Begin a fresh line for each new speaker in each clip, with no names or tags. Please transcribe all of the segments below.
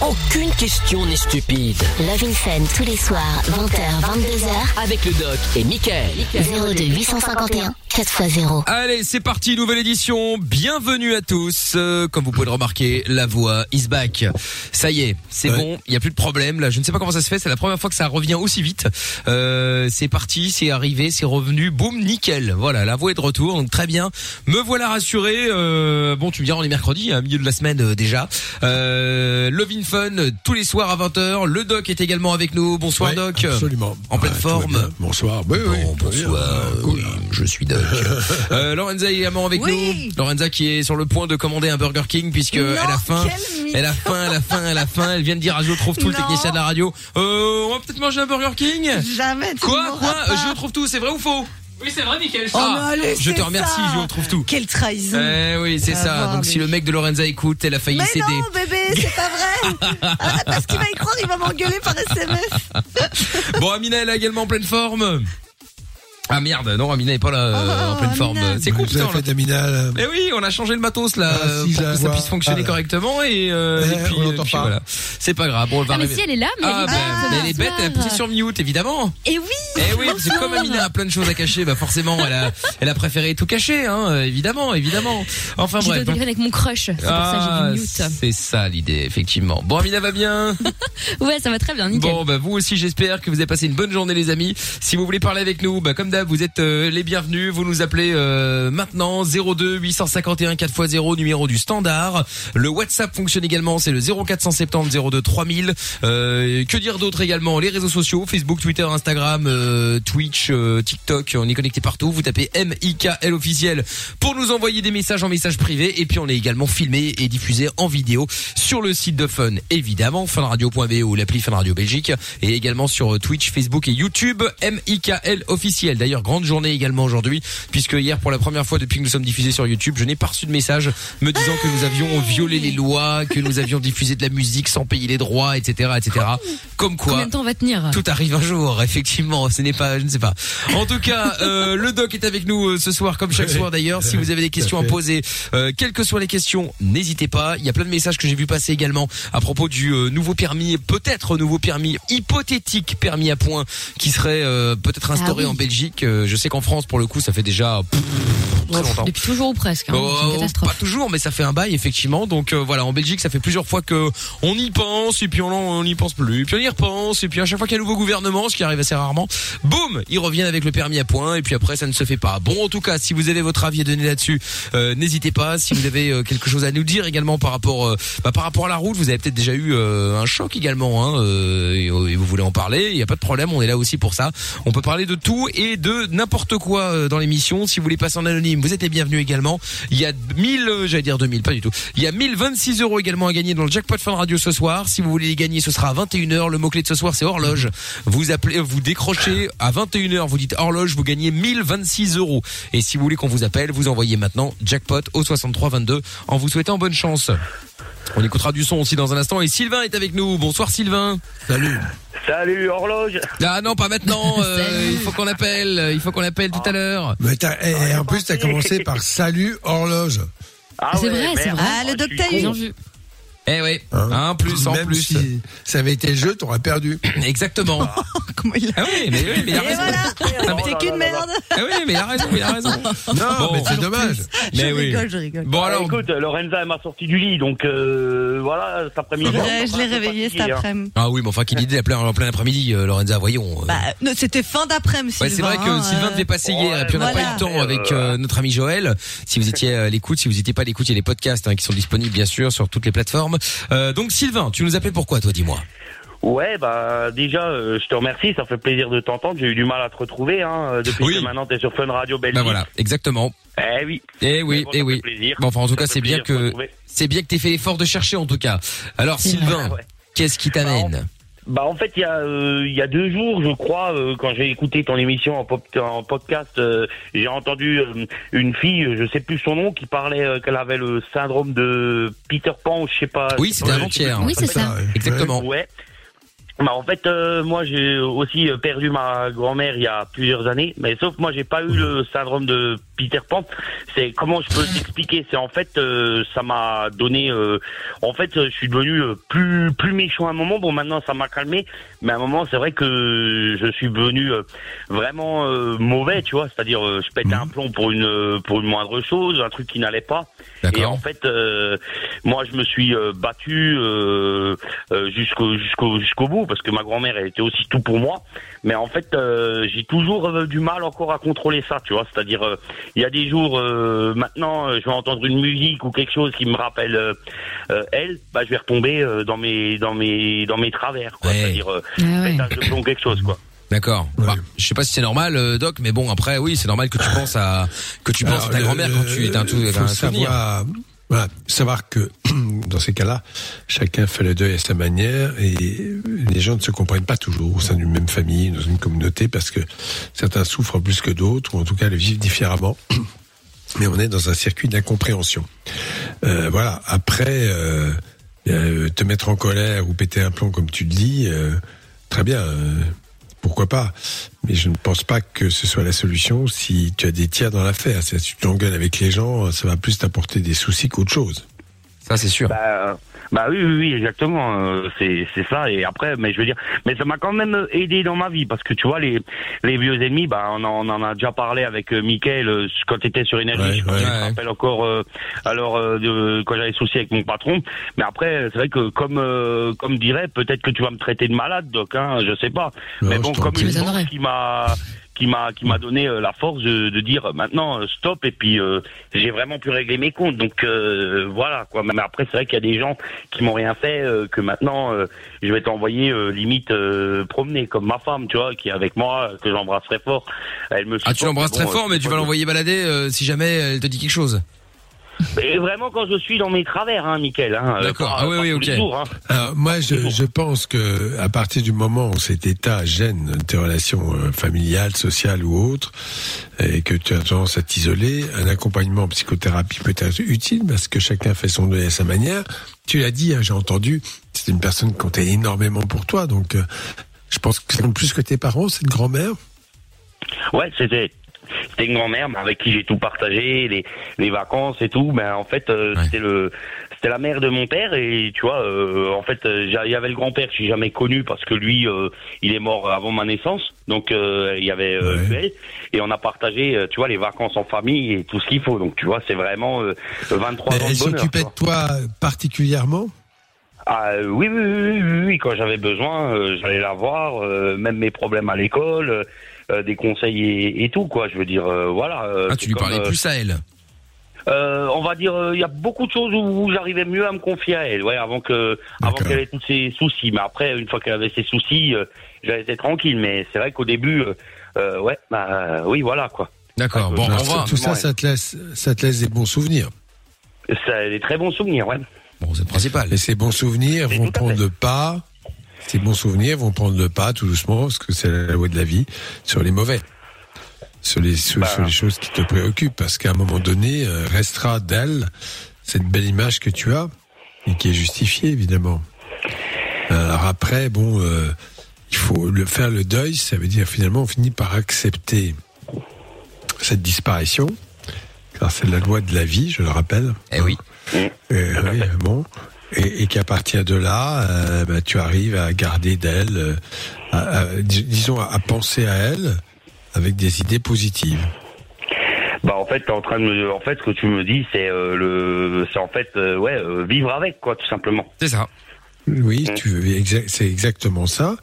Aucune question n'est stupide.
Love in Fun tous les soirs, 20h,
Avec le doc et Michael.
22h. 02 851 4x0.
Allez, c'est parti, nouvelle édition. Bienvenue à tous. Euh, comme vous pouvez le remarquer, la voix is back. Ça y est, c'est bon, il n'y a plus de problème. Là, je ne sais pas comment ça se fait, c'est la première fois que ça revient aussi vite. Euh, c'est parti, c'est arrivé, c'est revenu. Boum, nickel. Voilà, la voix est de retour, donc très bien. Me voilà rassuré. Euh, bon, tu me diras, on est mercredi, à milieu de la semaine euh, déjà. Euh, Love in Fun, tous les soirs à 20h. Le doc est également avec nous. Bonsoir
Ouais,
doc.
absolument.
En pleine
Ouais, tout va
forme.
bien. Bonsoir. Oui, oui, euh, tout va bien.
bonsoir.
Ouais,
Oui, je suis doc. Euh, Lorenza est également avec nous. Lorenza qui est sur le point de commander un Burger King puisque elle a faim. Elle a faim, elle a faim, elle a faim. Elle vient de dire à Joe trouve tout le
Non.
technicien de la radio. Euh, on va peut-être manger un Burger King.
Jamais. tu
Quoi,
m'auras
quoi
pas.
Je trouve tout, c'est vrai ou faux Oui, c'est vrai, Michael.
Oh, mais allez,
je
c'est
te remercie,
ça.
je retrouve tout.
Quelle trahison.
Eh oui, c'est
Ah,
ça.
bah,
Donc
mais-
si le mec de Lorenza écoute, elle a failli
mais
céder.
non, Oh, bébé, c'est pas vrai. Ah, parce qu'il va y croire, il va m'engueuler par SMS.
Bon, Amina, elle est également en pleine forme. Ah merde, non, Amina est pas là
Oh,
euh, en pleine forme. C'est cool,
Vous avez
putain.
fait d'Amina, là.
Mais oui, on a changé le matos là
euh. Ah, si,
pour
je la
que ça
vois.
puisse fonctionner
Ah.
correctement et, euh,
Eh,
et puis,
on
euh,
l'entend
puis
pas.
voilà. C'est pas grave, bon, on va
Ah, mais
arriver-
si, elle est là, mais
Ah,
elle est
ben,
pas là,
mais
ce
elle est bête, elle a
soir.
poussé sur mute, évidemment.
Et oui
Eh oui, parce que comme Amina a plein de choses à cacher, bah forcément, elle a, elle a préféré tout cacher, hein, euh, évidemment, évidemment. Enfin
J'étais
bref.
au téléphone avec mon crush, c'est pour ça
Ah,
que j'ai dit
c'est ça l'idée, effectivement. Bon, Amina va bien.
mute. Ouais, ça va très bien, hein, nickel.
Bon, bah vous aussi, j'espère que vous avez passé une bonne journée, les amis. Si vous voulez parler avec nous, bah comme d'hab, vous êtes euh, les bienvenus. Vous nous appelez euh, maintenant 02 851 4x0 numéro du standard. Le WhatsApp fonctionne également, c'est le 0470 02 3000. Euh, que dire d'autre également Les réseaux sociaux, Facebook, Twitter, Instagram, euh, Twitch, euh, TikTok, on est connecté partout. Vous tapez MIKL officiel pour nous envoyer des messages en message privé et puis on est également filmé et diffusé en vidéo sur le site de Fun évidemment funradio.vo l'appli Fun Radio Belgique et également sur euh, Twitch, Facebook et YouTube MIKL officiel. D'ailleurs grande journée également aujourd'hui puisque hier pour la première fois depuis que nous sommes diffusés sur YouTube, je n'ai pas reçu de message me disant que nous
Ah
avions violé les lois, que nous avions diffusé de la musique sans payer les droits, etc., etc. Comme
Ah
quoi.
Combien de temps on va tenir
Tout arrive un jour, effectivement. Ce n'est pas, je ne sais pas. En tout cas, euh, le doc est avec nous euh, ce soir, comme chaque soir d'ailleurs. Si vous avez des questions à
fait.
poser, euh, quelles que soient les questions, n'hésitez pas. Il y a plein de messages que j'ai vu passer également à propos du euh, nouveau permis, peut-être nouveau permis hypothétique, permis à points, qui serait euh, peut-être instauré
Ah oui.
en Belgique. Euh, je sais qu'en France, pour le coup, ça fait déjà pff, très longtemps.
Depuis toujours ou presque, hein, c'est
Oh,
une catastrophe.
Pas toujours, mais ça fait un bail effectivement. Donc euh, voilà, en Belgique, ça fait plusieurs fois que on y pense et puis on en- on n'y pense plus, puis on y repense et puis à chaque fois qu'il y a un nouveau gouvernement, ce qui arrive assez rarement, boum, ils reviennent avec le permis à point et puis après ça ne se fait pas. Bon, en tout cas, si vous avez votre avis à donner là-dessus, euh, n'hésitez pas. Si vous avez euh, quelque chose à nous dire également par rapport, euh, bah, par rapport à la route, vous avez peut-être déjà eu euh, un choc également, hein, euh, et, euh, et vous voulez en parler, il n'y a pas de problème, on est là aussi pour ça. On peut parler de tout et de n'importe quoi euh, dans l'émission. Si vous voulez passer en anonyme, vous êtes les bienvenus également. Il y a 1000, euh, j'allais dire 2000, pas du tout. Il y a 1026 euros également à gagner dans le jackpot Fun Radio ce soir. Si vous voulez les gagner, ce sera à 21h. Le mot-clé de ce soir, c'est horloge. Vous appelez, vous décrochez à 21h, vous dites horloge, vous gagnez 1026 euros. Et si vous voulez qu'on vous appelle, vous envoyez maintenant jackpot au 6322 en vous souhaitant bonne chance. On écoutera du son aussi dans un instant. Et Sylvain est avec nous. Bonsoir Sylvain.
Salut.
Salut horloge
Ah non, pas maintenant. euh, il faut qu'on appelle. Il faut qu'on appelle
Ah.
tout à l'heure.
Mais t'as- eh, eh, en plus, t'as commencé par salut horloge.
ah
C'est vrai, c'est vrai.
Ah, le docteur,
Bien
il-
vu.
Eh oui.
hein.
Un plus, en
Même
plus.
si ça avait été le jeu, t'aurais perdu.
Exactement.
Comment il a-
Ah oui, mais, oui, mais il a
Et
raison.
voilà,
Ah, mais-
t'es qu'une merde.
Ah oui, mais il a raison, il a raison.
Non,
Bon.
mais c'est dommage.
Mais
je
oui.
rigole, je rigole.
Bon
Alors,
alors,
Bah, écoute, Lorenza elle m'a sorti du lit, donc euh, voilà, cet après-midi.
Ouais, je l'ai réveillé cet après-midi.
ah oui, mais enfin, quelle idée, en plein, en plein après-midi, euh, Lorenza, voyons. euh.
Bah, non, c'était fin d'après-midi.
Ouais, c'est vrai
Sylvain,
que
hein,
Sylvain
euh,
devait passer
ouais,
hier, et puis on n'a
voilà.
pas eu le temps avec euh, notre ami Joël. Si vous étiez à l'écoute, si vous n'étiez pas à l'écoute, il y a les podcasts hein, qui sont disponibles, bien sûr, sur toutes les plateformes. Euh, donc, Sylvain, tu nous appelais pourquoi, toi, dis-moi
Ouais, bah déjà, euh, je te remercie, ça fait plaisir de t'entendre. J'ai eu du mal à te retrouver hein, euh, depuis
Oui.
que maintenant t'es sur Fun Radio Belgique.
Bah voilà, exactement.
Eh oui.
Eh
Mais
oui,
bon, ça
eh
fait
oui.
plaisir.
Bon, enfin, en tout
Ça
cas,
fait
c'est bien
plaisir de te
que
retrouver.
c'est bien que t'aies fait l'effort de chercher, en tout cas. Alors, Sylvain,
Ouais.
qu'est-ce qui t'amène
Bah en fait, il y a euh, il y a deux jours, je crois, euh, quand j'ai écouté ton émission en, pop- en podcast, euh, j'ai entendu euh, une fille, euh, je sais plus son nom, qui parlait euh, qu'elle avait le syndrome de Peter Pan, ou je sais pas.
Oui,
je sais
c'était
pas, je
avant-hier.
sais plus
Oui,
comment
c'est ça.
ouais.
Exactement.
Ouais. Bah, en fait, euh, moi j'ai aussi euh, perdu ma grand-mère il y a plusieurs années, mais sauf que moi j'ai pas eu le syndrome de Peter Pan. C'est comment je peux t'expliquer C'est en fait euh, ça m'a donné. euh, en fait, euh, je suis devenu euh, plus plus méchant à un moment. Bon, maintenant ça m'a calmé, mais à un moment c'est vrai que je suis devenu euh, vraiment euh, mauvais, tu vois. C'est-à-dire euh, je pète un plomb pour une euh, pour une moindre chose, un truc qui n'allait pas. Et en fait, euh, moi, je me suis euh, battu euh, euh, jusqu'au jusqu'au jusqu'au bout parce que ma grand-mère elle était aussi tout pour moi. Mais en fait, euh, j'ai toujours euh, du mal encore à contrôler ça, tu vois. C'est-à-dire, euh, il y a des jours euh, maintenant, euh, je vais entendre une musique ou quelque chose qui me rappelle euh, euh, elle, bah, je vais retomber euh, dans mes dans mes dans mes travers, quoi. C'est-à-dire, euh, pétage de plomb, quelque chose, quoi.
D'accord. Bah, je sais pas si c'est normal, euh, Doc, mais bon, après, oui, c'est normal que tu penses à que tu penses
Alors,
à ta
le-
grand-mère quand tu es un tout.
Il
un
faut
souvenir.
savoir, voilà, savoir que dans ces cas-là, chacun fait le deuil à sa manière et les gens ne se comprennent pas toujours au sein d'une même famille, dans une communauté, parce que certains souffrent plus que d'autres, ou en tout cas le vivent différemment. Mais on est dans un circuit d'incompréhension. Euh, voilà, après, euh, euh, te mettre en colère ou péter un plomb, comme tu le dis, euh, très bien. euh, pourquoi pas Mais je ne pense pas que ce soit la solution si tu as des tiers dans l'affaire. Si tu t'engueules avec les gens, ça va plus t'apporter des soucis qu'autre chose.
Ça, c'est sûr.
Bah, bah oui, oui, oui, exactement. euh, C'est, c'est ça. Et après, mais je veux dire, mais ça m'a quand même aidé dans ma vie parce que tu vois les les vieux ennemis. Bah, on en, on en a déjà parlé avec euh, Mickaël euh, quand t'étais sur énergie. je me rappelle encore. euh, alors euh, de- quand j'avais souci avec mon patron. Mais après, euh, c'est vrai que comme euh, comme dirait, peut-être que tu vas me traiter de malade, Doc. Hein, je sais pas. mais bon, comme une force qui m'a qui m'a qui m'a donné euh, la force de, de dire euh, maintenant euh, stop et puis euh, j'ai vraiment pu régler mes comptes donc euh, voilà quoi mais après c'est vrai qu'il y a des gens qui m'ont rien fait euh, que maintenant euh, je vais t'envoyer euh, limite euh, promener comme ma femme tu vois qui est avec moi euh, que j'embrasse très fort elle me
Ah, tu l'embrasses très fort, mais tu vas l'envoyer balader euh, si jamais elle te dit quelque chose.
et vraiment quand je suis dans mes travers hein Mickaël hein,
D'accord.
pas-
Ah oui,
pas
oui,
tous
ok.
les jours, hein.
Alors, moi, je, je pense que à partir du moment où cet état gêne tes relations euh, familiales, sociales ou autres, et que tu as tendance à t'isoler, un accompagnement en psychothérapie peut être utile parce que chacun fait son deuil à sa manière. Tu l'as dit, hein, j'ai entendu, c'est une personne qui comptait énormément pour toi, donc euh, je pense que plus que tes parents, cette grand-mère.
Ouais, c'était c'était une grand-mère mais avec qui j'ai tout partagé, les, les vacances et tout. Mais en fait, euh, c'était le c'était la mère de mon père et tu vois, euh, en fait, euh, j'a- il y avait le grand-père que j'ai jamais connu parce que lui, euh, il est mort avant ma naissance. Donc euh, il y avait euh, elle. et on a partagé, euh, tu vois, les vacances en famille et tout ce qu'il faut. Donc tu vois, c'est vraiment euh, 23 ans
Elle
de bonheur.
s'occupait de toi particulièrement
Ah, euh, oui, oui, oui, oui, oui, oui, quand j'avais besoin, euh, j'allais la voir, euh, même mes problèmes à l'école, euh, euh, des conseils et, et tout, quoi. Je veux dire, euh, voilà. euh,
Ah, tu
c'est
lui
comme,
parlais
euh,
plus à elle.
euh, on va dire, euh, il y a beaucoup de choses où, où j'arrivais mieux à me confier à elle, ouais, avant que, avant qu'elle ait tous ses soucis. Mais après, une fois qu'elle avait ses soucis, euh, j'allais être tranquille. Mais c'est vrai qu'au début, euh, euh, ouais, bah, euh, oui, voilà, quoi.
D'accord.
bon,
Parce que Tout ça, ça te laisse, ça te laisse des bons souvenirs.
Ça, des très bons souvenirs, ouais.
Bon, c'est le principal.
Et ces bons souvenirs vont prendre le pas. Ces bons souvenirs vont prendre le pas tout doucement, parce que c'est la loi de la vie, sur les mauvais. Sur les, sur, sur les choses qui te préoccupent. Parce qu'à un moment donné, euh, restera d'elle cette belle image que tu as, et qui est justifiée, évidemment. Alors après, bon, euh, il faut le faire le deuil, ça veut dire finalement, on finit par accepter cette disparition, car c'est la loi de la vie, je le rappelle.
Eh oui.
Eh oui, bon. Et, et qu'à partir de là, euh, bah, tu arrives à garder d'elle, euh, à- à- dis- disons, à, à penser à elle avec des idées positives.
Bah en fait t'es en train de me, en fait ce que tu me dis c'est euh, le c'est en fait euh, ouais euh, vivre avec quoi tout simplement.
C'est ça.
Oui,
Mm.
tu veux, exa- c'est exactement ça.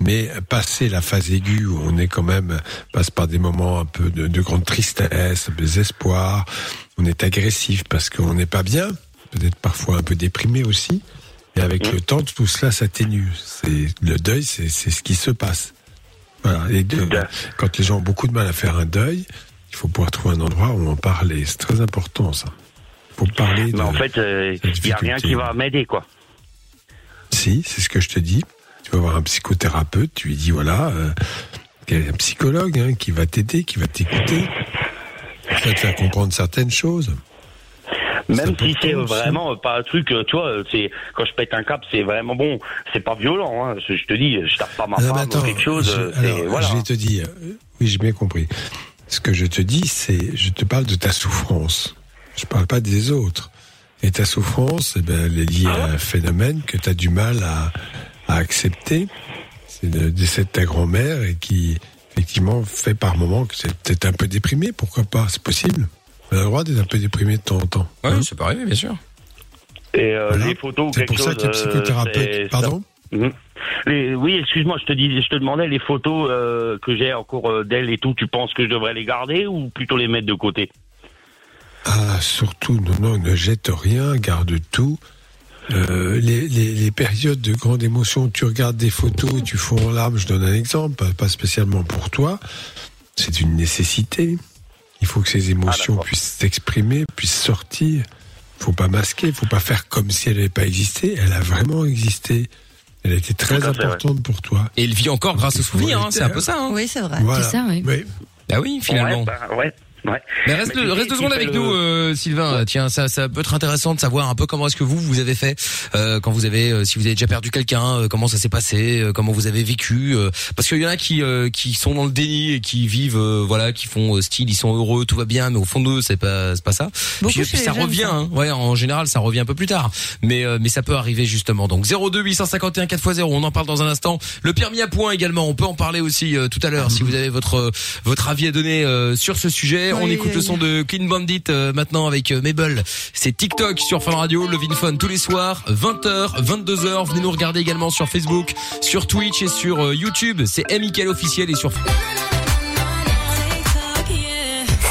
Mais passer la phase aiguë où on est quand même passe par des moments un peu de, de grande tristesse, de désespoir, on est agressif parce qu'on n'est pas bien, peut-être parfois un peu déprimé aussi. Et avec
Mm.
le temps, tout cela s'atténue. C'est le deuil, c'est c'est ce qui se passe. Voilà. Et de- quand les gens ont beaucoup de mal à faire un deuil, il faut pouvoir trouver un endroit où en parler. C'est très important ça. Faut parler.
Mais
de-
en fait euh, il y a rien qui va m'aider quoi.
si, c'est ce que je te dis. Tu vas voir un psychothérapeute, tu lui dis voilà, euh, il y a un psychologue hein, qui va t'aider, qui va t'écouter, qui va te faire comprendre certaines choses.
Même
peut
si
être
c'est
bon,
vraiment pas un truc, euh, tu vois, euh, c'est quand je pète un cap, c'est vraiment bon. C'est pas violent, hein. Je je te dis, je tape pas ma
Ah, mais
femme
attends,
ou quelque chose.
je-
euh, c'est-
alors,
voilà.
je vais te dire, euh, oui, j'ai bien compris. Ce que je te dis, c'est, je te parle de ta souffrance. Je parle pas des autres. Et ta souffrance, eh ben, elle est liée à un phénomène que tu as du mal à, à accepter. C'est le décès de ta grand-mère et qui, effectivement, fait par moments que c'est peut-être un peu déprimé. Pourquoi pas C'est possible. On a le droit d'être un peu déprimé de temps en temps.
Ouais,
Hein
c'est pas arrivé, bien sûr.
Et euh,
Voilà.
les photos ou
c'est pour
quelque
ça que
chose,
les
euh,
psychothérapeutes...
c'est-
Pardon
Mhm. Les- oui, excuse-moi, je te dis, je te demandais les photos euh, que j'ai encore euh, d'elle et tout. Tu penses que je devrais les garder ou plutôt les mettre de côté
Ah, surtout, non, non, ne jette rien, garde tout. Euh, les, les- les périodes de grande émotion, tu regardes des photos, tu fonds en larmes, je donne un exemple, pas- pas spécialement pour toi, c'est une nécessité. Il faut que ces émotions
d'accord.
puissent s'exprimer, puissent sortir. Faut pas masquer, faut pas faire comme si elle n'avait pas existé, elle a vraiment existé. Elle a été très
Tout à fait, ouais.
importante pour toi.
Et il vit encore grâce aux souvenirs, hein, c'est un peu ça. Hein.
Oui, c'est vrai.
voilà.
ça, oui.
Mais
Bah oui, finalement.
Ouais, bah, ouais, ouais.
Mais reste,
Mais tu sais,
reste deux
tu
secondes
fais
avec
le-
nous, euh, Sylvain. Tiens, ça, ça peut être intéressant de savoir un peu comment est-ce que vous vous avez fait euh, quand vous avez, euh, si vous avez déjà perdu quelqu'un, euh, comment ça s'est passé, euh, comment vous avez vécu. euh, parce qu'il y en a qui euh, qui sont dans le déni et qui vivent, euh, voilà, qui font euh, style, ils sont heureux, tout va bien, mais au fond d'eux, c'est pas c'est pas ça.
Beaucoup
Puis,
chez les
ça
jeunes,
revient,
ça.
hein. ouais, en général, ça revient un peu plus tard. Mais euh, mais ça peut arriver justement. Donc 02 851 4x0, on en parle dans un instant. Le permis à point également, on peut en parler aussi euh, tout à l'heure si vous avez votre euh, votre avis à donner euh, sur ce sujet. on
Oui,
écoute
oui,
le
oui.
son de Clean Bandit euh, maintenant avec euh, Mabel. C'est TikTok sur Fun Radio, Levin Fun tous les soirs, 20h, 22h. Venez nous regarder également sur Facebook, sur Twitch et sur euh, YouTube. C'est Michael officiel et sur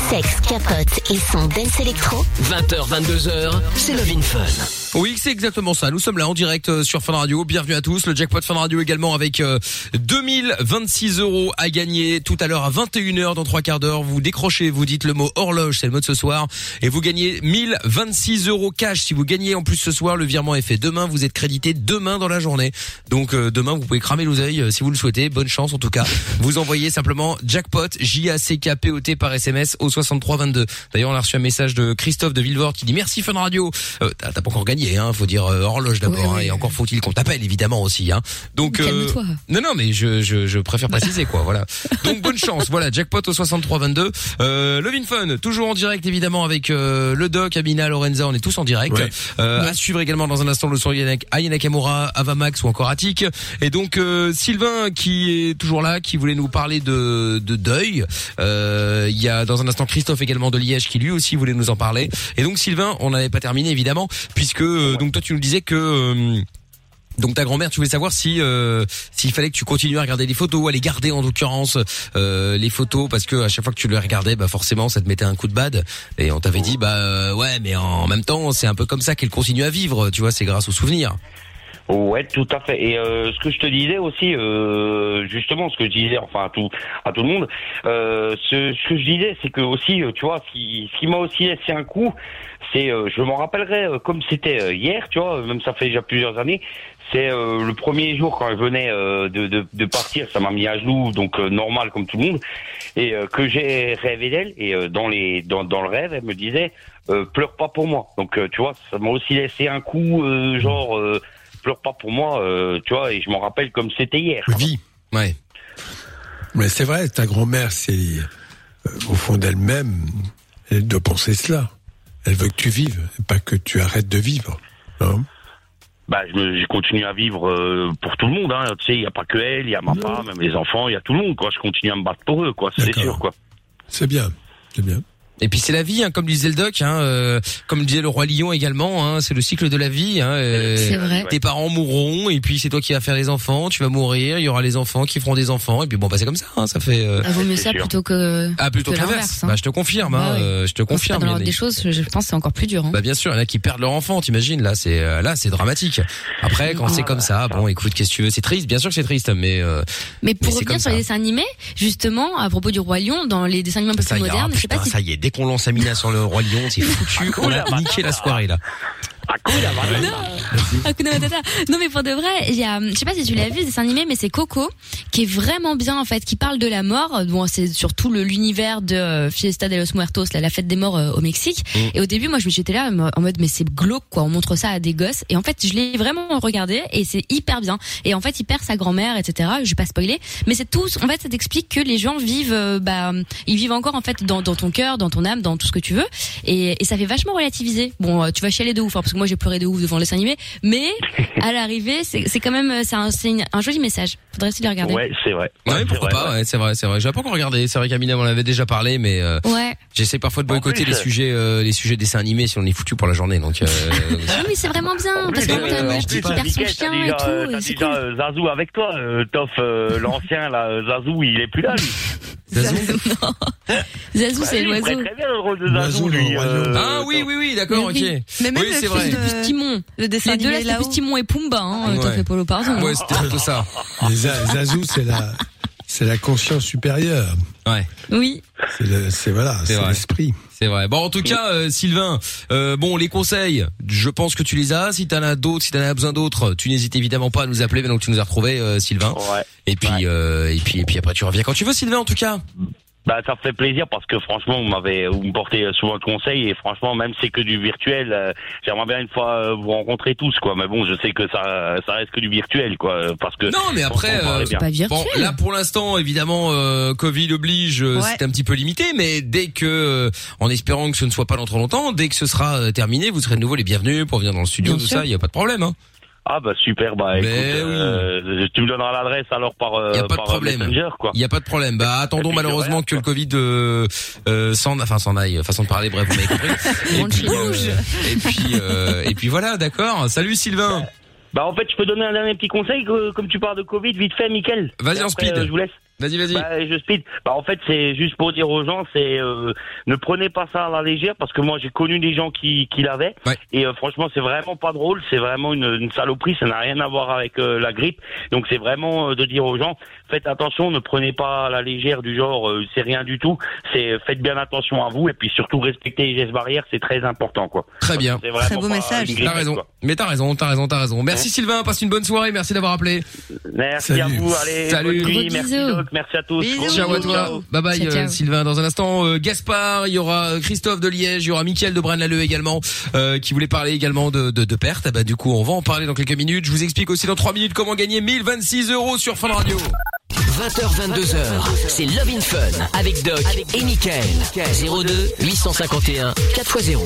Sexe, capote et son dance électro.
20h, 22h, c'est Love in Fun.
Oui, c'est exactement ça. Nous sommes là en direct euh, sur Fun Radio. Bienvenue à tous. Le jackpot Fun Radio également avec euh, 2026 euros à gagner tout à l'heure à 21h dans trois quarts d'heure. Vous décrochez, vous dites le mot horloge, c'est le mot de ce soir, et vous gagnez 1026 euros cash. Si vous gagnez en plus ce soir, le virement est fait demain. Vous êtes crédité demain dans la journée. Donc euh, demain, vous pouvez cramer l'oseille euh, si vous le souhaitez. Bonne chance en tout cas. Vous envoyez simplement jackpot J A C K P O T par SMS au 6322. D'ailleurs, on a reçu un message de Christophe de Villevorde qui dit merci Fun Radio. Euh, T'as t'as pas encore gagné, hein, faut dire euh, horloge d'abord,
Ouais,
hein,
ouais.
et encore faut-il qu'on t'appelle évidemment aussi. Hein. Donc
Calme-toi.
non non mais je, je, je préfère préciser quoi, voilà. Donc bonne chance, voilà jackpot au 6322. Euh, Levin Fun toujours en direct évidemment avec euh, le Doc, Amina, Lorenza, on est tous en direct.
Ouais.
Euh, À suivre également dans un instant le son Yannick, Ayana Kamura, Avamax ou encore Attic. Et donc euh, Sylvain qui est toujours là, qui voulait nous parler de, de deuil. Euh, Il y a dans un instant Christophe également de Liège qui lui aussi voulait nous en parler. Et donc Sylvain, on n'avait pas terminé évidemment, puisque euh, donc toi tu nous disais que euh, donc ta grand-mère, tu voulais savoir si euh, s'il fallait que tu continues à regarder les photos, à les garder en l'occurrence euh, les photos, parce que à chaque fois que tu les regardais, bah forcément ça te mettait un coup de bad. Et on t'avait dit bah euh, ouais, mais en même temps c'est un peu comme ça qu'elle continue à vivre, tu vois, c'est grâce aux souvenirs.
Ouais, tout à fait. Et euh, ce que je te disais aussi, euh, justement, ce que je disais, enfin à tout, à tout le monde, euh, ce, ce que je disais, c'est que aussi, euh, tu vois, ce qui, ce qui m'a aussi laissé un coup, c'est, euh, je m'en rappellerai euh, comme c'était euh, hier, tu vois, même ça fait déjà plusieurs années. C'est euh, le premier jour quand je venais euh, de, de, de partir, ça m'a mis à genoux, donc euh, normal comme tout le monde, et euh, que j'ai rêvé d'elle. Et euh, dans les dans, dans le rêve, elle me disait euh, pleure pas pour moi. Donc euh, tu vois, ça m'a aussi laissé un coup, euh, genre. euh, pleure pas pour moi, euh, tu vois, et je m'en rappelle comme c'était hier.
Vie.
Ouais.
Mais c'est vrai, ta grand-mère, c'est euh, au fond d'elle-même, elle doit penser cela. Elle veut que tu vives, et pas que tu arrêtes de vivre. hein.
Bah, je, me- je continue à vivre euh, pour tout le monde, hein. Tu sais, il y a pas que elle, il y a ma femme, même les enfants, il y a tout le monde, quoi. Je continue à me battre pour eux, quoi. C'est
D'accord.
sûr, quoi.
Euh,
c'est bien, c'est bien.
Et puis c'est la vie, hein, comme disait le doc, hein, euh, comme disait le roi Lion également, hein, c'est le cycle de la vie. Hein, euh,
C'est vrai.
Tes parents mourront et puis c'est toi qui vas faire les enfants, tu vas mourir, il y aura les enfants qui feront des enfants et puis bon bah c'est comme ça, hein, ça fait euh,
Ah, vaut mieux
C'est
ça
sûr.
plutôt que.
ah plutôt
que
que l'inverse.
l'inverse, hein.
Bah je te confirme, hein,
Bah ouais.
euh, je te
quand c'est pas
confirme.
dans
il y en a-
l'ordre des choses, je pense que c'est encore plus dur. hein.
Bah bien sûr, il y en a qui perdent leur enfant, t'imagines là, c'est euh, là c'est dramatique. Après quand
Ah,
c'est comme ça, bon écoute qu'est-ce que tu veux, c'est triste, bien sûr que c'est triste, mais euh,
Mais pour
c'est comme
revenir sur
ça.
les dessins animés, justement, à propos du Roi Lion, dans les dessins animés un peu
ça
plus
y est, ah,
modernes, je sais Ah, pas
putain,
si. bah.
ça y est, dès qu'on lance Amina sur le roi lion, c'est foutu, on a niqué la soirée là.
Ah, bah,
Hakuna Ah, Matata. Non mais pour de vrai, il y a, je sais pas si tu l'as vu, c'est dessin animé, mais c'est Coco qui est vraiment bien en fait, qui parle de la mort. Bon, c'est surtout le- l'univers de euh, Fiesta de los Muertos, là, la fête des morts euh, au Mexique. Et au début, moi, je me j'étais là en mode mais c'est glauque quoi, on montre ça à des gosses. Et en fait, je l'ai vraiment regardé et c'est hyper bien. Et en fait, il perd sa grand-mère, etc. Je vais pas spoiler, mais c'est tout. En fait, ça t'explique que les gens vivent, euh, bah, ils vivent encore en fait dans, dans ton cœur, dans ton âme, dans tout ce que tu veux. Et, et ça fait vachement relativiser. Bon, euh, tu vas chialer de ouf, hein, parce que moi j'ai pleuré de ouf devant les animés, mais à l'arrivée, c'est c'est quand même, euh, c'est un, c'est une- un joli message. Faudrait essayer de le regarder.
Ouais, c'est vrai.
Ouais,
vrai,
pourquoi pas, ouais, c'est vrai, c'est vrai. J'avais pas encore regardé, c'est vrai qu'Amina on en avait déjà parlé, mais euh,
Ouais.
j'essaie parfois de
En
boycotter
plus,
les
euh,
sujets, euh, les sujets dessins animés si on est foutu pour la journée, donc euh,
Ah oui, c'est vraiment bien,
En
parce
plus,
que
euh,
t'as-
en
ouais,
plus,
tu
t'as
perds son
Mickey, t'as
chien et
déjà, euh,
tout,
t'as
et c'est
déjà,
cool.
euh, Zazou avec toi, euh, Toff, euh, l'ancien, là, euh, Zazou, il est plus là, lui.
Zazou.
Non. Zazou,
Bah,
c'est
lui, il ferait
l'oiseau.
très bien le rôle de
Zazou,
Zazou,
le
lui.
roi lion.
euh,
Ah oui, oui, oui, d'accord, ok.
Mais oui.
Mais même
Oui,
le
c'est
film,
vrai.
euh,
Plus Timon.
Le dessin
Les deux là,
animé
c'était plus
là-haut.
Timon et Pumba, hein,
Ouais.
Toff et Polo, pardon. hein.
Ouais, c'était plutôt ça.
Les Za- Zazou, c'est la, c'est la conscience supérieure.
Ouais.
Oui.
C'est le- c'est voilà,
C'est
c'est
vrai.
l'esprit.
C'est vrai. Bon, en tout cas, euh, Sylvain, euh, bon, les conseils, je pense que tu les as. Si t'en as d'autres, si t'en as besoin d'autres, tu n'hésites évidemment pas à nous appeler. Maintenant que tu nous as retrouvés, euh, Sylvain.
Ouais.
Et puis,
Ouais.
euh, et puis, et puis après, tu reviens quand tu veux, Sylvain. En tout cas.
Bah, ça me fait plaisir parce que franchement, vous m'avez, vous me portez souvent conseil et franchement, même si c'est que du virtuel, euh, j'aimerais bien une fois euh, vous rencontrer tous, quoi. Mais bon, je sais que ça, ça reste que du virtuel, quoi. euh, Parce que.
Non, mais après,
on parlait
euh,
bien.
Pas
Bon,
virtuel.
là pour l'instant, évidemment, euh, Covid oblige, euh,
Ouais.
c'est un petit peu limité, mais dès que, euh, en espérant que ce ne soit pas dans trop longtemps, dès que ce sera euh, terminé, vous serez de nouveau les bienvenus pour venir dans le studio,
Bien
tout
sûr.
ça, il n'y a pas de problème. Hein.
Ah, bah, super, bah,
Mais
écoute,
Ben oui.
euh, tu me donneras l'adresse alors par, euh,
Y a pas de
par
problème.
Messenger, quoi.
Il n'y a pas de problème. Bah attendons
puis,
malheureusement
voilà,
que le Covid euh, euh, s'en, enfin s'en aille, façon de parler, bref, vous m'avez compris. et, puis, euh, et puis, euh, et puis voilà, d'accord. Salut Sylvain.
Bah, en fait, je peux donner un dernier petit conseil, que- comme tu parles de Covid, vite fait, Mickaël.
Vas-y,
Et
en
après,
speed.
euh, je vous laisse.
Vas-y, vas-y.
Bah, je speed. Bah, en fait, c'est juste pour dire aux gens, c'est euh, ne prenez pas ça à la légère parce que moi j'ai connu des gens qui, qui l'avaient
Ouais.
et euh, franchement c'est vraiment pas drôle, c'est vraiment une, une saloperie, ça n'a rien à voir avec euh, la grippe. Donc c'est vraiment euh, de dire aux gens faites attention, ne prenez pas à la légère du genre euh, c'est rien du tout. C'est faites bien attention à vous et puis surtout respectez les gestes barrières, c'est très important quoi.
Très bien.
C'est vraiment
Très beau
pas
message.
une grippe,
T'as raison.
quoi. Hein
Mais t'as raison, t'as raison, t'as raison. Merci Sylvain, passe une bonne soirée, merci d'avoir appelé.
Merci
Salut.
à vous, allez.
Salut.
bonne nuit,
Gros
merci
bisous.
Doc, merci à tous.
Bisous.
Gros
Ciao à
bisous, ciao.
toi. Bye bye
Ciao, ciao.
euh, Sylvain. Dans un instant, euh, Gaspard, il y aura euh, Christophe de Liège, il y aura Mickaël de Braine-l'Alleud également, euh, qui voulait parler également de, de, de pertes. Ah bah, du coup, on va en parler dans quelques minutes. Je vous explique aussi dans trois minutes comment gagner 1026 euros sur Fun Radio.
20h, 22h, c'est Love in Fun avec Doc et Michael. 02 851 4x0.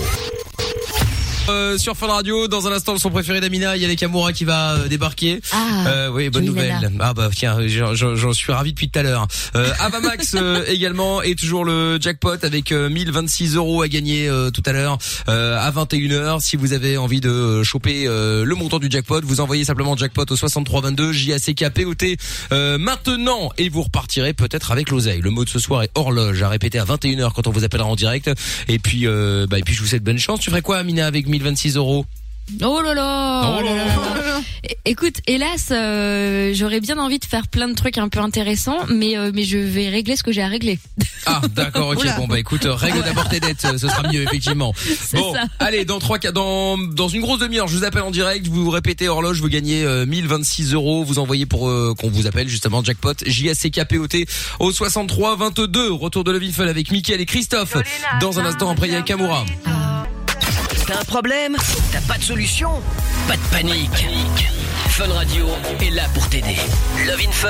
Euh, sur Fun Radio, dans un instant, le son préféré d'Amina, il y a les Kamura qui va euh, débarquer.
Ah,
Euh, oui, bonne
jolie
nouvelle. Ah bah tiens, j'en- j'en j'en suis ravi depuis tout à l'heure. Euh, Avamax euh, également et toujours le jackpot avec euh, 1026 euros à gagner euh, tout à l'heure euh, à 21h. Si vous avez envie de euh, choper euh, le montant du jackpot, vous envoyez simplement jackpot au 6322 JACKPOT euh, maintenant et vous repartirez peut-être avec l'oseille. Le mot de ce soir est horloge à répéter à 21h quand on vous appellera en direct. Et puis, euh, bah, et puis je vous souhaite bonne chance. Tu ferais quoi, Amina, avec 1026 euros
Oh là là,
Oh là
oh là là là. É- Écoute, hélas, euh, j'aurais bien envie de faire plein de trucs un peu intéressants, mais euh, mais je vais régler ce que j'ai à régler.
Ah d'accord ok
Oula.
bon bah écoute euh, règle d'abord tes dettes euh, ce sera mieux effectivement bon
ça.
allez dans trois cas dans dans une grosse demi-heure je vous appelle en direct vous répétez horloge vous gagnez euh, 1026 euros vous envoyez pour euh, qu'on vous appelle justement jackpot J S C K P O T au 63 22 retour de Levin Fun avec Mickaël et Christophe dans un instant après il y a Kamura
T'as un problème T'as pas de solution Pas de panique. Fun Radio est là pour t'aider. Love in Fun,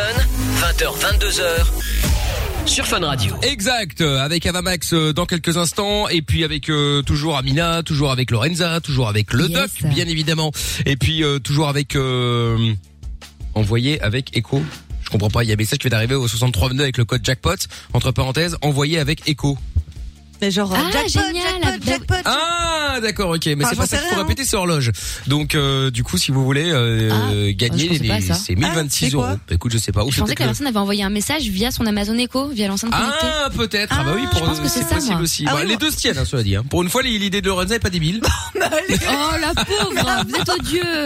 20h, 22h, sur Fun Radio.
Exact, euh, avec Avamax euh, dans quelques instants, et puis avec euh, toujours Amina, toujours avec Lorenza, toujours avec le
Yes.
doc, bien évidemment, et puis euh, toujours avec euh, envoyé avec Echo. Je comprends pas, il y a un message qui vient d'arriver au 6322 avec le code jackpot, entre parenthèses, envoyé avec Echo.
Mais genre, euh,
Ah,
jackpot,
génial,
jackpot,
la-
jackpot.
Ah d'accord, ok, mais
Ah,
c'est
j'en
pas ça
sais
qu'il faut
rien,
répéter, c'est horloge. Donc euh, du coup, si vous voulez euh,
Ah,
gagner
je pensais pas
les,
à ça.
c'est
Ah,
1026
c'est
euros.
quoi
Bah, écoute, je sais pas. Ou
Je pensais
peut-être
que la
le-
personne avait envoyé un message via son Amazon Echo, via l'enceinte connectée.
Ah, peut-être. Ah, bah oui,
Ah,
pour
je pense que c'est ça,
possible
moi.
aussi.
Ah
Bah,
oui,
les
moi-
deux se tiennent, hein, cela dit. hein. Pour une fois, l'idée de Lorenza est pas débile.
Oh la pauvre, vous êtes odieux.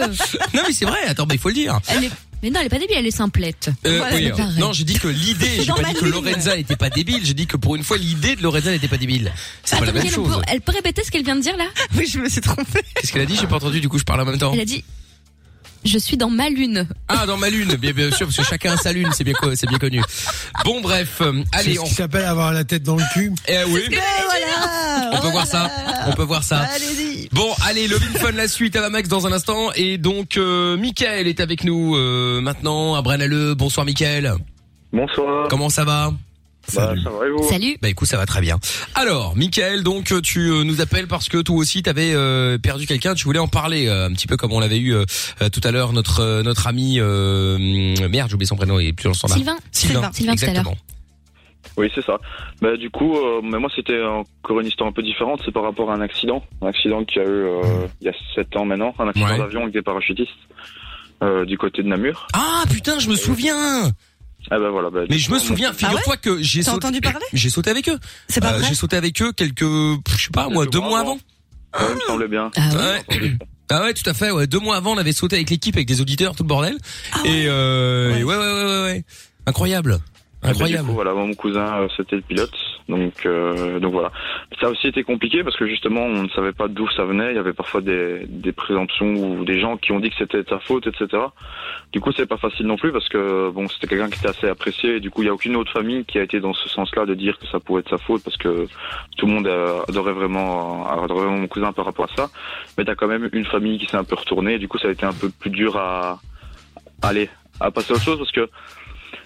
non, mais c'est vrai. Attends, mais il faut le dire.
Elle est Mais non, elle est pas débile, elle est simplette.
Euh,
Voilà,
oui,
c'est
euh,
pareil.
non, j'ai dit que l'idée,
C'est
j'ai
dans
pas
ma
dit que
ligne.
Lorenza n'était pas débile, j'ai dit que pour une fois l'idée de Lorenza n'était pas débile. C'est pas la
Attends,
même
Mickaël, on peut-
chose.
elle peut répéter ce qu'elle vient de dire là
Oui, je me suis trompée.
Qu'est-ce qu'elle a dit J'ai pas entendu, du coup je parle en même temps.
Elle a dit Je suis dans ma lune.
Ah, dans ma lune, bien, bien sûr, parce que chacun a sa lune, c'est bien, co- c'est bien connu. Bon, bref, euh,
C'est
allez,
ce
on,
qui s'appelle avoir la tête dans le cul.
eh oui,
Mais voilà
on peut voir ça, on peut voir ça.
Allez-y
Bon, allez, le Win Fun, la suite à la Max dans un instant. Et donc, euh, Michael est avec nous euh, maintenant à Braine-l'Alleud. Bonsoir, Michael.
Bonsoir.
Comment ça va
Bah,
Salut.
ça va et vous
Salut.
Bah écoute, ça va très bien. Alors, Michael, donc euh, tu euh, nous appelles parce que toi aussi t'avais euh, perdu quelqu'un, tu voulais en parler euh, un petit peu comme on l'avait eu euh, euh, tout à l'heure notre euh, notre ami euh, hum, merde, j'ai oublié son prénom, il est plus dans le standard.
Sylvain.
Sylvain,
Sylvain, tout à l'heure.
exactement.
Oui, c'est ça. Bah, du coup, euh, mais moi, c'était encore une histoire un peu différente. C'est par rapport à un accident. Un accident qu'il y a eu euh, il y a 7 ans maintenant. Un accident
Ouais.
d'avion avec des parachutistes euh, du côté de Namur.
Ah putain, je me souviens.
Ah bah voilà. bah, du
Mais je
coup,
me
on-
souviens, figure-toi que j'ai
T'as
sauté
entendu parler
j'ai sauté avec eux.
C'est pas
Euh,
vrai
j'ai sauté avec eux quelques je sais pas moi
Quelques
deux
mois
mois
avant.
avant.
Ouais, il me semblait bien.
Ah ouais.
Ouais. Ah ouais, tout à fait. Ouais. Deux mois avant, on avait sauté avec l'équipe, avec des auditeurs, tout le bordel.
Ah
et euh,
Ouais.
et ouais. ouais, ouais, ouais, ouais. incroyable,
Ah, bah,
incroyable.
Du coup, voilà, moi, mon cousin, euh, c'était le pilote. Donc, euh, donc voilà. Ça a aussi été compliqué parce que justement, on ne savait pas d'où ça venait. Il y avait parfois des, des présomptions ou des gens qui ont dit que c'était de sa faute, etc. Du coup, c'est pas facile non plus parce que bon, c'était quelqu'un qui était assez apprécié. Et du coup, il y a aucune autre famille qui a été dans ce sens-là de dire que ça pouvait être sa faute parce que tout le monde euh, adorait vraiment, euh, adorait vraiment mon cousin par rapport à ça. Mais t'as quand même une famille qui s'est un peu retournée. Du coup, ça a été un peu plus dur à aller à passer à autre chose parce que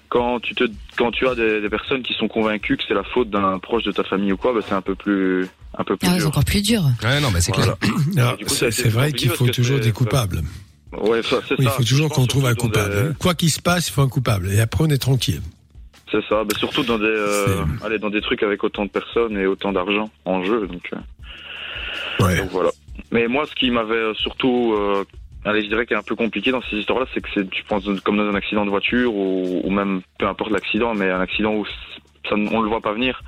quand tu te quand tu as des, des personnes qui sont convaincues que c'est la faute d'un proche de ta famille ou quoi, bah, c'est un peu plus un peu plus
Ah ouais, c'est
dur.
encore plus dur.
Ouais, non, mais c'est clair.
Voilà.
Alors,
du coup, ça a
C'est
été
c'est vrai
compliqué
qu'il
parce
faut
que
toujours
c'est-
des coupables.
Ouais, ça, c'est
Oui, il
ça.
faut toujours
Je
qu'on
pense
trouve un
surtout dans
coupable.
des-
hein. Quoi qu'il se passe, il faut un coupable. Et après, on est tranquille.
C'est ça, mais surtout dans des, euh, allez, dans des trucs avec autant de personnes et autant d'argent en jeu. Donc, euh,
Ouais.
donc voilà. Mais moi, ce qui m'avait euh, surtout, euh, allez, je dirais qui est un peu compliqué dans ces histoires-là, c'est que c'est, tu penses comme dans un accident de voiture ou, ou même peu importe l'accident, mais un accident où c- ça, on le voit pas venir.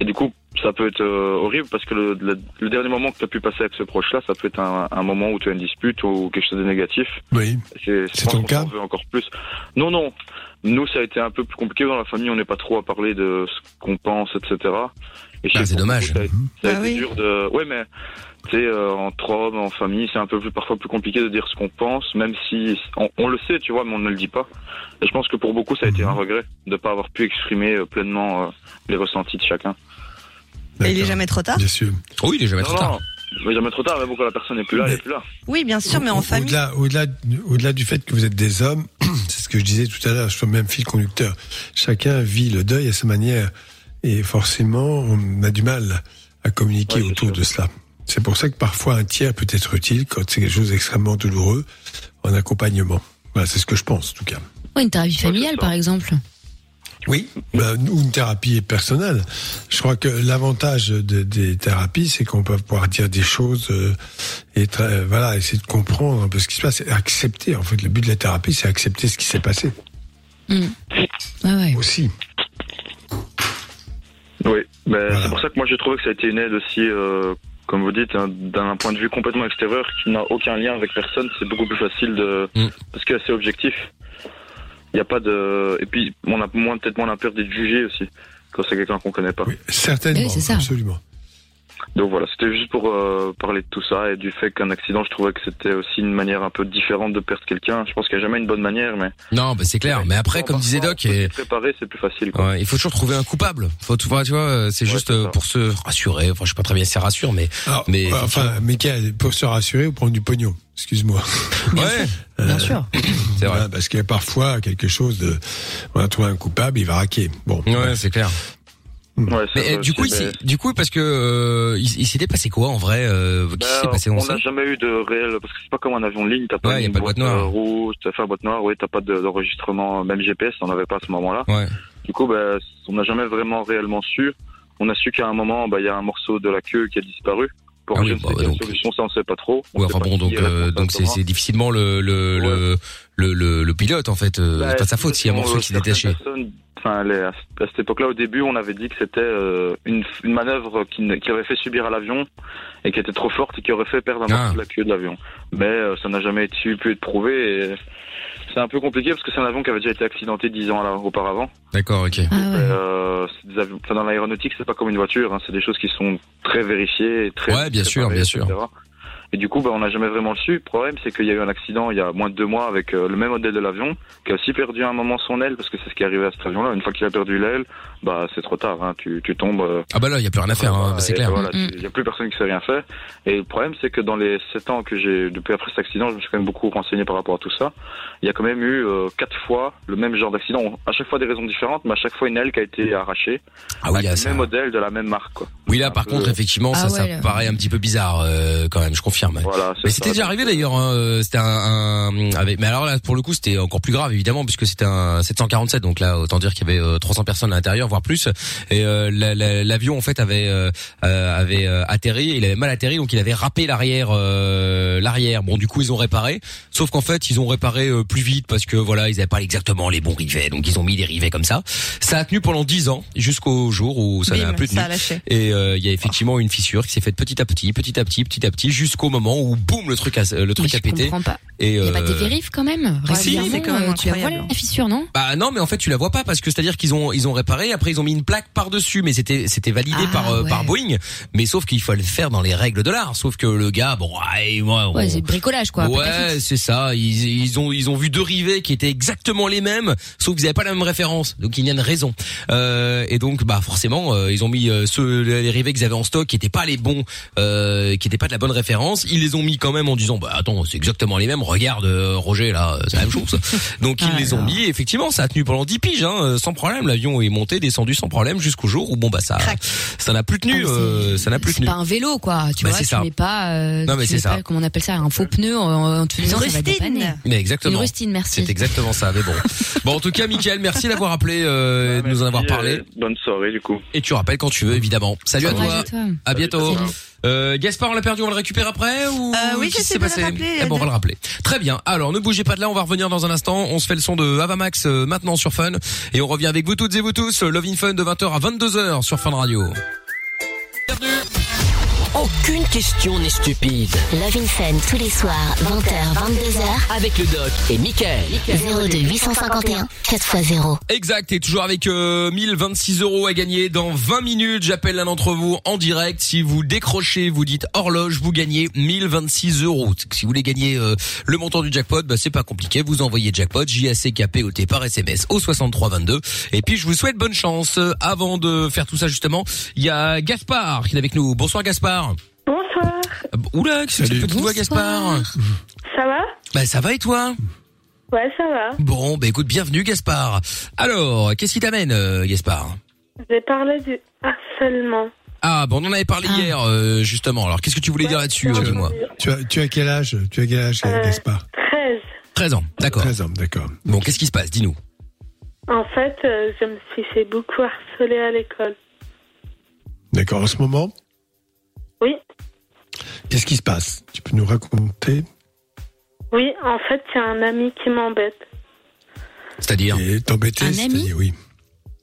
Et du coup, ça peut être euh, horrible parce que le, le- le dernier moment que tu as pu passer avec ce proche-là, ça peut être un, un moment où tu as une dispute ou quelque chose de négatif.
Oui.
C'est
C'est
je pense
ton
qu'on
cas
s'en veut encore plus. Non, non. Nous, ça a été un peu plus compliqué dans la famille. On n'est pas trop à parler de ce qu'on pense, etc. Et chez
Ah, c'est
beaucoup,
dommage.
Ça a, ça a été
Ah oui.
dur de. Ouais, mais tu sais, euh, entre hommes, en famille, c'est un peu plus parfois plus compliqué de dire ce qu'on pense, même si on, on le sait, tu vois, mais on ne le dit pas. Et je pense que pour beaucoup, ça a
Mhm.
été un regret de ne pas avoir pu exprimer euh, pleinement euh, les ressentis de chacun.
Et il est
D'accord.
jamais trop tard
Bien sûr.
Oh, il est jamais trop
non,
tard.
non. Je vais jamais trop tard, mais bon, quand la personne n'est plus là, elle est plus là.
Oui, bien sûr, mais
Au-
en
au-
famille.
Au-delà, au-delà, au-delà du fait que vous êtes des hommes, c'est ce que je disais tout à l'heure, je suis même fil conducteur. Chacun vit le deuil à sa manière. Et forcément, on a du mal à communiquer
Ouais, c'est
autour
sûr.
de cela. C'est pour ça que parfois un tiers peut être utile quand c'est quelque chose d'extrêmement douloureux en accompagnement. Voilà, c'est ce que je pense, en tout cas.
Ouais, une thérapie familiale,
ça.
par exemple.
Oui, ben, ou une thérapie personnelle. Je crois que l'avantage de- des thérapies, c'est qu'on peut pouvoir dire des choses euh, et tra- euh, voilà, essayer de comprendre un peu ce qui se passe, et accepter. En fait, le but de la thérapie, c'est accepter ce qui s'est passé
Ouais, ouais.
aussi.
Oui, mais
Voilà.
c'est pour ça que moi j'ai trouvé que ça a été une aide aussi, euh, comme vous dites, hein, d'un point de vue complètement extérieur qui n'a aucun lien avec personne. C'est beaucoup plus facile de
Mm.
parce que c'est objectif. Il n'y a pas de et puis on a moins peut-être moins la peur d'être jugé aussi quand c'est quelqu'un qu'on connaît pas.
Oui, certainement,
Oui, c'est ça.
absolument.
Donc voilà, c'était juste pour euh, parler de tout ça et du fait qu'un accident, je trouvais que c'était aussi une manière un peu différente de perdre quelqu'un. Je pense qu'il n'y a jamais une bonne manière, mais
Non, bah c'est clair. Mais après, comme disait Doc, et-
préparer c'est plus facile. Quoi.
ouais, il faut toujours trouver un coupable. Faut tout, tu vois, euh, c'est
Ouais,
juste
c'est
euh,
ça.
pour se rassurer. Enfin, je sais pas très bien si ça rassure, mais
Alors,
Mais-
ouais, enfin, Michael, pour se rassurer, ou prendre du pognon. Excuse-moi.
ouais,
Bien sûr.
c'est vrai.
Voilà, parce qu'il y a parfois quelque chose de, on a trouvé un coupable, il va raquer. Bon.
Ouais, c'est clair.
Ouais, c'est
Mais
ça
euh, du
aussi,
coup, il
mais-
s'est- du coup, parce que euh, il, il s'était passé quoi en vrai euh, Qu'est-ce qui s'est
Ben,
passé dans
on
ça
n'a jamais eu de réel parce que c'est pas comme un avion de ligne, t'as pas,
Ouais, y a
une
pas de boîte noire.
euh, rouge, t'as fait un boîte noire, ouais, t'as pas de- d'enregistrement, même GPS, on avait pas à ce moment-là.
Ouais.
Du coup, ben, on n'a jamais vraiment réellement su. On a su qu'à un moment, ben, il y a un morceau de la queue qui a disparu. Pour
Ah oui,
je ne sais
bah,
quelle
donc-
solution, ça on sait pas trop. On
Ouais,
sait
enfin
pas
bon,
qui
donc
est
euh, donc c'est
responsable,
c'est difficilement le le, le le, le, le pilote en fait. Euh,
Bah,
c'est pas de sa
c'est
faute s'il y a un
parce
morceau
qu'on-
qui est
certaines
détaché.
personnes- Enfin, les- à à cette époque-là, au début, on avait dit que c'était euh, une, une manœuvre qui ne- qu'il avait fait subir à l'avion et qui était trop forte et qui aurait fait perdre un
Ah.
morceau de la queue de l'avion. Mais euh, ça n'a jamais été- pu être prouvé. et C'est un peu compliqué parce que c'est un avion qui avait déjà été accidenté dix ans là, auparavant.
D'accord, ok.
Ah ouais.
Euh, c'est des avions- enfin, dans l'aéronautique, c'est pas comme une voiture. hein, c'est des choses qui sont très vérifiées, et très
Ouais, bien sûr,
préparées,
bien sûr.
etc. Et du coup, bah, on n'a jamais vraiment le su. Le problème, c'est qu'il y a eu un accident il y a moins de deux mois avec euh, le même modèle de l'avion, qui a aussi perdu à un moment son aile, parce que c'est ce qui est arrivé à cet avion-là. Une fois qu'il a perdu l'aile, bah c'est trop tard. hein, tu, tu tombes. euh,
Ah bah là, il y a plus rien à faire, hein,
voilà,
c'est
et
clair.
voilà,
Mm.
tu- Il n'y a plus personne qui sait rien faire. Et le problème, c'est que dans les 7 ans que j'ai, depuis après cet accident, je me suis quand même beaucoup renseigné par rapport à tout ça. Il y a quand même eu euh, quatre fois le même genre d'accident. À chaque fois des raisons différentes, mais à chaque fois une aile qui a été arrachée.
Ah oui,
avec
là,
le
ça...
même modèle de la même marque. Quoi.
oui là
un
par
peu-
contre, effectivement, ça,
Ah
ça
ouais, là.
paraît un petit peu bizarre euh, quand même, je confirme.
Voilà,
Mais
c'est
c'était
ça.
déjà arrivé d'ailleurs. hein, euh, C'était un, un- avec. Mais alors là, pour le coup, c'était encore plus grave évidemment puisque c'était un 747. Donc là, autant dire qu'il y avait euh, 300 personnes à l'intérieur, voire plus. Et euh, la- la- l'avion en fait avait euh, euh, avait euh, atterri. Il avait mal atterri, donc il avait râpé l'arrière euh, l'arrière. Bon, du coup, ils ont réparé. Sauf qu'en fait, ils ont réparé euh, plus vite parce que voilà, ils avaient pas exactement les bons rivets. Donc ils ont mis des rivets comme ça. Ça a tenu pendant 10 ans jusqu'au jour où ça n'a
Bim,
plus tenu.
ça a lâché.
Et euh, il y a effectivement une fissure qui s'est faite petit à petit, petit à petit, petit à petit, jusqu'au moment où boum le truc a le
Mais
truc a
je
pété.
comprends pas.
Et
Il y a pas
euh,
des vérifs quand même.
Ouais, si,
Régulièrement,
c'est quand même
euh, Tu la vois
incroyable.
la fissure, non
bah non, mais en fait tu la vois pas parce que c'est-à-dire qu'ils ont ils ont réparé, après ils ont mis une plaque par dessus, mais c'était c'était validé
Ah,
par euh,
ouais.
par Boeing. Mais sauf qu'il faut le faire dans les règles de l'art. Sauf que le gars, bon, ouais, moi, on-
Ouais, c'est bricolage quoi.
Ouais, c'est ça. Ils, ils ont ils ont vu deux rivets qui étaient exactement les mêmes, sauf qu'ils n'avaient pas la même référence. Donc il y a une raison. Euh, et donc bah forcément, euh, ils ont mis euh, ceux les rivets qu'ils avaient en stock qui n'étaient pas les bons, euh, qui n'étaient pas de la bonne référence. Ils les ont mis quand même en disant bah attends c'est exactement les mêmes. Regarde euh, Roger là, euh, c'est la même chose. donc ils
Ah,
les ont
alors.
mis. et Effectivement, ça a tenu pendant 10 piges, hein, euh, sans problème. L'avion est monté, descendu sans problème jusqu'au jour où bon bah ça
Crac.
ça n'a plus tenu, euh, ça n'a plus
Ah, C'est
tenu.
pas un vélo quoi. Tu
Bah,
vois,
c'est
tu
ça.
mets pas. euh,
Non, mais
tu
c'est
mets
ça.
pas, Comment on appelle ça Un faux pneu en, en te
Une
disant ça va dépanner.
rustine.
Mais
Une
exactement.
rustine, merci.
C'est exactement ça, mais bon. bon, en tout cas, Mickaël, merci d'avoir appelé, euh, et de nous en avoir
Puis, euh,
parlé.
bonne soirée, du coup.
Et tu rappelles quand tu veux, évidemment. Salut à
Courage
toi.
à toi.
À bientôt.
Salut.
Euh, Gaspard, on l'a perdu, on le récupère après ou
Euh, oui, j'essaie
qu'est-ce qui s'est
de le
passé
rappeler. euh,
Eh ben, on va le rappeler. Très bien. Alors, ne bougez pas de là, on va revenir dans un instant. On se fait le son de Avamax euh, maintenant sur Fun et on revient avec vous toutes et vous tous. Love in Fun de 20h à 22h sur Fun Radio.
Aucune question n'est stupide.
Love in Fun tous les soirs, 20h,
Avec le doc et Michael.
22h. 02 851 4x0.
Exact, et toujours avec euh, 1026 euros à gagner dans 20 minutes. J'appelle l'un d'entre vous en direct. Si vous décrochez, vous dites horloge, vous gagnez 1026 euros. Si vous voulez gagner euh, le montant du jackpot, bah, c'est pas compliqué. Vous envoyez jackpot, J-A-C-K-P-O-T par SMS au 6322. Et puis je vous souhaite bonne chance. Euh, Avant de faire tout ça justement, il y a Gaspard qui est avec nous. Bonsoir Gaspard.
Bonsoir,
Ah, bah, Oula, qu'est-ce que c'est que cette petite voix Gaspard
ça va
Bah ça va et toi
Ouais, ça va.
Bon, bah écoute, bienvenue Gaspard. Alors, qu'est-ce qui t'amène euh, Gaspard
Je vais parler du harcèlement.
Ah bon, on en avait parlé
Ah.
hier euh, justement. Alors, qu'est-ce que tu voulais dire là-dessus, euh, dis-moi
Tu as, tu as quel âge Tu as quel âge,
Euh,
Gaspard
13.
13 ans, d'accord.
13 ans, d'accord.
Bon, qu'est-ce qui se passe Dis-nous.
En fait, euh, je me suis fait beaucoup harceler à l'école.
D'accord, en ce moment
Oui.
Qu'est-ce qui se passe Tu peux nous raconter
Oui, en fait, il y a un ami qui m'embête.
C'est-à-dire
Et t'embêter,
Un ami
c'est-à-dire, oui.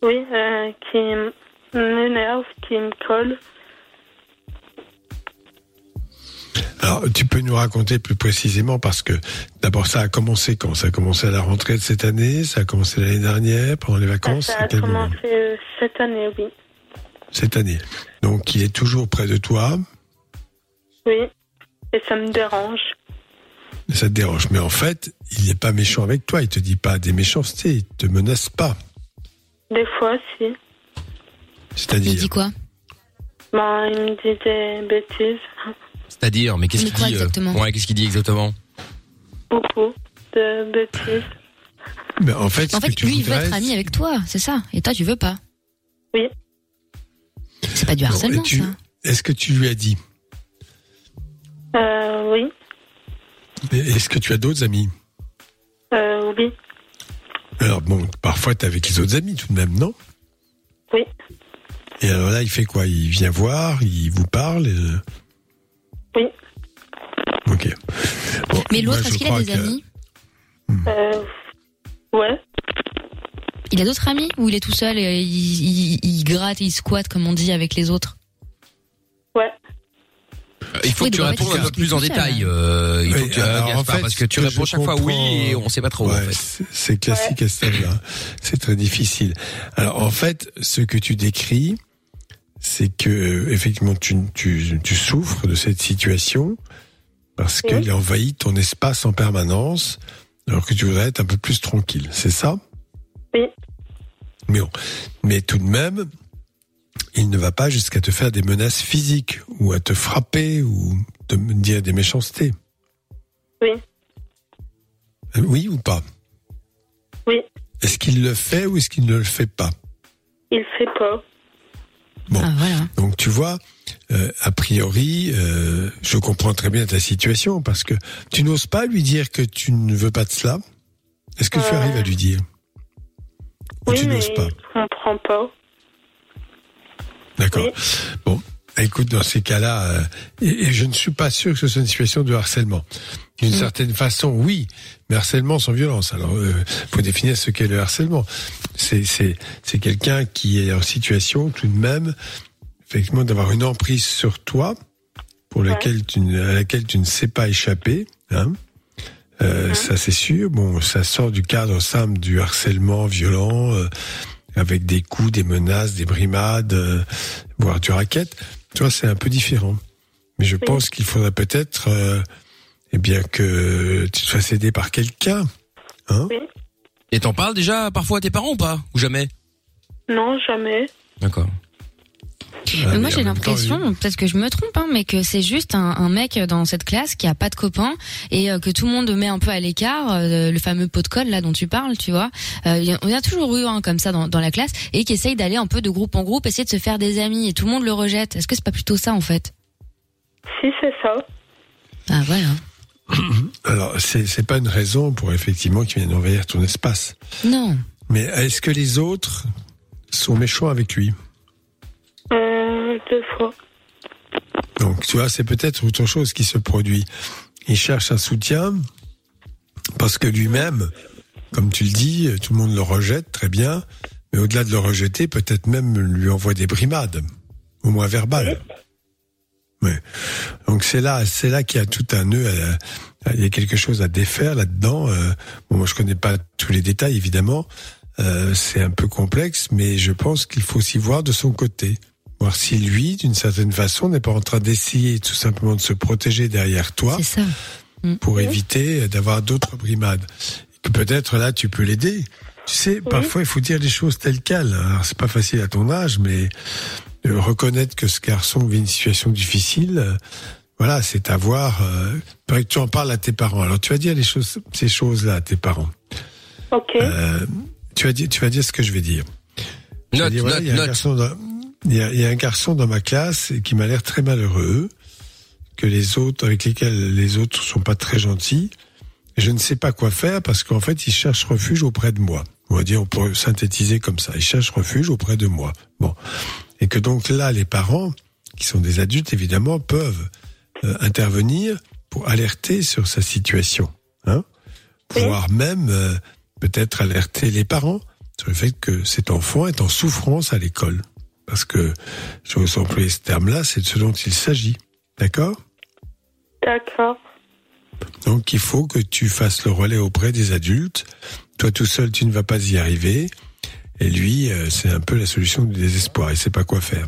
Oui, euh, qui m- m'énerve, qui me colle.
Alors, tu peux nous raconter plus précisément parce que d'abord, ça a commencé quand Ça a commencé à la rentrée de cette année Ça a commencé l'année dernière, pendant les
Ça,
vacances
ça
à
a
quel moment
commencé euh, cette année, oui.
Cette année. Donc, il est toujours près de toi,
Oui. Et ça me dérange.
mais ça te dérange. Mais en fait, il n'est pas méchant avec toi, il te dit pas des méchancetés, il te menace pas.
Des fois, si.
Il
C'est-à-dire,
dit quoi
Ben, il me dit des bêtises.
C'est-à-dire, mais qu'est-ce
Mais
qu'il
quoi
dit euh,
exactement
Ouais, qu'est-ce qu'il dit exactement
Beaucoup de bêtises.
mais en fait,
En
ce
fait,
que tu
lui, il veut
voudrais,
être ami avec toi, c'est ça. Et toi, tu veux pas.
Oui.
C'est pas du
Bon,
harcèlement,
et tu-
ça.
Est-ce que tu lui as dit
Euh, oui.
Et Est-ce que tu as d'autres amis
Euh, oui.
Alors bon, parfois t'es avec les autres amis tout de même, non
Oui.
Et alors là, il fait quoi Il vient voir, il vous parle euh
Oui.
Ok. Bon,
Mais l'autre,
moi, je
Oh,
est-ce qu'il
crois
a des
que-
amis
Euh, ouais.
Il a d'autres amis ou il est tout seul et il, il- il gratte et il squatte comme on dit avec les autres
Ouais.
Il faut
Oui,
que tu
donc en fait,
répondes un
c'est hein.
peu plus en
tout seul.
détail. euh, il faut
Oui,
que tu
alors,
Gaspard,
en fait,
parce
ce
que tu
que
réponds
je
chaque fois oui
comprends-
et on sait pas trop.
Ouais,
en fait.
c'est- C'est classique Estelle. hein. C'est très difficile. Alors en fait, ce que tu décris, c'est que euh, effectivement tu, tu, tu souffres de cette situation parce
Oui.
qu'elle envahit ton espace en permanence, alors que tu voudrais être un peu plus tranquille. C'est ça
Oui.
Mais bon, mais tout de même, il ne va pas jusqu'à te faire des menaces physiques ou à te frapper ou te dire des méchancetés.
Oui.
Euh, Oui ou pas
Oui.
Est-ce qu'il le fait ou est-ce qu'il ne le fait pas
Il fait pas.
Ah voilà.
Donc tu vois, euh, a priori, euh, je comprends très bien ta situation parce que tu n'oses pas lui dire que tu ne veux pas de cela. Est-ce que tu
Euh,
arrives à lui dire Ou
Oui,
tu
mais
n'oses pas
il comprend pas.
D'accord.
Oui.
Bon, écoute, dans ces cas-là, euh, et, et je ne suis pas sûr que ce soit une situation de harcèlement. D'une certaine façon, oui, mais harcèlement sans violence. Alors, euh, faut définir ce qu'est le harcèlement. C'est c'est c'est quelqu'un qui est en situation tout de même, effectivement, d'avoir une emprise sur toi pour laquelle tu ne- à laquelle tu ne sais pas échapper. Hein Euh, Ça c'est sûr. Bon, ça sort du cadre simple du harcèlement violent. euh, avec des coups, des menaces, des brimades, euh, voire du racket. Tu vois, c'est un peu différent. Mais je pense qu'il faudrait peut-être, euh, eh bien, que tu te fasses aider par quelqu'un. hein?
Et t'en parles déjà parfois à tes parents ou pas Ou jamais
Non, jamais.
D'accord.
Ah,
Mais moi
mais
j'ai
en même temps,
l'impression, peut-être que je me trompe, hein, mais que c'est juste un, un mec dans cette classe qui a pas de copains et euh, que tout le monde met un peu à l'écart, euh, le fameux pot de colle là dont tu parles, tu vois. Euh, il y en- on a toujours eu un comme ça dans, dans la classe et qui essaye d'aller un peu de groupe en groupe, essayer de se faire des amis et tout le monde le rejette. Est-ce que c'est pas plutôt ça en fait
Si, c'est ça.
Ah voilà.
Alors, c'est c'est pas une raison pour effectivement qu'il vienne envahir ton espace.
Non.
Mais est-ce que les autres sont méchants avec lui
Euh, deux fois.
Donc, tu vois, c'est peut-être autre chose qui se produit. Il cherche un soutien parce que lui-même, comme tu le dis, tout le monde le rejette, très bien. Mais au-delà de le rejeter, peut-être même lui envoie des brimades, au moins verbales. Oui. Donc c'est là, c'est là qu'il y a tout un nœud. à- à- Il y a quelque chose à défaire là-dedans. Euh, bon, moi, je connais pas tous les détails, évidemment. Euh, c'est un peu complexe, mais je pense qu'il faut s'y voir de son côté voir si lui, d'une certaine façon, n'est pas en train d'essayer tout simplement de se protéger derrière toi
C'est ça. Mm.
pour éviter d'avoir d'autres brimades. Que peut-être là, tu peux l'aider. Tu sais, parfois, il faut dire les choses telles quelles. Alors, c'est pas facile à ton âge, mais euh, reconnaître que ce garçon vit une situation difficile, euh, voilà, c'est avoir. Euh, faudrait que tu en parles à tes parents. Alors, tu vas dire les choses, ces choses-là à tes parents.
Ok.
Euh, tu vas dire, tu vas dire ce que je vais dire. Je
Note,
dis, voilà,
note,
il y a un
note.
garçon dans- Il y, a, il y a un garçon dans ma classe qui m'a l'air très malheureux, que les autres, avec lesquels les autres sont pas très gentils. Je ne sais pas quoi faire parce qu'en fait, il cherche refuge auprès de moi. On va dire, on pourrait synthétiser comme ça. Il cherche refuge auprès de moi. Bon. Et que donc là, les parents, qui sont des adultes évidemment, peuvent euh, intervenir pour alerter sur sa situation. Hein Voire même euh, peut-être alerter les parents sur le fait que cet enfant est en souffrance à l'école. Parce que, je vais employer ce terme-là, c'est de ce dont il s'agit. D'accord
D'accord.
donc il faut que tu fasses le relais auprès des adultes. Toi tout seul, tu ne vas pas y arriver. Et lui, euh, c'est un peu la solution du désespoir. Il sait pas quoi faire.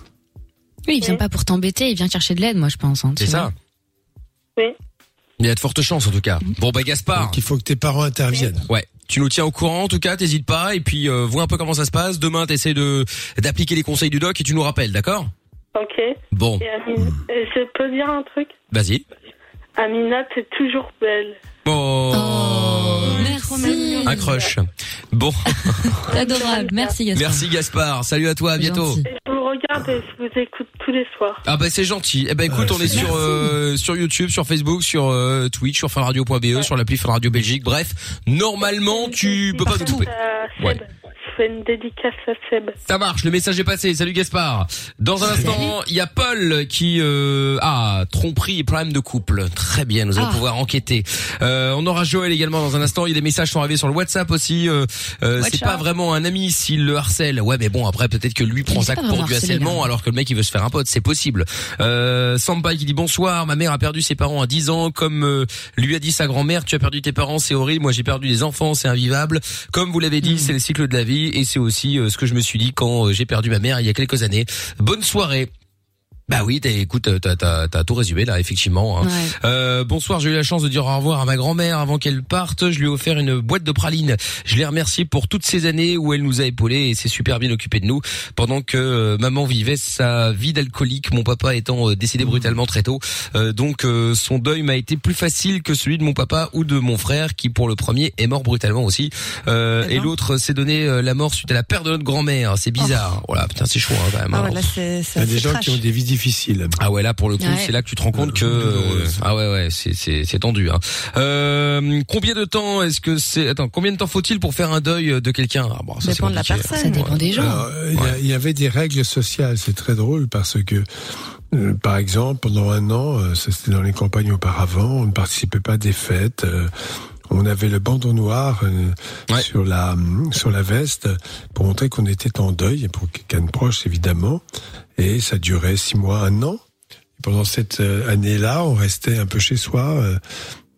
Lui, il vient pas pour t'embêter, il vient chercher de l'aide, moi je pense. hein, tu
C'est
vois.
ça
Oui. Mhm.
Il y a de fortes chances en tout cas. Bon bah Gaspard.
Donc il faut que tes parents interviennent.
Ouais, tu nous tiens au courant en tout cas, t'hésites pas et puis euh, vois un peu comment ça se passe. Demain, t'essaies de d'appliquer les conseils du doc et tu nous rappelles, d'accord
Ok. Et
Bon, Mm.
Amina- euh, je peux dire un truc
vas-y.
Amina, t'es toujours belle.
Oh,
Merci.
un crush. Bon,
Adorable. Merci Gaspard.
merci Gaspard. Salut à toi, à bientôt.
Gentil.
Et je vous regarde et je vous écoute tous les soirs.
Ah bah c'est gentil. Eh ben écoute,
Ouais,
on est
c'est
sur euh, sur YouTube, sur Facebook, sur euh, Twitch, E, sur funradio.be, sur l'appli Fun Radio Belgique. Bref, normalement, tu peux pas te
Par contre,
couper.
euh, Seb,
Ouais.
fais une dédicace à Seb.
Ça marche, le message est passé. Salut Gaspard. Dans un instant, il y a Paul qui euh, a tromperie et problème de couple. Très bien, nous allons
Ah.
pouvoir enquêter. Euh, on aura Joël également dans un instant. Il y a des messages sont arrivés sur le WhatsApp aussi. Euh, euh, c'est
Watcha.
pas vraiment un ami s'il le harcèle. Ouais, mais bon, après peut-être que lui prend
est
ça
pas hein.
pour
vraiment
du
harcelé,
harcèlement
là.
alors que le mec il veut se faire un pote. C'est possible. Euh, Samba qui dit bonsoir. Ma mère a perdu ses parents à 10 ans. Comme euh, lui a dit sa grand-mère, tu as perdu tes parents, c'est horrible. Moi j'ai perdu des enfants, c'est invivable. Comme vous l'avez
Hmm.
dit, c'est le cycle de la vie et c'est aussi euh, ce que je me suis dit quand euh, j'ai perdu ma mère il y a quelques années. Bonne soirée. Bah oui, t'as- écoute, euh, t'as t'as- t'as tout résumé là, effectivement. hein.
Ouais.
Euh, bonsoir, j'ai eu la chance de dire au revoir à ma grand-mère avant qu'elle parte. Je lui ai offert une boîte de pralines. Je l'ai remerciée pour toutes ces années où elle nous a épaulés et s'est super bien occupée de nous. Pendant que euh, maman vivait sa vie d'alcoolique, mon papa étant euh,
Mmh.
décédé brutalement très tôt. Euh, donc euh, son deuil m'a été plus facile que celui de mon papa ou de mon frère qui pour le premier est mort brutalement aussi. Euh, et l'autre s'est donné euh, la mort suite à la perte de notre grand-mère. C'est bizarre. Voilà, putain, c'est chaud hein, quand même.
Oh. Ah
hein.
ouais, là, c'est c'est
Il y a des
assez
gens
trash.
qui ont
Des vies difficiles.
Ah ouais, là pour le coup,
Ouais.
c'est là que tu te rends compte que euh, ah ouais ouais, c'est c'est c'est tendu. Hein. Euh, combien de temps est-ce que c'est Attends, combien de temps faut-il pour faire un deuil de quelqu'un ah, bon, ça, c'est compliqué.
Alors, euh, il y a- Il y, avait des règles sociales, c'est très drôle parce que, euh, par exemple, pendant un an, euh, ça, c'était dans les campagnes auparavant, on ne participait pas à des fêtes. euh, on avait le bandeau noir euh, sur la sur la veste pour montrer qu'on était en deuil et pour quelqu'un de proche évidemment et ça durait six mois un an et pendant cette euh, année-là on restait un peu chez soi euh,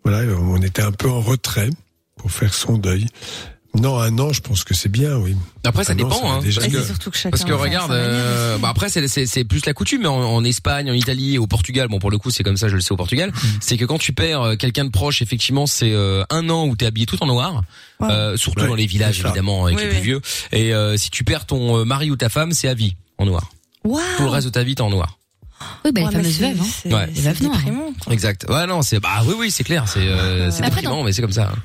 voilà on était un peu en retrait pour faire son deuil non un an je pense que c'est bien oui
Après, ça
Un an,
dépend.
Ah va
hein,
déjà
parce
bien.
que, parce que regarde, euh, bah après c'est c'est c'est plus la coutume mais en, en Espagne, en Italie, et au Portugal. Bon pour le coup c'est comme ça, je le sais au Portugal. C'est que quand tu perds euh, quelqu'un de proche, effectivement c'est euh, un an où t'es habillé tout en noir, euh, surtout
Ouais,
dans les villages
c'est ça.
évidemment avec
Oui,
les
oui.
plus vieux. Et euh, si tu perds ton euh, mari ou ta femme, c'est à vie en noir. Tout le reste de ta vie t'es en noir.
Oui, bah,
Ouais,
les
mais
fameuses
c'est-
veuves, hein.
c'est-
Ouais.
Les veuves noires.
Exact. Ouais, non, c'est bah oui, oui, c'est clair, c'est euh, c'est
Après,
déprimant, mais c'est comme ça. hein.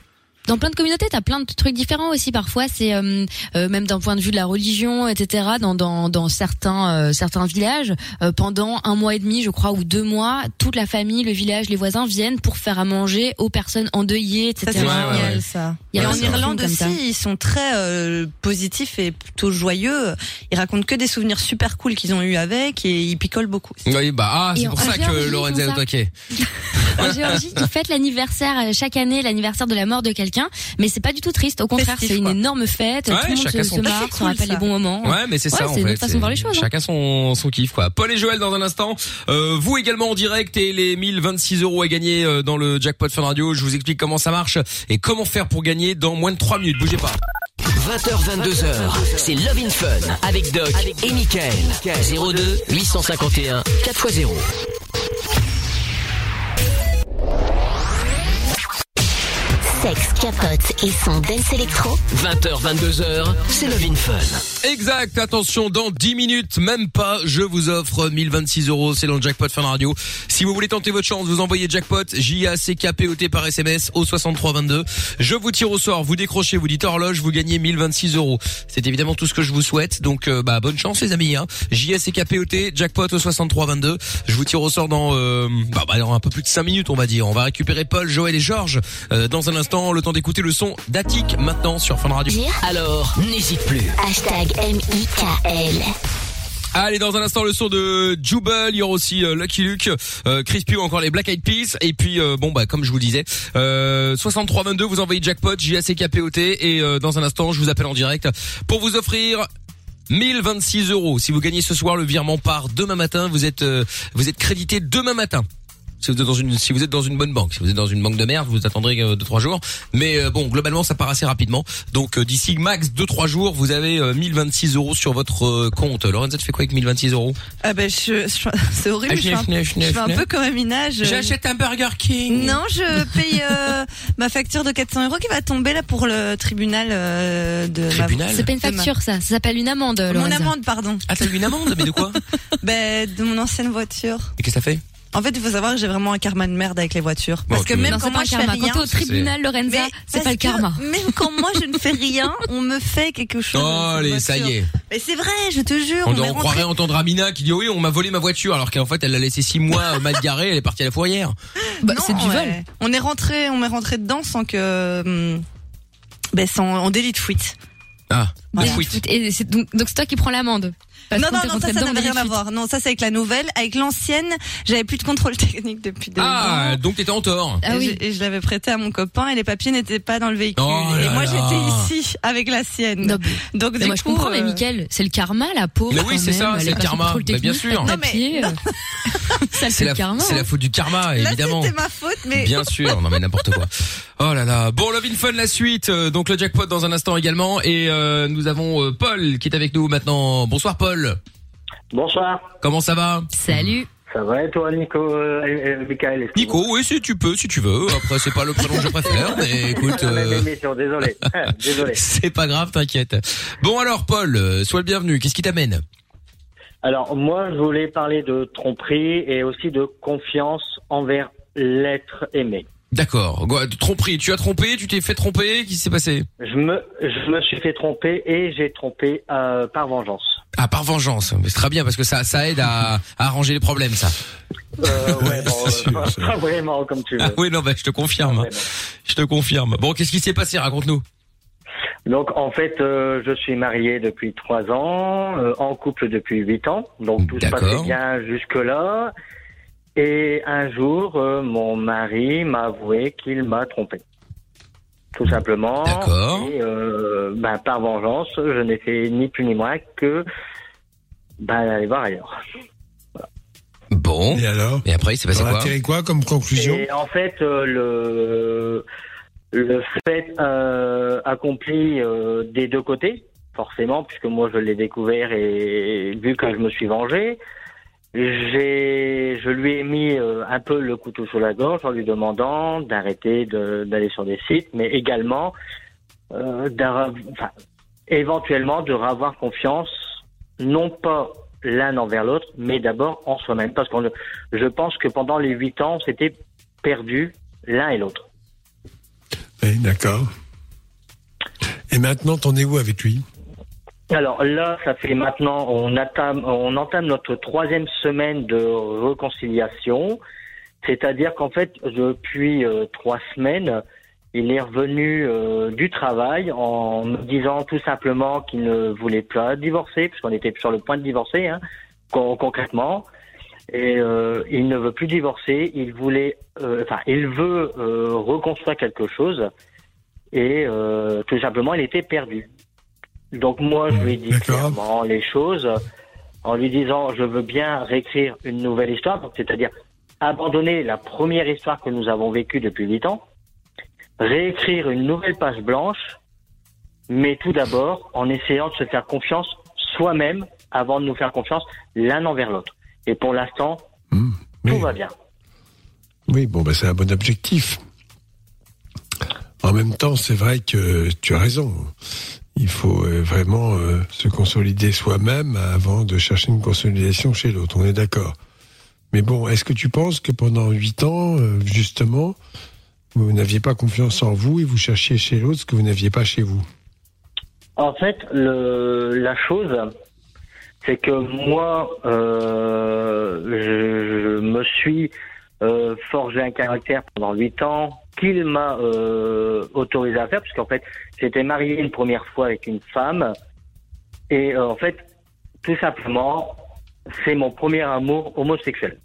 Dans plein de communautés, t'as plein de trucs différents aussi. Parfois, c'est euh, euh, même d'un point de vue de la religion, etc. Dans dans, dans certains euh, certains villages, euh, pendant un mois et demi, je crois, ou deux mois, toute la famille, le village, les voisins viennent pour faire à manger aux personnes endeuillées,
Ça,
etc.
c'est génial, ça.
Il y
Et
a
en
aussi un
Irlande
film
aussi,
comme ça.
ils sont très euh, positifs et plutôt joyeux. Ils racontent que des souvenirs super cool qu'ils ont eu avec et ils picolent beaucoup.
Oui, bah ah,
Et
c'est
en-
pour
en
ça
Géorgie,
que
ils
Lorenza
font
est
ça.
au taquet.
en Géorgie qui fête l'anniversaire euh, chaque année, l'anniversaire de la mort de quelqu'un. Mais c'est pas du tout triste. Au contraire, c'est une énorme fête.
Ouais,
tout le monde
chacun
se,
son-
se
Ah, c'est
marre,
cool,
se rappelle
ça.
les bons moments.
Ouais, mais c'est ça en
C'est une
fait.
autre façon
c'est-
de voir les choses. hein.
Chacun son son kiff quoi. Paul et Joël dans un instant. Euh, vous également en direct et les 1026 euros à gagner euh, dans le jackpot Fun Radio. Je vous explique comment ça marche et comment faire pour gagner dans moins de 3 minutes. Bougez pas.
20h, 22h, c'est Love in Fun avec Doc et Michael. 02 851 4x0.
Sexe, capote et son dance électro.
20h, 22h, c'est Love in Fun.
Exact, attention, dans 10 minutes, même pas, je vous offre 1026 euros, c'est dans le jackpot fin radio. Si vous voulez tenter votre chance, vous envoyez jackpot, J-A-C-K-P-O-T par SMS au 6322. Je vous tire au sort, vous décrochez, vous dites horloge, vous gagnez 1026 euros. C'est évidemment tout ce que je vous souhaite, donc euh, bah bonne chance les amis. Hein. J-A-C-K-P-O-T, jackpot au 6322. Je vous tire au sort dans, euh, bah, bah, dans un peu plus de 5 minutes on va dire. On va récupérer Paul, Joël et Georges euh, dans un instant, le temps d'écouter le son d'Attic maintenant sur Fun Radio.
Alors, n'hésite plus.
Hashtag M-I-K-L.
Allez, dans un instant, le son de Jubel, il y aura aussi euh, Lucky Luke, euh, Crispy ou encore les Black Eyed Peas. Et puis, euh, bon, bah, comme je vous disais, euh, 6322, vous envoyez jackpot, J-A-C-K-P-O-T. Et euh, dans un instant, je vous appelle en direct pour vous offrir 1026 euros. Si vous gagnez ce soir, le virement part demain matin. Vous êtes, euh, vous êtes crédité demain matin. Si vous êtes dans une, si vous êtes dans une bonne banque, si vous êtes dans une banque de merde, vous attendrez euh, deux trois jours. Mais euh, bon, globalement, ça part assez rapidement. Donc euh, d'ici max deux trois jours, vous avez euh, 1026 euros sur votre euh, compte. Lorenza, tu fais quoi avec 1026 euros
Ah ben je, je- c'est horrible.
Ah,
je fais un,
chnef, chnef,
je fais un
chnef.
peu comme Amina. je-
J'achète un Burger King.
Non, je paye euh, ma facture de 400 euros qui va tomber là pour le tribunal euh, de. ma-
Tribunal
C'est pas une
de ma-
facture, ça. Ça s'appelle une amende.
Mon
Lorenza.
amende, pardon.
Ah, t'as eu une amende, mais de quoi
Ben de mon ancienne voiture.
Et qu'est-ce que ça fait
En fait, il faut savoir que j'ai vraiment un karma de merde avec les voitures.
Bon,
Parce que
tu-
même
Non,
quand
c'est pas
moi
un
je fais
karma.
rien,
Quand t'es au tribunal, Lorenza,
Mais
c'est pas
parce
le karma.
que Même quand moi je ne fais rien, on me fait quelque chose.
Oh, allez, ça y est.
Mais c'est vrai, je te jure.
On,
on est
on
rentré-
croirait entendre Amina qui dit oh oui, on m'a volé ma voiture, alors qu'en fait, elle l'a laissé six mois euh, mal garée, elle est partie à la fourrière.
Bah,
Non, ouais. On hmm, est rentré, on m'est rentré dedans sans que, hum, ben sans, en délit de fuite.
Ah,
Des
des fuites.
foot. Et c'est donc donc c'est toi qui prends l'amende. Parce
non,
qu'on
non,
t'a
non, ça,
contrôlé
ça
dans
n'avait
des
rien à
fuites.
voir. Non, ça, c'est avec la nouvelle. Avec l'ancienne, j'avais plus de contrôle technique depuis deux ans.
Ah, donc t'étais en tort.
Ah
et
oui.
je, et je l'avais prêté à mon copain et les papiers n'étaient pas dans le véhicule.
Oh
et
là
moi,
là.
j'étais ici avec la sienne.
Non, mais-
Donc,
mais
du
moi je
coup,
comprends, mais
euh,
Mickaël, c'est le karma, la pauvre.
Mais oui,
quand
c'est ça,
même. Elle
c'est
est
le
pas sous
karma.
contrôle
Bah, bien
technique,
sûr.
pas
Non,
de
mais-
papier, euh. Ça,
C'est
c'est
la,
le karma.
c'est la faute du karma,
Là,
Ah, évidemment.
c'était ma faute, mais
Bien sûr, non mais n'importe quoi. Oh là là. Bon, Love in Fun, la suite. Euh, donc le jackpot dans un instant également. Et euh, nous avons euh, Paul qui est avec nous maintenant. Bonsoir Paul.
Bonsoir.
Comment ça va
Salut.
Ça va et toi, Nico euh, et- et Michael est-ce que vous-
Nico, oui, si tu peux, si tu veux. Après, Oh, c'est pas le prénom que je préfère, mais écoute,
La même
euh,
émission, désolé. Ah, désolé.
c'est pas grave, t'inquiète. Bon alors Paul, euh, sois le bienvenu. Qu'est-ce qui t'amène
Alors, moi, je voulais parler de tromperie et aussi de confiance envers l'être aimé.
D'accord. Quoi, Tromperie. Tu as trompé, tu t'es fait tromper. Qu'est-ce qui s'est passé
Je me, je me suis fait tromper et j'ai trompé euh, par vengeance.
Ah, par vengeance. Mais C'est très bien parce que ça, ça aide à, à arranger les problèmes, ça.
Euh, ouais, bon, euh,
sûr,
pas-
ça.
pas vraiment comme tu veux.
Ah oui, non, bah, je te confirme.
Vraiment.
Je te confirme. Bon, qu'est-ce qui s'est passé Raconte-nous.
Donc en fait, euh, je suis marié depuis trois ans, euh, en couple depuis huit ans, donc tout se
D'accord.
passait bien jusque-là. Et un jour, euh, mon mari m'a avoué qu'il m'a trompé, tout simplement.
D'accord.
Et euh, ben, par vengeance, je n'ai fait ni plus ni moins que ben, aller voir ailleurs.
Bon.
Et alors
Et après, il s'est passé
On a
quoi
tiré quoi comme conclusion
Et en fait, euh, le, le fait euh, accompli euh, des deux côtés, forcément, puisque moi je l'ai découvert et, vu que je me suis vengé, j'ai, je lui ai mis euh, un peu le couteau sous la gorge en lui demandant d'arrêter de- d'aller sur des sites, mais également euh, d'avoir- enfin, éventuellement de revoir confiance, non pas l'un envers l'autre, mais d'abord en soi-même, parce qu'on je pense que pendant les huit ans, c'était perdu l'un et l'autre.
Oui, D'accord. Et maintenant, t'en es où avec lui
Alors là, ça fait maintenant, on, entame, on entame notre troisième semaine de réconciliation. C'est-à-dire qu'en fait, depuis euh, trois semaines, il est revenu euh, du travail en me disant tout simplement qu'il ne voulait pas divorcer, puisqu'on était sur le point de divorcer, hein, con- concrètement. Et euh, il ne veut plus divorcer. Il voulait, euh, enfin, il veut euh, reconstruire quelque chose. Et euh, tout simplement, il était perdu. Donc moi, je lui ai dit
D'accord.
clairement les choses en lui disant je veux bien réécrire une nouvelle histoire, donc c'est-à-dire abandonner la première histoire que nous avons vécue depuis huit ans, réécrire une nouvelle page blanche, mais tout d'abord en essayant de se faire confiance soi-même avant de nous faire confiance l'un envers l'autre. Et pour l'instant,
Hmm,
tout
oui.
va bien.
Oui, bon, bah, c'est un bon objectif. En même temps, c'est vrai que tu as raison. Il faut euh, vraiment euh, se consolider soi-même avant de chercher une consolidation chez l'autre. On est d'accord. Mais bon, est-ce que tu penses que pendant huit ans, euh, justement, vous n'aviez pas confiance en vous et vous cherchiez chez l'autre ce que vous n'aviez pas chez vous
En fait, le, la chose, c'est que moi, euh, je, je me suis euh, forgé un caractère pendant huit ans qu'il m'a euh, autorisé à faire, puisqu'en fait, j'étais marié une première fois avec une femme, et euh, en fait, tout simplement, c'est mon premier amour homosexuel,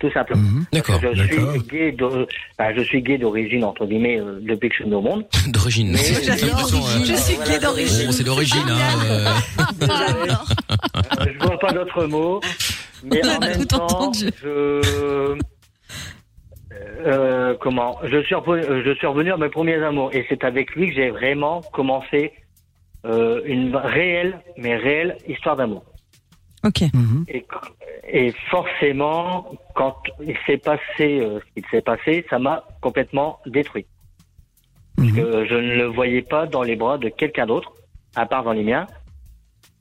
tout simplement.
Mhm.
D'accord.
je,
d'accord.
suis gay d'o- enfin, je suis gay d'origine, entre guillemets, euh, depuis que je suis né au monde.
D'origine.
Mais-
C'est- de toute
j'adore.
façon, euh,
Je suis
Voilà,
gay d'origine.
bon, c'est d'origine. hein, euh,
Ah,
je vois pas d'autres mots. Mais
On a
en même
tout
temps,
entendu.
je... Euh, comment je suis, revenu, je suis revenu à mes premiers amours et c'est avec lui que j'ai vraiment commencé euh, une réelle, mais réelle histoire d'amour.
Ok.
Mhm.
Mhm.
Et, et forcément, quand il s'est passé euh, ce qu'il s'est passé, ça m'a complètement détruit. Parce
Mhm.
que je ne le voyais pas dans les bras de quelqu'un d'autre, à part dans les miens.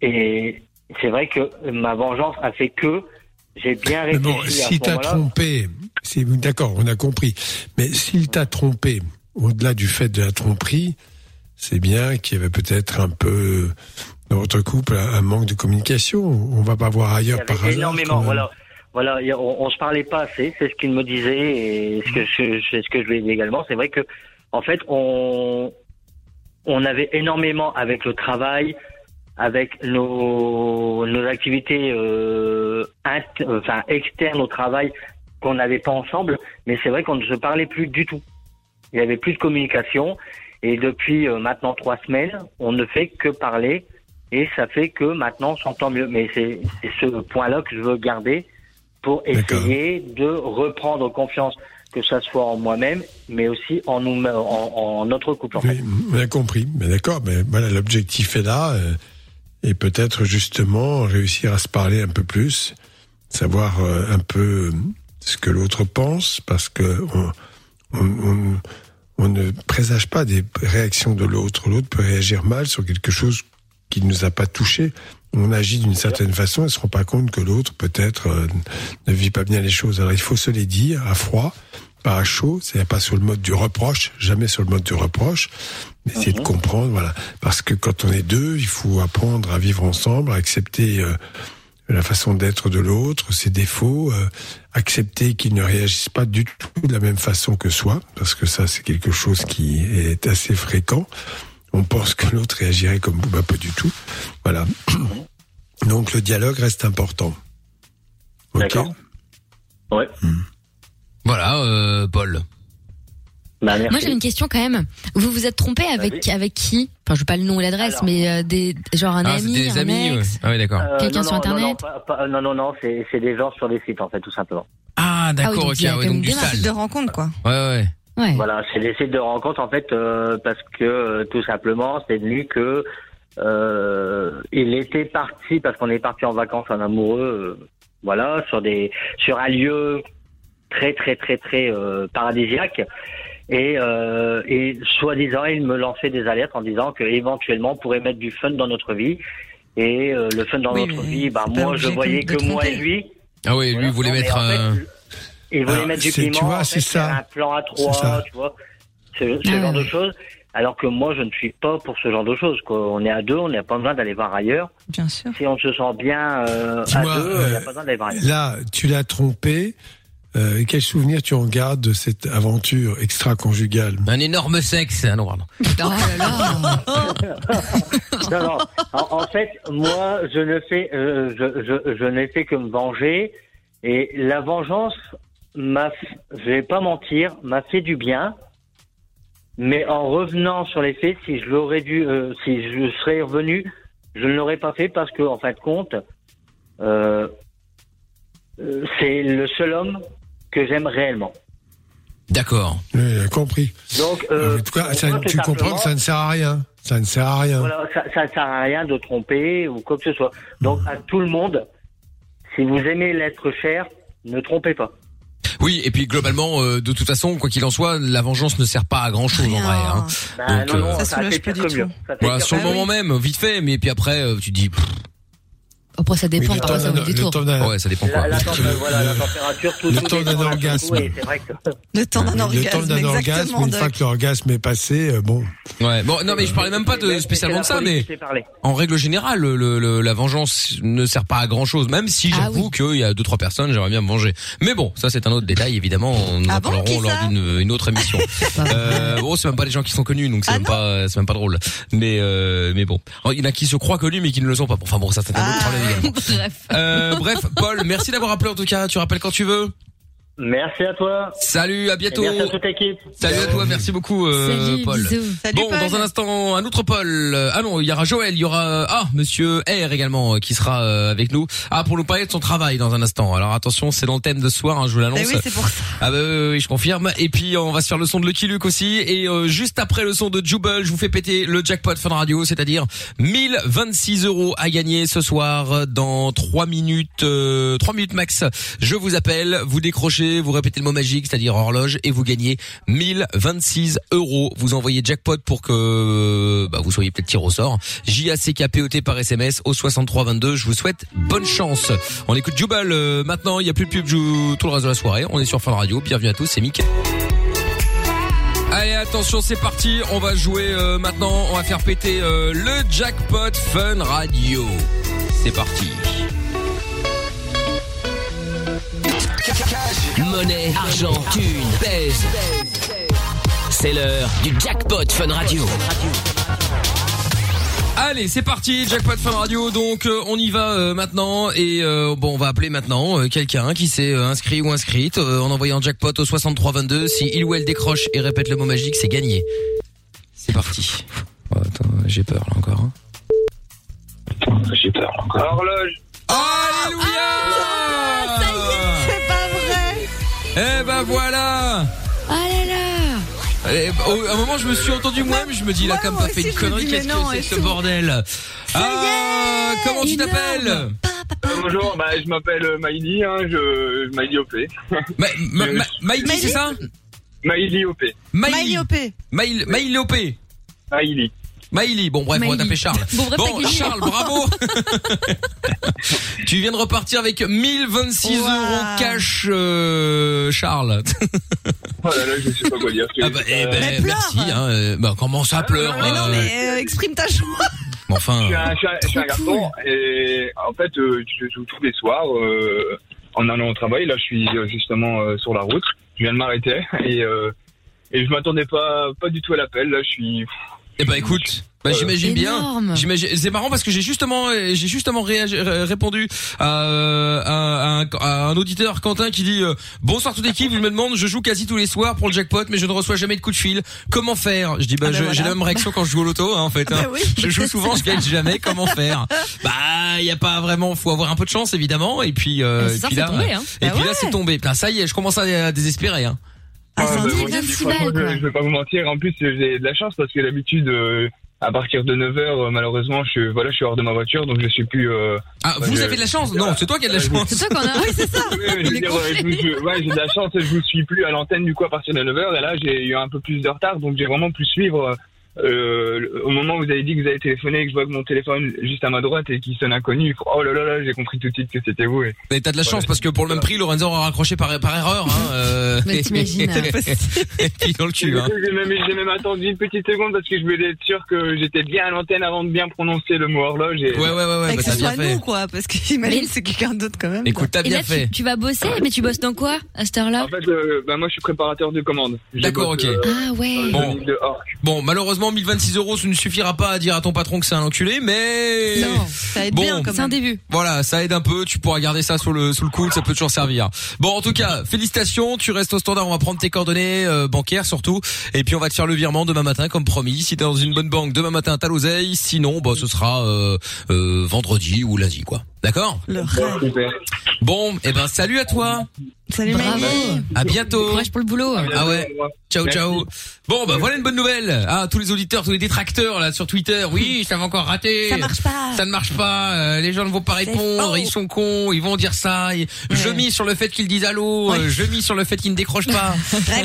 Et c'est vrai que ma vengeance a fait que j'ai bien
Mais
réfléchi
bon,
à
si
ce
t'as
moment-là.
trompé, c'est d'accord, on a compris. Mais s'il t'a trompé, au-delà du fait de la tromperie, c'est bien qu'il y avait peut-être un peu dans votre couple un un manque de communication. On va pas voir
Il y
ailleurs
avait
par hasard. quand
énormément,
même.
voilà. Voilà, il y a- on, on se parlait pas assez, c'est ce qu'il me disait et ce que je, c'est ce que je lui ai dit également. C'est vrai que, en fait, on, on avait énormément avec le travail, avec nos, nos activités euh, int- euh, enfin, externes au travail qu'on n'avait pas ensemble, mais c'est vrai qu'on ne se parlait plus du tout. Il y avait plus de communication et depuis euh, maintenant trois semaines, on ne fait que parler et ça fait que maintenant on s'entend mieux. Mais c'est c'est ce point-là que je veux garder pour essayer de reprendre confiance, que ça soit en moi-même, mais aussi en nous, en, en notre couple. En fait.
On a compris, mais d'accord, mais voilà, l'objectif est là, euh, et peut-être justement réussir à se parler un peu plus, savoir euh, un peu euh, ce que l'autre pense, parce que on, on- on- on ne présage pas des réactions de l'autre. L'autre peut réagir mal sur quelque chose qui ne nous a pas touché. On agit d'une certaine façon, et ne se rend pas compte que l'autre peut-être euh, ne vit pas bien les choses. Alors il faut se les dire à froid, pas à chaud, c'est-à-dire pas sur le mode du reproche, jamais sur le mode du reproche, mais essayer de comprendre, voilà. Parce que quand on est deux, il faut apprendre à vivre ensemble, à accepter euh, la façon d'être de l'autre, ses défauts, euh, accepter qu'il ne réagisse pas du tout de la même façon que soi, parce que ça c'est quelque chose qui est assez fréquent. On pense que l'autre réagirait comme vous, bah pas du tout. Voilà. Donc le dialogue reste important.
D'accord. Ouais.
Voilà, euh, Paul.
Bah,
Moi j'ai une question quand même. Vous vous êtes trompé avec avec qui Enfin je veux pas le nom et l'adresse, mais euh, des genre un
Ah, c'est
ami,
des
un
amis,
ex.
ouais. Ah oui, d'accord.
Euh,
Quelqu'un
non,
sur
non, non,
Internet
non, pas- pas- non, non, non, c'est c'est des gens sur des sites en fait, tout simplement.
Ah
oui,
d'accord,
donc
ok,
il y a
ouais,
quand même
donc du
bien un
sale. Ah,
site de
rencontre quoi.
Ouais ouais.
Voilà, c'est des sites de rencontre en fait euh, parce que euh, tout simplement c'est lui que euh, il était parti parce qu'on est parti en vacances en amoureux, euh, voilà, sur des sur un lieu très très très très euh, paradisiaque et, euh, et soi-disant il me lançait des alertes en disant que éventuellement on pourrait mettre du fun dans notre vie et euh, le fun dans
Oui,
notre
mais
vie, bah
c'est pas
moi je
obligé
voyais
de- de
que moi et
tromper.
lui.
Ah oui, lui il voulait
non, mais
mettre
en fait,
un.
Et ils voulaient
Alors,
mettre du
Ah, c'est- tu
piment,
vois,
en
c'est
fait,
ça.
faire un plan à
C'est ça.
trois, tu vois, ce,
Ah
ce genre de choses. Alors que moi, je ne suis pas pour ce genre de choses. Quoi. On est à deux, on n'a pas besoin d'aller voir ailleurs.
Bien sûr.
Si on se sent bien euh, à
Dis-moi,
deux, on n'a
euh,
pas besoin d'aller voir ailleurs.
Là, tu l'as trompé. Euh, quel souvenir tu en gardes de cette aventure extra-conjugale
Un énorme sexe, ah non, pardon.
non, non. En, en fait, moi, je ne fais, euh, je, je, je n'ai fait que me venger. Et la vengeance, m'a, f- je vais pas mentir, m'a fait du bien. Mais en revenant sur les faits, si je l'aurais dû, euh, si je serais revenu, je ne l'aurais pas fait parce que, en fin de compte, euh, euh, c'est le seul homme que j'aime réellement.
D'accord.
Oui, il a compris.
Donc, euh,
en tout cas, ça-
moi, tout
tu comprends
simplement-
que ça ne sert à rien. Ça ne sert à rien.
Voilà, ça, ça ne sert à rien de tromper ou quoi que ce soit. Donc à tout le monde, si vous aimez l'être cher, ne trompez pas.
Oui, et puis globalement, euh, de toute façon, quoi qu'il en soit, la vengeance ne sert pas à grand chose en vrai. Hein.
Bah, non, non,
euh,
ça Ça soulage fait pas pire du que tout. mieux. Ça fait
Voilà,
pire
sur le
Bah
que
moment même, vite fait, mais puis après, euh, tu te dis. pff,
Après ça dépend,
Oui, le
parfois
temps
ça vaut
d'un-
du
le
tour.
temps d'un- Ouais, ça dépend quoi.
La, tempé- voilà, la température, tout
le
tout
temps d'un
dépend de la
orgasme.
température, oui, c'est vrai
Le
que-
temps d'un
Le temps d'un orgasme, une fois que l'orgasme est passé, euh, bon.
Ouais, bon, non, mais je parlais même pas de spécialement de ça, mais en règle générale, le, le- la vengeance ne sert pas à grand chose, même si j'avoue qu'il y a deux trois personnes, j'aimerais bien me venger. Mais bon, ça c'est un autre détail, évidemment, nous en parlerons lors d'une une autre émission. euh, bon, c'est même pas les gens qui sont connus, donc c'est même pas, c'est même pas drôle. Mais euh, mais bon, Alors, il y en a qui se croient connus mais qui ne le sont pas. Bon, enfin bon, ça c'est un autre problème également.
Bref.
Euh, bref, Paul, merci d'avoir appelé en tout cas. Tu rappelles quand tu veux.
Merci à toi.
Salut, à bientôt.
Et
Eh
merci à toute l'équipe.
Salut à toi, merci beaucoup euh,
Salut,
Paul.
bisous. Salut,
bon,
Paul.
dans un instant, un autre Paul. Euh, Ah non, il y aura Joël, il y aura euh, ah Monsieur R également euh, qui sera euh, avec nous. Ah pour nous parler de son travail dans un instant. Alors attention, c'est dans le thème de ce soir, hein, je vous l'annonce.
Bah oui, c'est pour ça.
Ah bah oui, oui, oui, je confirme. Et puis on va se faire le son de Lucky Luke aussi. Et euh, juste après le son de Jubel, je vous fais péter le jackpot Fun Radio, c'est-à-dire 1026 euros à gagner ce soir dans 3 minutes, euh, 3 minutes max. Je vous appelle, vous décrochez, vous répétez le mot magique, c'est-à-dire horloge, et vous gagnez 1026 euros. Vous envoyez jackpot pour que bah, vous soyez peut-être tiré au sort. J-A-C-K-P-O-T par SMS au 6322. Je vous souhaite bonne chance. On écoute Jubal euh, maintenant. Il n'y a plus de pub jou- tout le reste de la soirée. On est sur Fun Radio. Bienvenue à tous. C'est Mickaël. Allez, attention, c'est parti. On va jouer euh, maintenant. On va faire péter euh, le jackpot Fun Radio. C'est parti.
Monnaie, argent, thune, pèse. C'est l'heure du jackpot Fun Radio.
Allez, c'est parti, Jackpot Fun Radio. Donc euh, on y va euh, maintenant et euh, bon, on va appeler maintenant euh, quelqu'un qui s'est euh, inscrit ou inscrite euh, en envoyant jackpot au 63 22. Si il ou elle décroche et répète le mot magique, c'est gagné. C'est parti. Oh, attends, j'ai peur là encore. hein.
J'ai peur encore. Horloge.
Alléluia
Ah,
Ça y est,
c'est pas vrai
Eh ben voilà.
Oh là là
Eh, au- à un moment, je me suis entendu moi-même. Je me dis, il a quand même pas fait une connerie. Qu'est-ce que c'est que ce bordel Ah, comment tu t'appelles
Bonjour, bah, je m'appelle euh, Maïdi, hein, je... Maïdi OP.
Ma, ma, ma- Maïdi,
c'est
ça
Maïdi OP.
Maïli OP. Maïli OP.
Maïli.
Maïli, bon bref, on va
Maïli.
taper Charles.
Bon, bref, t'as
bon
gagné.
Charles, bravo Tu viens de repartir avec 1026 euros cash, euh, Charles.
Oh là là, je sais pas quoi dire.
Ah bah, eh ben,
Mais pleure.
merci. Hein, euh, bah, comment ça pleure
Mais non,
euh,
mais euh, exprime ta joie.
mais enfin,
Je suis un, je suis un- je suis un garçon et en fait, euh, je joue tous les soirs euh, en allant au travail. Là, je suis euh, justement euh, sur la route. Je viens de m'arrêter et, euh, et je m'attendais pas, pas du tout à l'appel. Là, je suis.
Eh ben, écoute. Bah, j'imagine bien. J'imagine. C'est marrant parce que j'ai justement, euh, j'ai justement réagi- ré- répondu à, euh, à, un, à un auditeur Quentin qui dit euh, bonsoir toute équipe. Il me demande, je joue quasi tous les soirs pour le jackpot, mais je ne reçois jamais de coup de fil. Comment faire Je dis bah,
Ah ben
je- j'ai
voilà.
la même réaction quand je joue au loto hein, en fait. hein. je joue souvent, je gagne jamais. Comment faire Bah, il y a pas vraiment. Faut avoir un peu de chance évidemment. Et puis, euh,
Ah, c'est
et
ça,
puis
c'est
là,
tombé, hein.
et
Bah
puis là,
ouais.
c'est tombé. Putain, ça y est, je commence à, à désespérer. Hein.
Ah, bah,
truc
moi,
de
je dis
petit
franchement,
bal, quoi.
je, je vais pas vous mentir. En plus, j'ai de la chance parce que d'habitude, euh, à partir de 9 h malheureusement, je suis, voilà, je suis hors de ma voiture, donc je suis plus. euh,
Ah,
bah,
vous
je-
avez de la chance Non, c'est toi qui as de la
je-
chance.
Oui, Euh, c'est ça. je veux dire, euh, je vous- je- ouais, j'ai de la chance, je vous suis plus à l'antenne du coup à partir de 9h. Et là, j'ai eu un peu plus de retard, donc j'ai vraiment pu suivre. euh, le- au moment où vous avez dit que vous avez téléphoné et que je vois que mon téléphone juste à ma droite et qui sonne inconnu, oh là là là, j'ai compris tout de suite que c'était vous. Et...
Mais t'as de la chance parce que pour le même prix, Lorenzo aura raccroché par, par erreur. Hein, euh...
Mais t'imagines, hein.
Et puis dans le cul. Hein.
J'ai même, j'ai même attendu une petite seconde parce que je voulais être sûr que j'étais bien à l'antenne avant de bien prononcer le mot horloge. Et...
Ouais, ouais, ouais, ouais,
Bah, que ce soit nous, quoi, parce que imagine, c'est quelqu'un d'autre quand même.
Écoute,
t'as
Et
bien
là, tu-
fait.
Tu, vas bosser, mais tu bosses dans quoi à cette heure-là
En fait, euh, bah, moi je suis préparateur de commandes. euh,
D'accord, ok.
Ah ouais.
Bon.
De Orc.
Bon, malheureusement, 1026 euros, ça ne suffira pas à dire à ton patron que c'est un enculé, mais...
Non, ça aide
Bon.
bien. C'est un début.
Voilà, ça aide un peu, tu pourras garder ça sous le, sous le coude, ça peut toujours servir. Bon, en tout cas, félicitations, tu restes au standard, on va prendre tes coordonnées euh, bancaires surtout, et puis on va te faire le virement demain matin, comme promis. Si t'es dans une bonne banque, demain matin, t'as l'oseille, sinon, bah, ce sera euh, euh, vendredi ou lundi, quoi. D'accord Bon, et ben salut à toi
Salut
Bravo.
À bientôt.
Courage pour le boulot.
Ah ouais. Ciao
Merci.
ciao. Bon bah voilà une bonne nouvelle. Ah tous les auditeurs, tous les détracteurs là sur Twitter. Oui, ça va encore rater.
Ça marche
pas.
Ça ne marche pas. euh, les gens ne vont pas répondre. Ils sont cons. Ils vont dire ça. Ils- Je mis sur le fait qu'ils disent allô. euh, Je mis sur le fait qu'ils ne décrochent pas.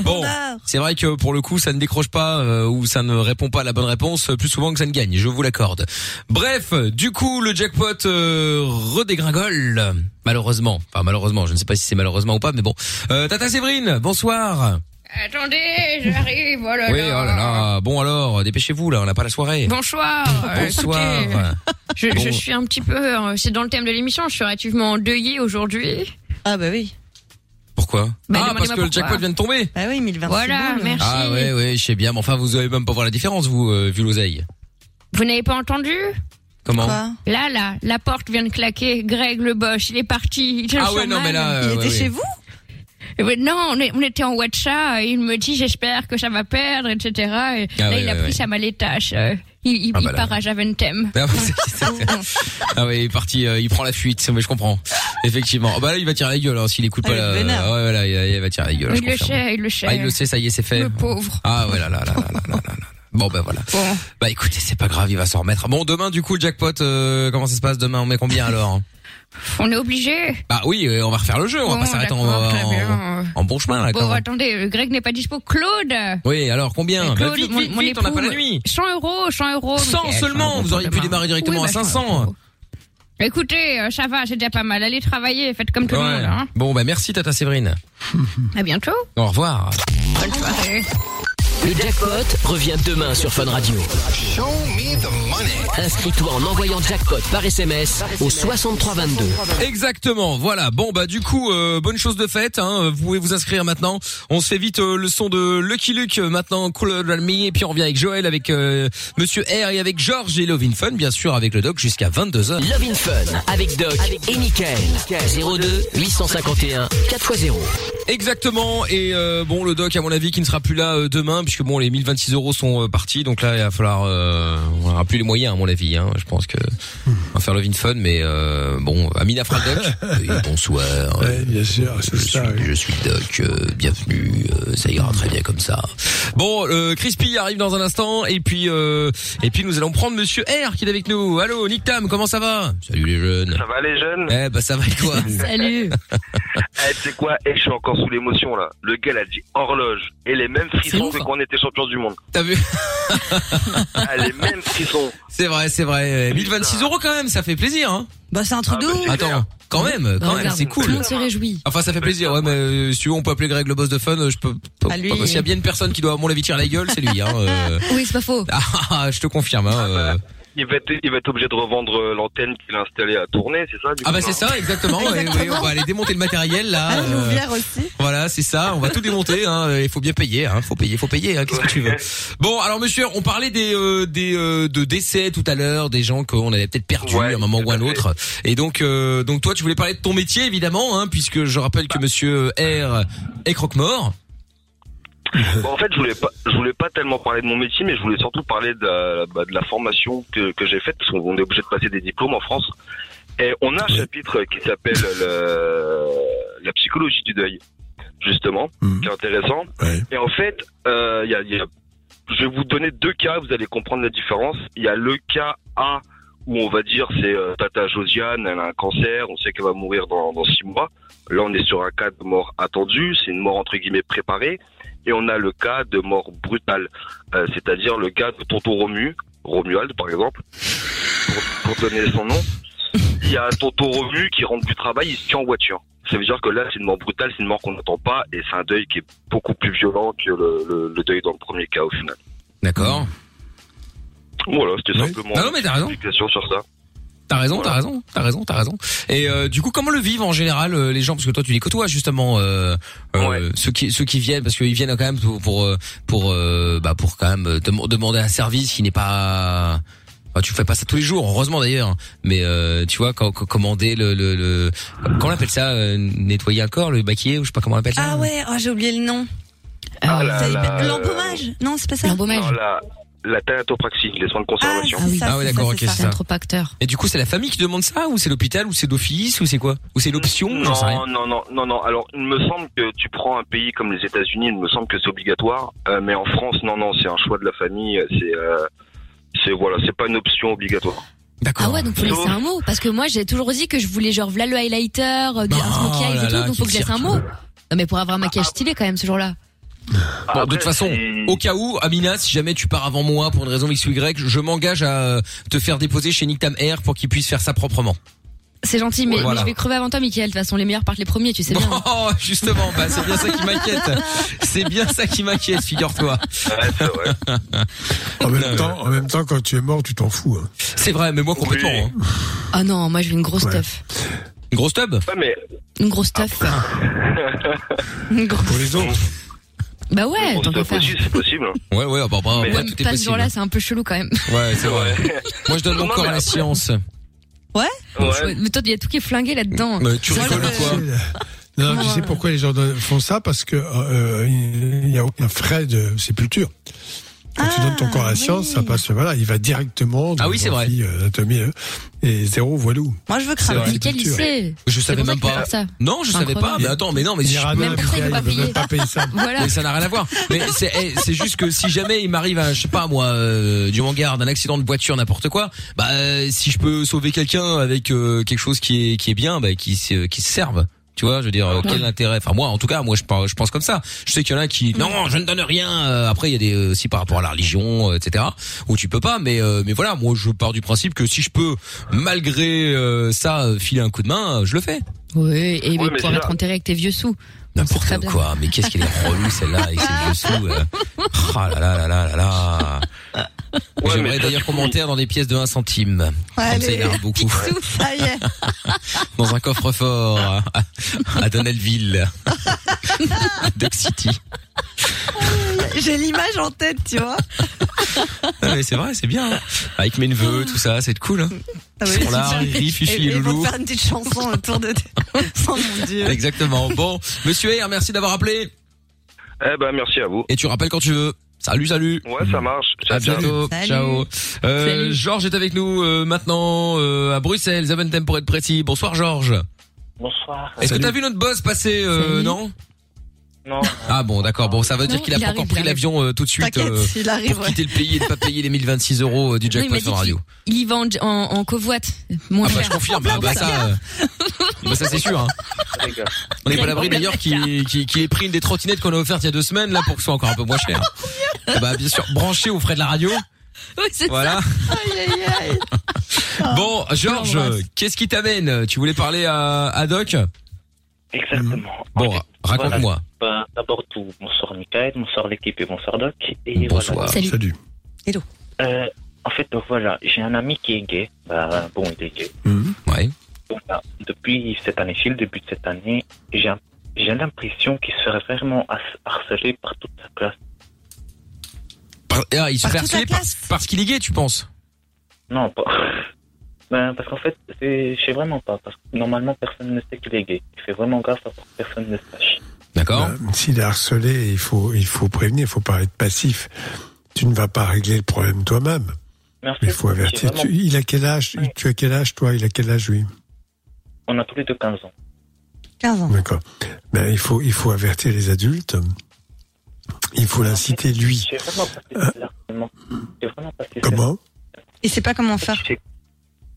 bon, c'est vrai que pour le coup ça ne décroche pas euh, ou ça ne répond pas à la bonne réponse euh, plus souvent que ça ne gagne. Je vous l'accorde. Bref, du coup le jackpot euh, redégringole. Malheureusement. Enfin malheureusement. Je ne sais pas si c'est malheureusement ou pas, mais bon. Euh, Tata Séverine, bonsoir.
Attendez, j'arrive, oh là
Oui, oh
là.
là là. Bon alors, dépêchez-vous là, on n'a pas la soirée.
Bonsoir. euh,
Bonsoir.
écoutez, Je, je
Bon.
suis un petit peu, euh, c'est dans le thème de l'émission, je suis relativement endeuillée aujourd'hui.
Ah bah oui.
Pourquoi
Bah,
Ah,
demandez-moi
parce que le
pourquoi.
jackpot vient de tomber.
Bah oui, 1026
Voilà,
boules.
merci.
Ah ouais, ouais, je sais bien. Mais enfin, vous allez même pas voir la différence, vous, euh, vu l'oseille.
Vous n'avez pas entendu
Comment
Là, là, la porte vient de claquer. Greg le Bosch, il est parti. il est
Ah ouais,
sur
non,
Man.
mais là, euh, Il était ouais, chez ouais. vous
Eh ben Non, on, est- on était en WhatsApp. Et il me dit, j'espère que ça va perdre, etc. Et là,
Ah ouais,
il a
ouais,
pris
ouais.
sa mallétage. euh, Il, il-
Ah bah
il
là.
part à Javentem.
Ah, c'est- c'est- c'est- ah ouais, il est parti, euh, il prend la fuite, mais je comprends. Effectivement. Ah bah là, il va tirer la gueule, hein, s'il écoute
Ah,
pas
il est
la... Ouais,
vénère.
voilà, il, il va tirer la gueule, je
il le
confirme.
sait, il le sait.
Ah, il le sait, ça y est, c'est fait.
Le pauvre.
Ah ouais, là, là, là, là, là, là, là, là. Bon, bah voilà.
Bon.
Bah écoutez, c'est pas grave, il va s'en remettre. Bon, demain, du coup, le jackpot, euh, comment ça se passe demain On met combien alors
On est obligé.
Bah oui, euh, on va refaire le jeu, on va
Bon,
pas s'arrêter en,
d'accord,
en-
très bien.
en bon chemin là. quand
Bon,
même.
attendez, euh, Greg n'est pas dispo. Claude
Oui, alors combien Ah, Bah,
Claude,
Vite,
mon-
vite,
mon Oh,
vite, on n'a pas la
époux,
nuit.
100 euros, 100 euros.
100
Michael,
seulement,
euros
vous auriez
pour
pu
demain.
démarrer directement
Oui,
à
bah,
500.
Écoutez, euh, ça va, c'est déjà pas mal. Allez travailler, faites comme tout le monde.
Ouais.
Hein.
Bon, bah merci Tata Séverine.
À bientôt.
Au revoir.
Bonne soirée.
Le jackpot revient demain sur Fun Radio.
Show me the money.
Inscris-toi en envoyant jackpot par SMS au 6322.
Exactement, voilà. Bon bah du coup, euh, bonne chose de faite. Hein. Vous pouvez vous inscrire maintenant. On se fait vite euh, le son de Lucky Luke euh, maintenant, Color Than Me, et puis on revient avec Joël, avec euh, Monsieur R et avec Georges et Lovin Fun, bien sûr, avec le doc jusqu'à 22 h
Love in Fun avec Doc et Michael. 02 851 4x0.
Exactement. Et euh, bon, le doc, à mon avis, qui ne sera plus là euh, demain, puisque bon, les 1026 euros sont euh, partis, donc là, il va falloir, euh, on n'aura plus les moyens, à mon avis. Hein. Je pense que on va faire le vin fun, mais euh, bon, Amina fera le doc. Oui, bonsoir.
Ouais, bien sûr, c'est ça. oui.
Je suis Doc, euh, bienvenue, euh, ça ira très bien comme ça.
Bon, euh, Crispy arrive dans un instant, et puis euh, et puis nous allons prendre Monsieur R qui est avec nous. Allô, Nick Tam, comment ça va Salut les jeunes.
Ça va les jeunes
Eh ben ça va et toi
Salut Eh, tu sais quoi Eh, Je suis encore sous l'émotion là. Le gars, il a dit horloge. Et les mêmes frissons que quand on était champion du monde.
T'as vu
Ah, les mêmes frissons.
C'est vrai, c'est vrai. 1026 euros quand même, ça fait plaisir. Hein
bah c'est un truc de ouf.
Attends, quand même, quand même, c'est cool.
Bah, Tout
Ah,
le monde se réjouit.
Enfin, ça fait plaisir. Ouais, mais euh, si tu veux, on peut appeler Greg le boss de fun. euh, Je peux. pas-
lui.
pas- S'il y a bien une personne qui doit, à mon avis, tirer la gueule, c'est lui. Hein, euh.
Oui, c'est pas faux.
Ah, je te confirme. Hein, euh.
Il va être, il va être obligé de revendre euh, l'antenne qu'il a installée à tourner, c'est ça du
Ah
coup,
bah
non
c'est ça, exactement. ouais, ouais, on va aller démonter le matériel là.
Ah,
Ah,
euh, Voilà, c'est ça. On va tout démonter. Hein. Il faut bien payer. Hein. Faut payer, faut payer. Hein. Qu'est-ce que tu veux Bon, alors monsieur, on parlait des euh, des euh, de décès tout à l'heure, des gens qu'on avait peut-être perdus à un moment ou à un autre. Et donc euh, donc toi, tu voulais parler de ton métier évidemment, hein, puisque je rappelle que monsieur euh, R est croque-mort.
Bon, en fait, je voulais pas, je voulais pas tellement parler de mon métier, mais je voulais surtout parler de la, bah, de la formation que, que j'ai faite, parce qu'on est obligé de passer des diplômes en France. Et on a un chapitre qui s'appelle le- la psychologie du deuil, justement, qui est intéressant. Et en fait, euh, il y a- il y a- je vais vous donner deux cas, vous allez comprendre la différence. Il y a le cas A où on va dire c'est euh, Tata Josiane, elle a un cancer, on sait qu'elle va mourir dans, dans six mois. Là, on est sur un cas de mort attendue, c'est une mort entre guillemets préparée. Et on a le cas de mort brutale, Euh, c'est-à-dire le cas de Tonton Romu, Romuald par exemple, pour, pour donner son nom. Il y a Tonton Romu qui rentre du travail, il se tient en voiture. Ça veut dire que là, c'est une mort brutale, c'est une mort qu'on n'entend pas, et c'est un deuil qui est beaucoup plus violent que le, le- le deuil dans le premier cas au final.
D'accord.
Voilà, c'était simplement
Non, non, mais t'as raison.
une explication sur ça.
T'as raison, t'as raison, t'as raison, t'as raison. Et euh, du coup, comment le vivent en général euh, les gens Parce que toi, tu les côtoies justement euh, euh, ceux qui ceux qui viennent, parce qu'ils viennent quand même pour pour euh, pour, euh, bah, pour quand même euh, dem- demander un service qui n'est pas. Enfin, tu fais pas ça tous les jours, heureusement d'ailleurs. Mais euh, tu vois, quand, quand- commander le, le, le comment on appelle ça, euh, nettoyer un corps, le maquiller, ou je sais pas comment on appelle ça.
Ah ouais, ah, j'ai oublié le nom.
Ah là
Ça y est,
là,
L'embaumage Non, c'est pas ça. L'embaumage.
Non, la, la thanatopraxie, les soins de conservation.
Ah, ouais, d'accord, ok, c'est ça.
Trop acteur.
Et du coup, c'est la famille qui demande ça, ou c'est l'hôpital, ou c'est d'office, ou c'est quoi, ou c'est l'option, j'en sais rien.
Non, non, non, non, non. Alors, il me semble que tu prends un pays comme les États-Unis, il me semble que c'est obligatoire. Euh, mais en France, non, non, c'est un choix de la famille. C'est, euh, c'est voilà, c'est pas une option obligatoire.
Ah ouais, donc faut laisser un mot. Parce que moi, j'ai toujours dit que je voulais genre, voilà le highlighter, euh, du- un smoky
Oh
eyes
là
et tout,
là,
donc faut que je
qui
laisse un mot. Non, mais pour avoir un maquillage stylé quand même ce jour-là.
Bon, de toute façon, au cas où, Amina, si jamais tu pars avant moi pour une raison X ou Y, je je m'engage à euh, te faire déposer chez Nick Tam Air pour qu'il puisse faire ça proprement.
C'est gentil, mais,
Ouais,
mais
voilà.
je vais crever avant toi, Michael. De toute façon, les meilleurs partent les premiers, tu sais bien. hein.
Oh, justement, bah, c'est bien ça qui m'inquiète. C'est bien ça qui m'inquiète, figure-toi. Euh,
En même, temps, en même temps, quand tu es mort, tu t'en fous. hein.
C'est vrai, mais moi complètement. hein.
Ah non, moi je veux une grosse teuf.
Une grosse tub
Une grosse
Ah,
teuf. Une grosse-
Pour les autres.
Bah ouais, tant qu'à faire.
c'est possible.
Ouais, ouais, bah, bah,
Ouais,
ouais,
mais
tout est
pas ce
possible.
jour-là, c'est un peu chelou quand même.
Ouais, c'est vrai. Moi, je donne mon
Non,
corps
mais
à la
après-
science.
Ouais
Ouais.
Mais toi, il y a tout qui est flingué là-dedans.
Mais tu
Moi,
rigoles
le-
ou quoi
Non, tu sais pourquoi les gens donnent- font ça Parce que euh, il n'y a aucun frais de sépulture. Quand tu donnes ton corps
Ah,
à la science, ça passe. Voilà, il va directement. Dans
Ah oui, c'est vrai.
l'anatomie, euh, Anatomie euh, et zéro voilou.
Moi, je veux
C'est vrai.
Michael, il
Sépulture.
sait.
Je
C'est
savais
pour ça
même
qu'il
pas.
fait ça.
Non, je savais pas.
Incroyable.
Mais attends, mais non, mais si je
Même pour ça, il veut pas payer. Voilà.
Mais ça n'a rien à voir. Mais c'est eh, c'est juste que si jamais il m'arrive, un, je sais pas moi, euh, du mangard, d'un accident de voiture, n'importe quoi, bah euh, si je peux sauver quelqu'un avec euh, quelque chose qui est qui est bien, bah qui se- qui se serve. Tu vois, je veux dire, euh, quel intérêt Enfin, moi, en tout cas, moi, je pense, je pense comme ça. Je sais qu'il y en a qui, non, je ne donne rien. Euh, Après, il y a des euh, aussi par rapport à la religion, euh, etc. Où tu peux pas, mais euh, mais voilà, moi, je pars du principe que si je peux, malgré euh, ça, euh, filer un coup de main, euh, je le fais.
Oui, et
mais
pouvoir
c'est
être
ça.
enterré avec tes vieux sous. N'importe
Quoi Mais qu'est-ce qu'elle est relou celle-là avec ses vieux sous euh. Ah là là là là là là. J'aimerais d'ailleurs commentaire dans des pièces de 1 centime. Comme ça, il y en a beaucoup.
Ça y est.
Dans un coffre-fort à- à Donnellville, à Duck City.
J'ai l'image en tête, tu vois.
Ah, mais c'est vrai, c'est bien. hein. Avec mes neveux, tout ça, c'est cool. Hein.
Ah
Ils sont là, Riri, Fifi et
Ils vont
Loulou.
te faire une petite chanson autour de tes- Oh mon dieu.
Exactement. Bon, monsieur Ayer, merci d'avoir appelé.
Eh ben, merci à vous.
Et tu rappelles quand tu veux. Salut, salut.
Ouais, ça marche.
À
Ciao,
bientôt.
ciao.
Ciao. Euh,
Salut.
Georges est avec nous euh, maintenant euh, à Bruxelles, Zaventem pour être précis. Bonsoir Georges.
Bonsoir.
Est-ce que t'as vu notre boss passer euh, non
Non.
Ah bon, d'accord. Bon, ça veut dire
Non,
qu'il a
il
pas
arrive,
encore pris
il arrive.
l'avion euh, tout de suite
T'inquiète,
euh,
il arrive,
pour
ouais.
quitter le pays et ne pas payer les 1026 euros euh, du
Non, il m'a
jackpot
dit
en radio.
Il y va en, en- en covoite. Moins
Ah bah
cher.
je confirme, ah bah ça, euh, bah ça c'est sûr. Hein. On n'est pas à l'abri d'ailleurs qui, qui, qui ait pris une des trottinettes qu'on a offertes il y a deux semaines là pour que ce soit encore un peu moins
Oh,
cher. Ah bah bien sûr, branché aux frais de la radio.
Oui, c'est ça.
Voilà.
Aïe, aïe, aïe.
Bon, Georges, qu'est-ce qui t'amène Tu voulais parler à, à Doc
Exactement.
Bon, raconte-moi.
Voilà. Ben, D'abord tout. Bonsoir Michael, bonsoir l'équipe et bonsoir Doc. Et
Bonsoir.
voilà.
Salut. Salut.
Hello.
Euh, en fait, donc, voilà, j'ai un ami qui est gay. Ben, bon, il est gay.
Hmm. Ouais.
Donc, là, depuis cette année-ci, le début de cette année, j'ai un- j'ai l'impression qu'il se fait vraiment har- harceler par toute sa classe.
Par- ah, il se
Par
fait
toute
harceler
la
par-
classe
parce qu'il est gay, tu penses
Non, pas. Ben, parce qu'en fait, c'est- je sais vraiment pas. Parce que normalement, personne ne sait qu'il est gay. Il fait vraiment gaffe à pour que personne ne sache.
D'accord.
Euh, S'il est harcelé, il faut, il faut prévenir, il faut pas être passif. Tu ne vas pas régler le problème toi-même.
Mais en fait,
Il faut avertir.
j'ai vraiment-
Tu- il a quel âge Tu as quel âge toi Il a quel âge lui
On a tous les deux 15 ans.
15 ans.
D'accord. Ben, il faut, il faut avertir les adultes. Il faut l'inciter lui.
J'ai vraiment pas fait de harcèlement. J'ai vraiment pas fait de
Euh. Comment
Il sait pas comment faire.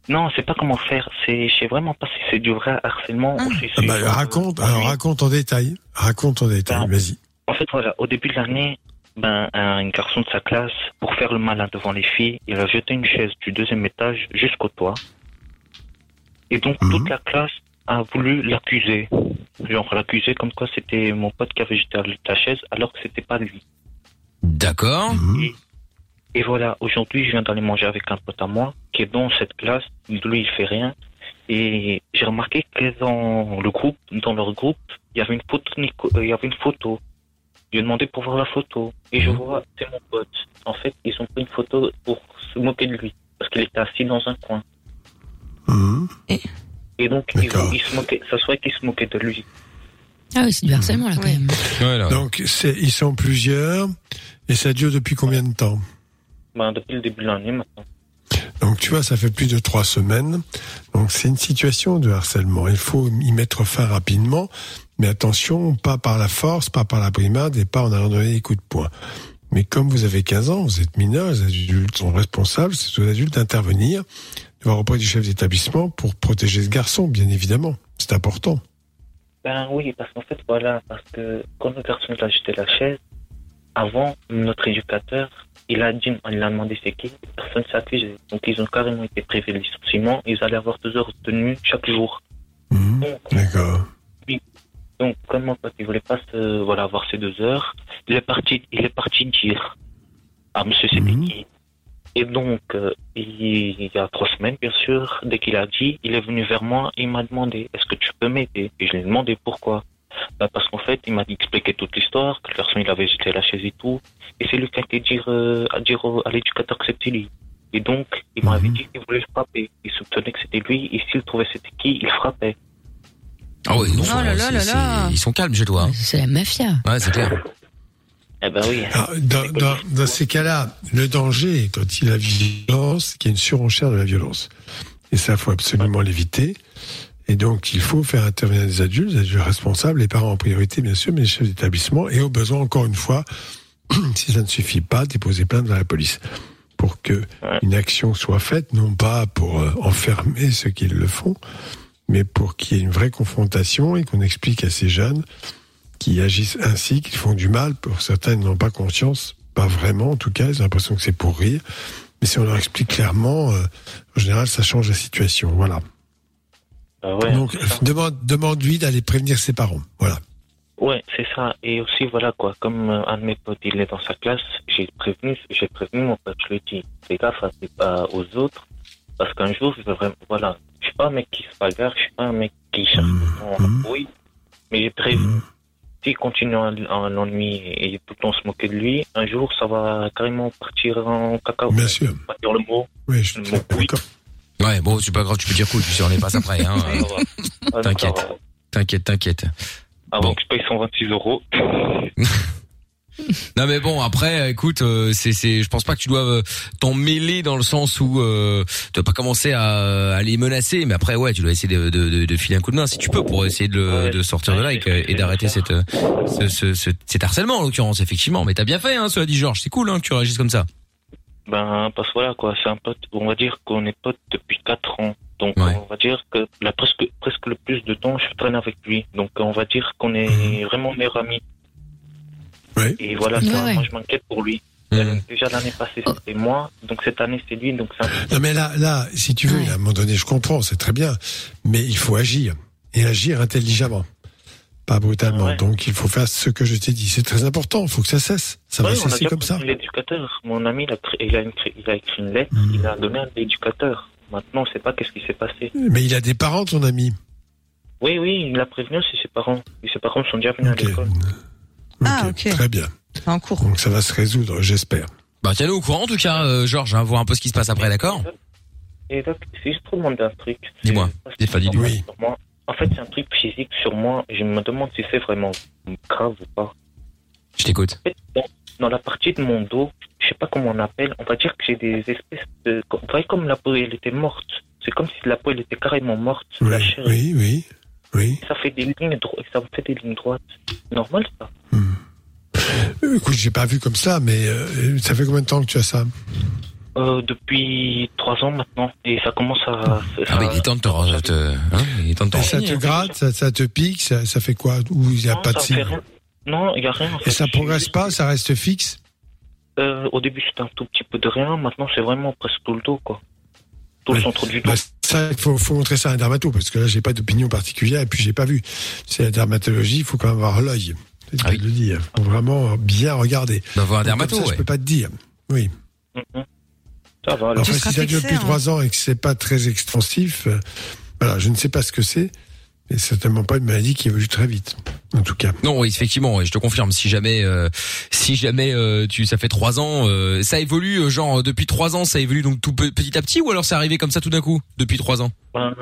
Non, c'est pas comment faire. C'est, je sais vraiment pas si c'est du vrai harcèlement.
Hum.
ou si
Ah
c'est-
ben, Raconte, alors raconte en détail. Raconte en détail. Vas-y.
En fait, voilà, au début de l'année, ben, un une garçon de sa classe, pour faire le malin devant les filles, il a jeté une chaise du deuxième étage jusqu'au toit. Et donc, toute la classe a voulu l'accuser. Genre, l'accuser comme quoi c'était mon pote qui avait jeté la chaise, alors que c'était pas lui.
D'accord.
Et voilà, aujourd'hui, je viens d'aller manger avec un pote à moi qui est dans cette classe. Lui, il fait rien. Et j'ai remarqué que dans le groupe, dans leur groupe, il y avait une photo. de Nico- euh, Il y avait une photo. J'ai demandé pour voir la photo. Et je vois, c'est mon pote. En fait, ils ont pris une photo pour se moquer de lui. Parce qu'il était assis dans un coin. Et donc, ils, ils se moquaient, ça se voit qu'ils se moquaient de lui.
Ah oui, c'est du harcèlement là quand même.
Donc c'est, ils sont plusieurs et ça dure depuis combien de temps
Ben, depuis le début de l'année maintenant.
Donc tu vois, ça fait plus de trois semaines. Donc c'est une situation de harcèlement. Il faut y mettre fin rapidement, mais attention, pas par la force, pas par la primade et pas en allant donner des coups de poing. Mais comme vous avez 15 ans, vous êtes mineur, les adultes sont responsables, c'est aux adultes d'intervenir, de voir auprès du chef d'établissement pour protéger ce garçon, bien évidemment. C'est important.
Ben oui, parce qu'en fait, voilà, parce que quand le garçon a jeté la chaise, avant, notre éducateur, il a dit, il a demandé c'est qui, personne s'est accusé. Donc ils ont carrément été privés de licenciement, ils allaient avoir deux heures de tenue chaque jour.
D'accord.
Donc comme mon pote, il voulait pas se, voilà, avoir ces deux heures, il est parti, il est parti dire à monsieur
Mhm.
c'était qui. Et donc, euh, il il y a trois semaines, bien sûr, dès qu'il a dit, il est venu vers moi et il m'a demandé est-ce que tu peux m'aider Et je lui ai demandé pourquoi. Bah, parce qu'en fait, il m'a expliqué toute l'histoire, que le garçon il avait jeté la chaise et tout. Et c'est lui qui a été dire, euh, à dire au- à l'éducateur que c'était lui. Et donc, il m'avait
Mhm.
dit qu'il voulait le frapper. Il soupçonnait que c'était lui et s'il trouvait c'était qui, il frappait.
Ah oui, non,
Oh là
c'est-
là là
c'est-
là.
ils sont calmes chez toi. hein.
Ah. C'est la mafia.
Ouais, c'est clair.
Eh ben oui.
Alors, Ah, dans, dans- dans ces cas-là, le danger, quand il y a violence, c'est qu'il y a une surenchère de la violence. Et ça, faut absolument l'éviter. Et donc, il faut faire intervenir les adultes, les adultes responsables, les parents en priorité, bien sûr, mais les chefs d'établissement. Et au besoin, encore une fois, si ça ne suffit pas, déposer plainte à la police. Pour que une action soit faite, non pas pour euh, enfermer ceux qui le font, mais pour qu'il y ait une vraie confrontation et qu'on explique à ces jeunes qui agissent ainsi, qui font du mal. Pour certains, ils n'en ont pas conscience, pas vraiment en tout cas, ils ont l'impression que c'est pour rire. Mais si on leur explique clairement, euh, en général, ça change la situation. Voilà.
Euh, ouais,
Donc,
c'est ça.
demande, demande-lui d'aller prévenir ses parents. Voilà.
Ouais, c'est ça. Et aussi, voilà quoi, comme euh, un de mes potes, il est dans sa classe, j'ai prévenu, j'ai prévenu mon pote, je lui ai dit, fais gaffe à tes- à- aux autres, parce qu'un jour, je vais vraiment, voilà, je suis pas un mec qui se bagarre, je suis pas un mec qui cherche oui, mais j'ai prévenu. S'il continue à, à l'ennuyer et tout le temps se moquer de lui, un jour, ça va carrément partir en cacao. Bien
sûr.
Pas dire le mot.
Oui, je
Ouais, bon, c'est pas grave, tu peux dire cool, tu sais, on les passe après, hein. T'inquiète. T'inquiète, t'inquiète.
Avant que je paye 126 euros.
Non mais bon après euh, écoute euh, c'est c'est je pense pas que tu dois euh, t'en mêler dans le sens où euh, tu dois pas commencer à, à les menacer mais après ouais tu dois essayer de, de, de, de filer un coup de main si tu peux pour essayer de, le- de sortir de là et, que- et d'arrêter cette euh, ce, ce, ce- cet harcèlement en l'occurrence effectivement mais t'as bien fait hein cela dit Georges c'est cool hein que tu réagisses comme ça
Ben, parce que voilà, quoi, c'est un pote, on va dire qu'on est pote depuis 4 ans. Donc, on va dire que la presque, presque le plus de temps, je traîne avec lui. Donc, on va dire qu'on est vraiment meilleurs amis. Et voilà,
Mhm. Ouais, Mhm.
ça,
ouais. Oh.
moi, je m'inquiète pour lui. Euh, Déjà, l'année passée, c'était moi. Donc, cette année, c'est lui. Donc, c'est un-
Non, mais là, là, si tu veux, à un moment donné, je comprends, c'est très bien. Mais il faut agir. Et agir intelligemment. Pas brutalement. Donc, il faut faire ce que je t'ai dit. C'est très important. Il faut que ça cesse. Ça va
Ouais, on a
cesser
déjà
comme ça.
prévenu L'éducateur, mon ami, il a, cré- il, a une cré- il a écrit une lettre,
Mhm.
il a donné à l'éducateur. Maintenant, on ne sait pas qu'est-ce qui s'est passé.
Mais il a des parents, ton ami.
Oui, oui, il l'a prévenu, c'est ses parents. Et ses parents sont déjà venus à l'école.
Ah, ok.
Très bien.
En cours.
Donc, ça va se résoudre, j'espère.
bah tiens-nous au courant en tout cas euh, Georges hein, voir un peu ce qui se passe après d'accord
Et donc, si je te demande un truc,
dis-moi
c'est
pas dit du
Oui. Sur moi. En fait, c'est un truc physique sur moi. Je me demande si c'est vraiment grave ou pas.
Je t'écoute.
Dans, dans la partie de mon dos, je sais pas comment on appelle, on va dire que j'ai des espèces de. Vous voyez comme la peau, elle était morte. C'est comme si la peau, elle était carrément morte. la chair.
Oui, oui. Oui.
Ça fait des lignes droites. Ça me fait des lignes droites. Normal, ça
Euh, Écoute, j'ai pas vu comme ça, mais euh, ça fait combien de temps que tu as ça
Euh, Depuis trois ans maintenant. Et ça commence à.
ah mais il est temps de te, re- te- hein, il est temps de te
Et ça
renseigner,
te
hein.
gratte, ça, ça te pique, ça, ça fait quoi Ou il n'y a
Non,
pas de
ça fait
signe
rien. Non, il n'y a rien. en fait.
Et ça progresse pas, ça reste fixe
Euh, au début, c'était un tout petit peu de rien. Maintenant, c'est vraiment presque tout le dos, quoi. Tout le centre du dos.
Bah, ça, il faut, faut montrer ça à un dermato, parce que là, j'ai pas d'opinion particulière, et puis j'ai pas vu. C'est la dermatologie, il faut quand même avoir l'œil. C'est le cas de le dire. Faut vraiment bien regarder.
Ah Bah, voir un
Donc,
dermato,
comme ça,
ouais.
Je peux pas te dire. Oui.
Mm-hmm. Ça va, alors.
Enfin, si ça dure depuis trois ans et que c'est pas très extensif, euh, voilà, je ne sais pas ce que c'est, mais c'est certainement pas une maladie qui évolue très vite, en tout cas.
Non, oui, effectivement, et je te confirme. Si jamais, euh, si jamais euh, tu, ça fait trois ans, euh, ça évolue. euh, Genre euh, depuis trois ans, ça évolue donc tout pe- petit à petit, ou alors c'est arrivé comme ça tout d'un coup depuis trois ans.
Ben,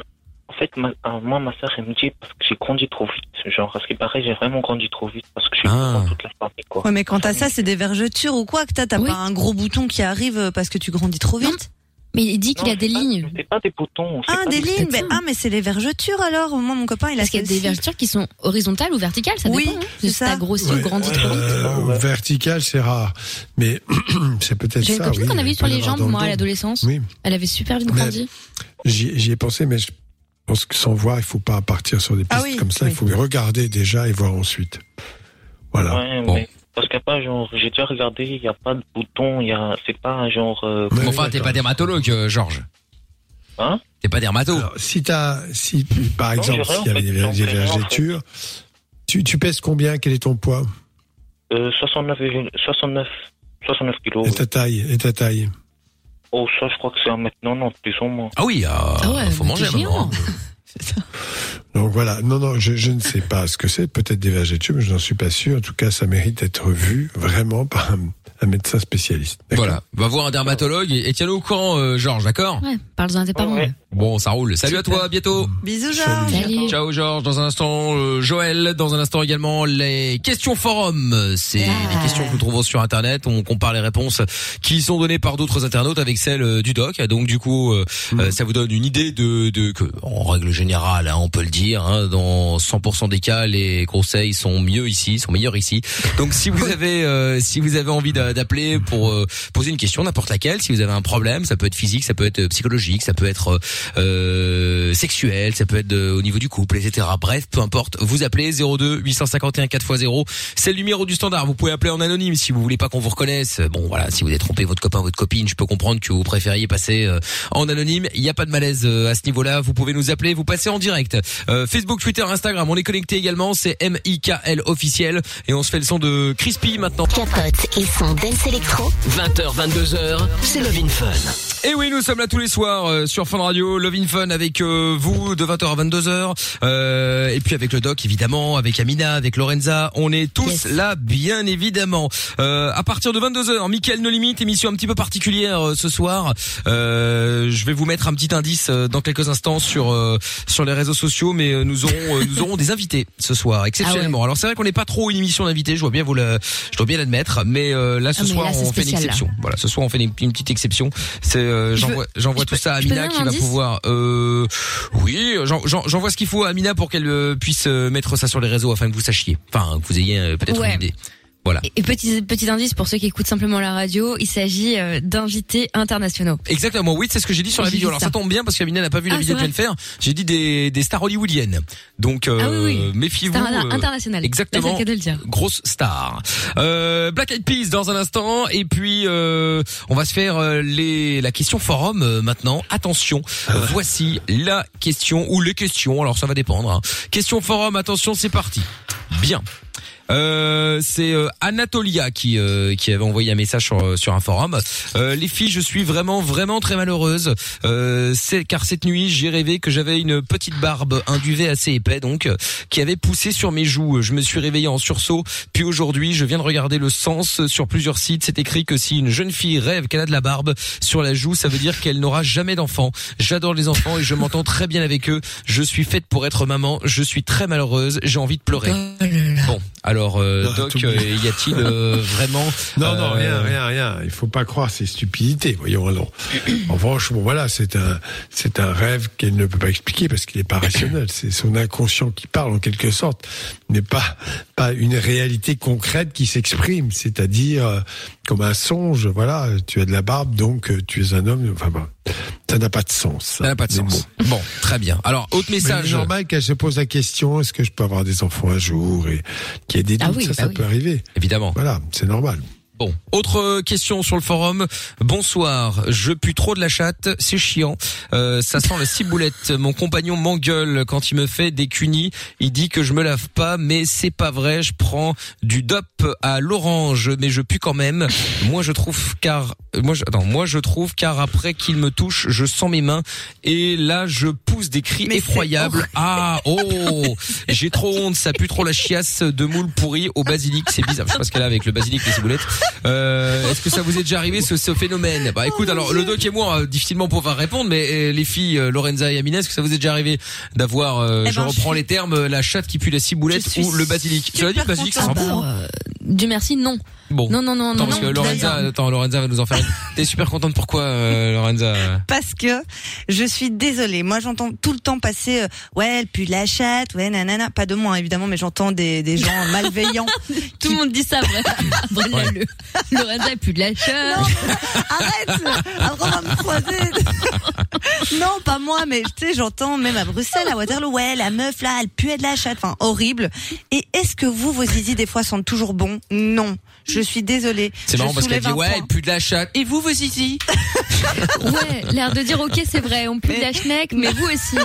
en fait, ma- euh, moi, ma soeur, elle me dit parce que j'ai grandi trop vite. Genre, parce qu'il paraît, j'ai vraiment grandi trop vite parce que je suis dans toute la famille, quoi.
Ouais, mais quand t'as ça, c'est des vergetures ou quoi que t'as T'as pas un gros bouton qui arrive euh, parce que tu grandis trop vite
Mais il dit qu'il a des lignes.
C'est pas des boutons.
Ah, des lignes mais, Ah, mais c'est les vergetures alors Moi, mon copain, il a
Parce qu'il y a des vergetures qui sont horizontales ou verticales, ça dépend. hein, de si t'as grossi ou grandi trop vite.
Euh, Vertical, c'est rare, mais c'est peut-être
J'ai une
ça.
copine
oui,
qu'on
il
avait
peut
eu sur
y
les
avoir
jambes,
dans le
moi, à
dos.
l'adolescence.
Oui.
Elle avait super vite
Mais-
grandi.
J'y j'y ai pensé, mais je pense que sans voir, il faut pas partir sur des pistes
Ah oui,
comme ça.
oui.
Il faut regarder déjà et voir ensuite. Voilà.
Ouais, mais parce qu'il n'y a pas, genre, j'ai déjà regardé, il n'y a pas de boutons, il y a, c'est pas, genre, euh,
Mais enfin, t'es pas dermatologue, euh, Georges.
Hein
T'es pas dermato.
Si t'as, si par
Non,
exemple,
j'ai rien,
s'il y avait
en fait.
des,
J'ai
des
rien, en fait.
vergetures, tu, tu pèses combien Quel est ton poids
euh, 69, 69, 69 kilos.
et ta taille Et ta taille
Oh, ça, je crois que c'est un maintenant, non, plus ou moins.
Ah oui,
faut manger maintenant.
Donc voilà, non, non, je, je ne sais pas ce que c'est, peut-être des vergetures, mais je n'en suis pas sûr. En tout cas, ça mérite d'être vu vraiment par un, un médecin spécialiste.
Voilà, va voir un dermatologue et, et tiens-le au courant, euh, Georges, d'accord
Ouais, parle-en à tes parents. ouais.
Bon, ça roule. Salut à toi, à bientôt.
Bisous, Georges.
Ciao Georges, dans un instant euh, Joël, dans un instant également les questions forum. C'est les questions que nous trouvons sur internet, on compare les réponses qui sont données par d'autres internautes avec celles euh, du doc. Donc du coup, euh, euh, ça vous donne une idée de, de que en règle générale, hein, on peut le dire dire. hein. dans 100% des cas, les conseils sont mieux ici, sont meilleurs ici. Donc si vous avez, euh, si vous avez envie d'a- d'appeler pour euh, poser une question, n'importe laquelle, si vous avez un problème, ça peut être physique, ça peut être euh, psychologique, ça peut être euh, sexuel, ça peut être de- au niveau du couple, etc. Bref, peu importe. Vous appelez 02 851 4x0. C'est le numéro du standard. Vous pouvez appeler en anonyme si vous voulez pas qu'on vous reconnaisse. Bon voilà, si vous avez trompé votre copain, votre copine, je peux comprendre que vous préfériez passer euh, en anonyme. Il n'y a pas de malaise euh, à ce niveau-là. Vous pouvez nous appeler, vous passez en direct. Euh, Facebook, Twitter, Instagram, on est connecté également. C'est MIKL officiel et on se fait le son de Crispy maintenant.
Capote et son dance électro.
20h, 22h, c'est Love in Fun.
Et oui, nous sommes là tous les soirs euh, sur Fun Radio, Love in Fun avec euh, vous de 20h à 22h, euh, et puis avec le Doc évidemment, avec Amina, avec Lorenza, on est tous là bien évidemment. Euh, à partir de 22h, Mickaël No Limite, émission un petit peu particulière euh, ce soir. Euh, je vais vous mettre un petit indice euh, dans quelques instants sur euh, sur les réseaux sociaux, mais euh, nous aurons euh, nous aurons des invités ce soir exceptionnellement. Alors c'est vrai qu'on n'est pas trop une émission d'invités, je dois bien vous le, je dois bien l'admettre, mais euh, là ce
Ah, mais
soir
là, c'est
on fait une
spécial, là.
exception. Voilà, ce soir on fait une, une petite exception. C'est euh,
Je
j'envoie
veux-
j'envoie
je
tout
peux-
ça à
je peux
Amina
donner
qui
un
va
indice
pouvoir euh, oui, j'en- j'en- j'envoie ce qu'il faut à Amina pour qu'elle euh, puisse euh, mettre ça sur les réseaux afin que vous sachiez, enfin que vous ayez euh, peut-être
Ouais.
une idée. Voilà.
Et petit, petit indice pour ceux qui écoutent simplement la radio, il s'agit euh, d'invités internationaux.
Exactement, oui, c'est ce que j'ai dit sur la
J'ai
vidéo.
vu
Alors ça.
ça.
tombe bien parce qu'Amina n'a pas vu la
Ah,
vidéo que
c'est
je viens de faire. J'ai dit des, des stars hollywoodiennes. Donc euh, méfiez-vous.
Ah Star
euh,
international.
Exactement.
C'est ça qu'elle doit le dire.
Grosse star. Euh, Black Eyed Peas dans un instant et puis euh, on va se faire euh, les la question forum euh, maintenant. Attention, voici la question ou les questions. Alors ça va dépendre. hein. Question forum, attention, c'est parti. Bien. Euh, c'est euh, Anatolia qui euh, qui avait envoyé un message sur euh, sur un forum. Euh, les filles, je suis vraiment vraiment très malheureuse. Euh, c'est car cette nuit, j'ai rêvé que j'avais une petite barbe, un duvet assez épais donc euh, qui avait poussé sur mes joues. Je me suis réveillée en sursaut. Puis aujourd'hui, je viens de regarder le sens sur plusieurs sites. C'est écrit que si une jeune fille rêve qu'elle a de la barbe sur la joue, ça veut dire qu'elle n'aura jamais d'enfant. J'adore les enfants et je m'entends très bien avec eux. Je suis faite pour être maman. Je suis très malheureuse. J'ai envie de pleurer. Bon, alors euh, Doc, euh, y a-t-il euh, vraiment
Non, non, rien,
euh,
rien, rien. Il faut pas croire ces stupidités, voyons. Alors. En revanche, bon, voilà, c'est un, c'est un rêve qu'elle ne peut pas expliquer parce qu'il n'est pas rationnel. C'est son inconscient qui parle en quelque sorte, mais pas, pas une réalité concrète qui s'exprime. C'est-à-dire euh, comme un songe. Voilà, tu as de la barbe, donc euh, tu es un homme. Enfin, bon, ça n'a pas de sens. Ça
n'a pas de sens. Bon, très bien. Alors, autre
Mais
message.
C'est normal qu'elle se pose la question est-ce que je peux avoir des enfants un jour et qu'il y ait des doutes,
Ah oui,
ça,
bah
ça
oui.
peut arriver.
Évidemment.
Voilà, c'est normal.
Bon, autre euh, question sur le forum. Bonsoir, je pue trop de la chatte, c'est chiant. Euh, ça sent la ciboulette. Mon compagnon m'engueule quand il me fait des cunis. Il dit que je me lave pas, mais c'est pas vrai. Je prends du dop à l'orange, mais je pue quand même. Moi, je trouve car euh, moi, je... attends, moi je trouve car après qu'il me touche, je sens mes mains et là je pousse des cris effroyables. Ah oh, j'ai trop honte, ça pue trop la chiasse de moules pourries au basilic. C'est bizarre. Je sais pas ce qu'elle a avec le basilic et les ciboulettes. Euh, Est-ce que ça vous est déjà arrivé ce, ce phénomène Bah écoute, alors le doc et moi euh, difficilement pouvoir répondre, mais euh, les filles euh, Lorenza et Amina, est-ce que ça vous est déjà arrivé d'avoir,
Eh ben,
euh, je reprends les termes, euh, la chatte qui pue la ciboulette ou le basilic Tu l'as dit le basilic, c'est
Ah bah,
un bon. hein.
euh, Dieu merci, non.
Bon.
Non, non, non,
Attends,
non.
parce que
non,
Lorenza,
d'ailleurs.
attends, Lorenza va nous en faire. une. T'es super contente pourquoi, euh, Lorenza
Parce que je suis désolée. Moi, j'entends tout le temps passer euh, ouais, elle pue la chatte, ouais, nanana. Pas de moi, hein, évidemment, mais j'entends des, des gens malveillants.
Tout le monde dit ça, vrai. le Lorenza, elle pue de la chatte.
Arrête Après, on va me croiser. Non, pas moi, mais tu sais, j'entends même à Bruxelles, à Waterloo, ouais, la meuf là, elle puait de la chatte, enfin, horrible. Et est-ce que vous, vos zizi, des fois, sentent toujours bon Non. Je suis désolée.
C'est marrant
Je
parce qu'elle
soulève
dit
un
ouais,
point.
elle pue de la chatte. Et vous, vos zizi
Ouais, l'air de dire ok, c'est vrai, on pue de la schneck, mais vous aussi.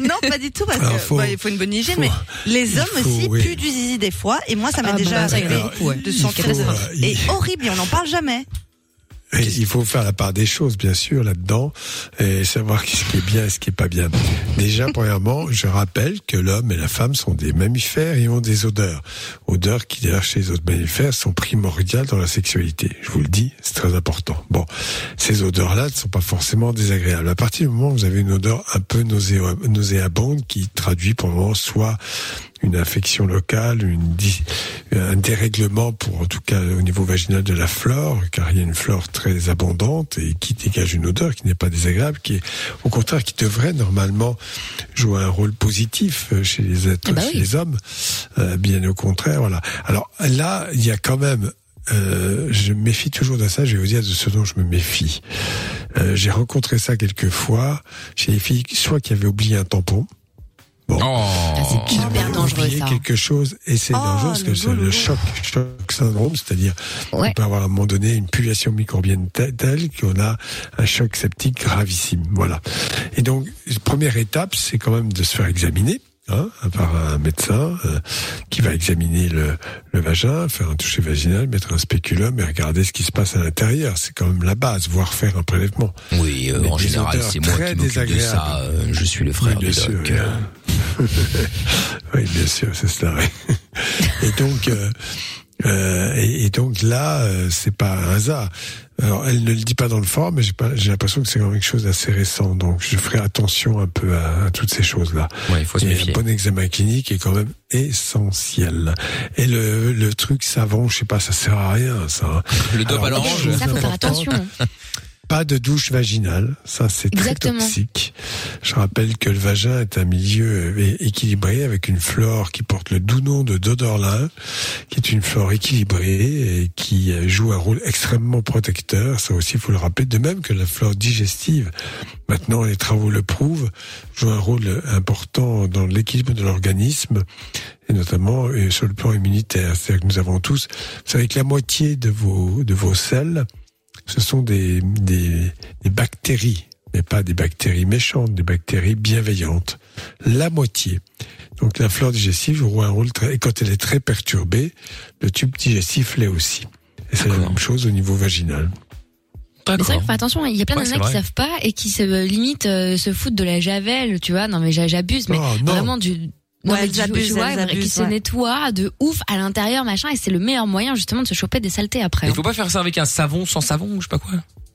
non, pas du tout, parce
Alors,
que
faut-
bah, il faut une bonne hygiène, mais les hommes
faut,
aussi
oui.
puent du zizi des fois, et moi ça m'est
Ah,
déjà
bah,
arrivé
alors,
de sentir
faut,
ça.
euh,
Et horrible, et on n'en parle jamais.
Et il faut faire la part des choses, bien sûr, là-dedans, et savoir ce qui est bien et ce qui est pas bien. Déjà, premièrement, je rappelle que l'homme et la femme sont des mammifères et ont des odeurs. Odeurs qui, d'ailleurs, chez les autres mammifères, sont primordiales dans la sexualité. Je vous le dis, c'est très important. Bon, ces odeurs-là ne sont pas forcément désagréables. À partir du moment où vous avez une odeur un peu nauséo- nauséabonde, qui traduit pour le moment soit une infection locale, une di- un dérèglement pour en tout cas au niveau vaginal de la flore, car il y a une flore très abondante et qui dégage une odeur qui n'est pas désagréable, qui est au contraire qui devrait normalement jouer un rôle positif euh, chez les êtres,
Eh ben
chez
oui.
les hommes. Euh, bien au contraire, voilà. Alors là, il y a quand même. euh, je me méfie toujours de ça. Je vais vous dire de ce dont je me méfie. Euh, J'ai rencontré ça quelques fois chez les filles, soit qui avaient oublié un tampon, Bon.
Ah, c'est hyper dangereux
oublier
ça.
quelque chose et c'est dangereux parce que c'est le choc, choc syndrome, c'est-à-dire on peut avoir à un moment donné une pulsation microbienne te- telle qu'on a un choc septique gravissime. Voilà. Et donc, première étape, c'est quand même de se faire examiner. Hein, par un médecin euh, qui va examiner le, le vagin, faire un toucher vaginal, mettre un spéculum et regarder ce qui se passe à l'intérieur. C'est quand même la base, voire faire un prélèvement.
Oui, euh,
Mais
en
des
général,
odeurs
c'est moi
très
qui m'occupe de
désagréables.
ça. euh, je suis le frère
Oui,
de
bien sûr,
Doc.
oui. hein. oui, bien sûr, c'est cela. oui. Et donc, euh, euh, et, et donc là, euh, c'est pas un hasard. Alors, elle ne le dit pas dans le forum, mais j'ai pas- j'ai l'impression que c'est quand même quelque chose d'assez récent. Donc, je ferai attention un peu à, à toutes ces choses-là.
Ouais, il faut se
Et
méfier.
Un bon examen clinique est quand même essentiel. Et le, le truc savon, je sais pas, ça sert à rien, ça. hein.
Le dope
Alors,
à l'orange.
chose
Ça, faut faire
importante,
attention.
pas de douche vaginale, ça c'est très
Exactement.
toxique. Je rappelle que le vagin est un milieu euh, é- équilibré avec une flore qui porte le doux nom de Dodorlin, qui est une flore équilibrée et qui euh, joue un rôle extrêmement protecteur. Ça aussi, il faut le rappeler. De même que la flore digestive, maintenant les travaux le prouvent, joue un rôle important dans l'équilibre de l'organisme et notamment euh, sur le plan immunitaire. C'est-à-dire que nous avons tous, vous savez que la moitié de vos, de vos selles, ce sont des, des, des bactéries, mais pas des bactéries méchantes, des bactéries bienveillantes. La moitié. Donc la flore digestive joue un rôle très... Et quand elle est très perturbée, le tube digestif l'est aussi. Et c'est la même chose au niveau vaginal.
Mais c'est vrai qu'il faut attention, hein. il y a plein
Ouais,
de
c'est
nanas qui
vrai.
savent pas et qui se euh, limite euh, se foutent de la javel, tu vois. Non mais j'a- j'abuse, mais
Oh,
vraiment du non,
Ouais,
mais
elles
du-
abusent,
tu vois,
elles abusent,
qui se
ouais.
nettoie de ouf à l'intérieur, machin, et c'est le meilleur moyen justement de se choper des saletés après. hein.
Il faut pas faire ça avec un savon sans savon ou je sais pas quoi.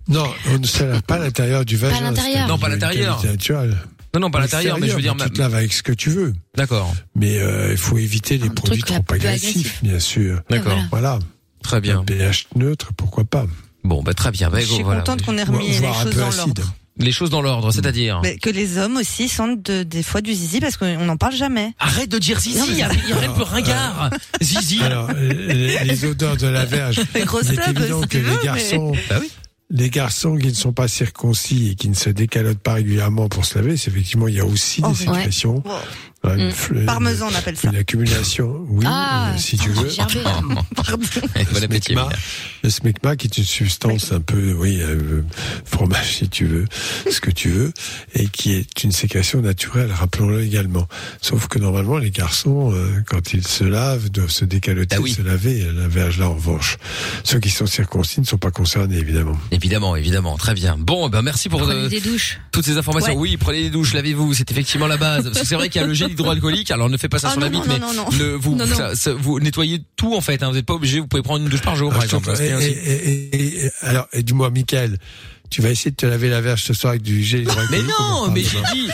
Non, on ne se lave pas à l'intérieur du vagin.
l'intérieur.
c'est-à-dire
Non, pas à
une
l'intérieur.
cavité naturelle.
Non, non, pas à l'intérieur, mais je veux dire,
Tu te laves avec ce que tu veux.
D'accord.
Mais euh, il faut éviter les produits
truc
trop
un peu
agressifs,
agressif. Ah,
bien sûr.
D'accord.
Voilà.
Très bien.
Un pH neutre, pourquoi pas.
Bon, bah très bien. Bah,
Je suis
voilà.
contente qu'on ait remis les choses dans l'ordre.
Les choses dans l'ordre, c'est-à-dire.
Mais que les hommes aussi sentent de- des fois du zizi parce qu'on n'en parle jamais.
Arrête de dire zizi, arrête de ringard. Zizi.
euh, Alors, euh, les, les odeurs de lavage.
Les grosses
Il est
tapes,
évident
si
que
tu veux,
les garçons.
mais- Bah oui.
Les garçons qui ne sont pas circoncis et qui ne se décalotent pas régulièrement pour se laver, c'est effectivement, il y a aussi
Oh,
des
ouais.
situations. euh, une
Mm.
fle-
Parmesan, on appelle ça.
Une accumulation, oui,
Ah,
euh, si tu veux.
gerbé, là.
bon appétit. Le smegma qui est une substance un peu, oui, euh, fromage si tu veux, ce que tu veux, et qui est une sécrétion naturelle, rappelons-le également. Sauf que normalement, les garçons, euh, quand ils se lavent, doivent se
Ah
décaloter, se laver. Le lavage là, en revanche, ceux qui sont circoncis ne sont pas concernés, évidemment.
Évidemment, évidemment, très bien. Bon, ben merci pour
Prenez
euh,
des douches.
toutes ces informations. Oui, prenez des douches, lavez-vous, c'est effectivement la base. Parce que c'est vrai qu'il y a le gel hydroalcoolique. Alors ne faites pas ça
Ah
sur la
non,
bite,
non,
mais
non, non, non.
le- vous,
Non, non.
ça- ça- vous nettoyez tout en fait. hein. Vous n'êtes pas obligé. Vous pouvez prendre une douche par jour, par exemple.
Ah, Et,
C'est ainsi.
et- et- et- alors, et dis-moi, Michael, tu vas essayer de te laver la verge ce soir avec du gel
Mais
hydroalcoolique ou
non,
pas,
mais
demain
j'ai dit.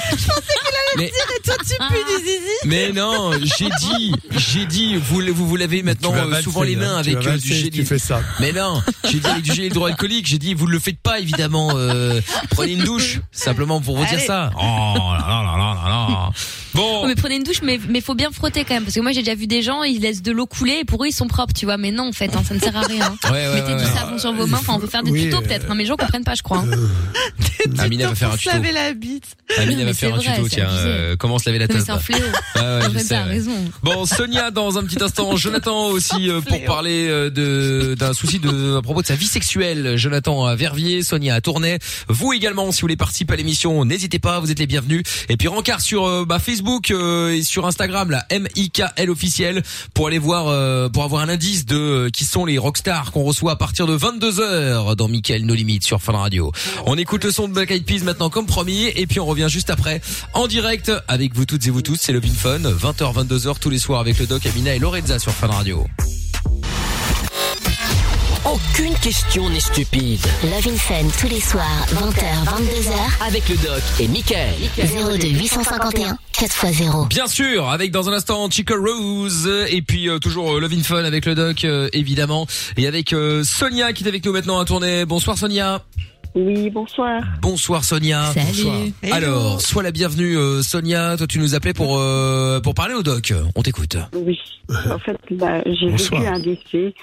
Mais...
Mais-
Dire, et toi, tu pues du zizi
Mais non, j'ai dit, j'ai dit, vous vous, vous lavez maintenant
Tu vas
euh,
valser,
souvent les
hein,
mains
tu
avec
vas
euh,
valser
du
si
gel.
tu fais ça.
Mais non, j'ai dit avec du gel hydroalcoolique. J'ai dit, vous ne le faites pas évidemment. euh, prenez une douche simplement pour vous dire
Allez.
ça. Oh là là là là là là. Bon.
Ouais, mais prenez une douche, mais mais faut bien frotter quand même, parce que moi j'ai déjà vu des gens, ils laissent de l'eau couler et pour eux ils sont propres, tu vois. Mais non, en fait, hein, ça ne sert à rien.
Ouais, ouais,
Mettez
ouais,
du
ouais.
savon sur vos mains. Enfin, on peut faire des
Oui,
tutos
euh,
peut-être, hein, mais les gens comprennent pas, je crois. hein.
Amina va faire un
pour
tuto.
se laver
la bite.
Amina
Non,
va
mais
faire
c'est
un
vrai,
tuto.
c'est
Tiens,
abusé.
euh, comment se laver la
Non, mais
tête
c'est un fléau.
Ouais, Ah ouais,
En
je
fait,
sais,
t'as
ouais.
raison.
Bon, Sonia dans un petit instant, Jonathan aussi euh, pour parler euh, de d'un souci de à propos de sa vie sexuelle. Jonathan à Verviers, Sonia à Tournai. Vous également, si vous voulez participer à l'émission, n'hésitez pas, vous êtes les bienvenus. Et puis rencard sur euh, bah, Facebook euh, et sur Instagram, la MIKL officielle pour aller voir, euh, pour avoir un indice de euh, qui sont les rockstars qu'on reçoit à partir de 22 h dans Michael No Limites sur Fun Radio. On écoute le son de Black Eyed Peas maintenant comme promis et puis on revient juste après en direct avec vous toutes et vous tous. C'est le Bin Fun 20h 22h tous les soirs avec le Doc Amina et Lorenza sur Fun Radio.
Aucune question n'est stupide.
Love in Fun tous les soirs, 20h, 22h.
Avec le doc et Michael.
02 851 4x0.
Bien sûr, avec dans un instant Chico Rose et puis euh, toujours euh, Love in Fun avec le doc euh, évidemment et avec euh, Sonia qui est avec nous maintenant à tourner. Bonsoir Sonia.
Oui, bonsoir.
Bonsoir Sonia.
Salut.
Bonsoir.
Hello.
Alors, sois la bienvenue euh, Sonia, toi tu nous appelais pour euh, pour parler au doc. On t'écoute.
Oui. En fait, bah, j'ai
Euh, Bonsoir.
vécu un décès.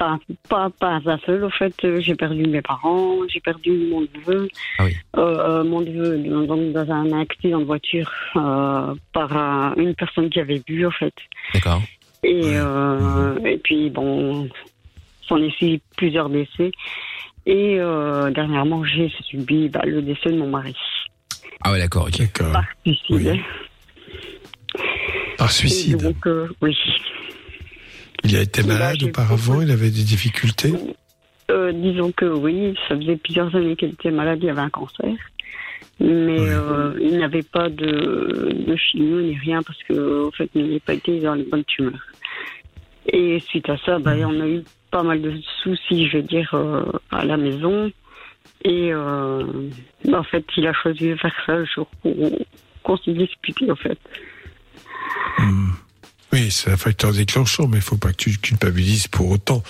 Enfin, pas, pas un seul, en fait. Euh, J'ai perdu mes parents, j'ai perdu mon neveu.
Ah
Euh, euh, mon neveu, euh, donc, dans un accident de voiture, euh, par un- une personne qui avait bu, en fait.
D'accord. Mhm.
Et, euh, et puis, bon, j'en ai suivi plusieurs décès. Et euh, dernièrement, j'ai subi bah, le décès de mon mari.
Ah ouais, d'accord. OK.
Suicide.
Ah,
Par suicide.
Donc, euh, oui.
Il a été malade auparavant, il avait des difficultés.
Euh, disons que oui, ça faisait plusieurs années qu'il était malade, il avait un cancer. Mais euh, il n'avait pas de, de chimio ni rien parce que, en fait, il n'avait pas été dans les bonnes tumeurs. Et suite à ça,
Mm.
bah, on a eu pas mal de soucis, je veux dire, euh, à la maison. Et euh, bah, en fait, il a choisi de faire ça le jour où qu'on s'est disputé, en fait.
Oui, c'est un facteur déclenchant, mais il faut pas que tu culpabilises pour autant.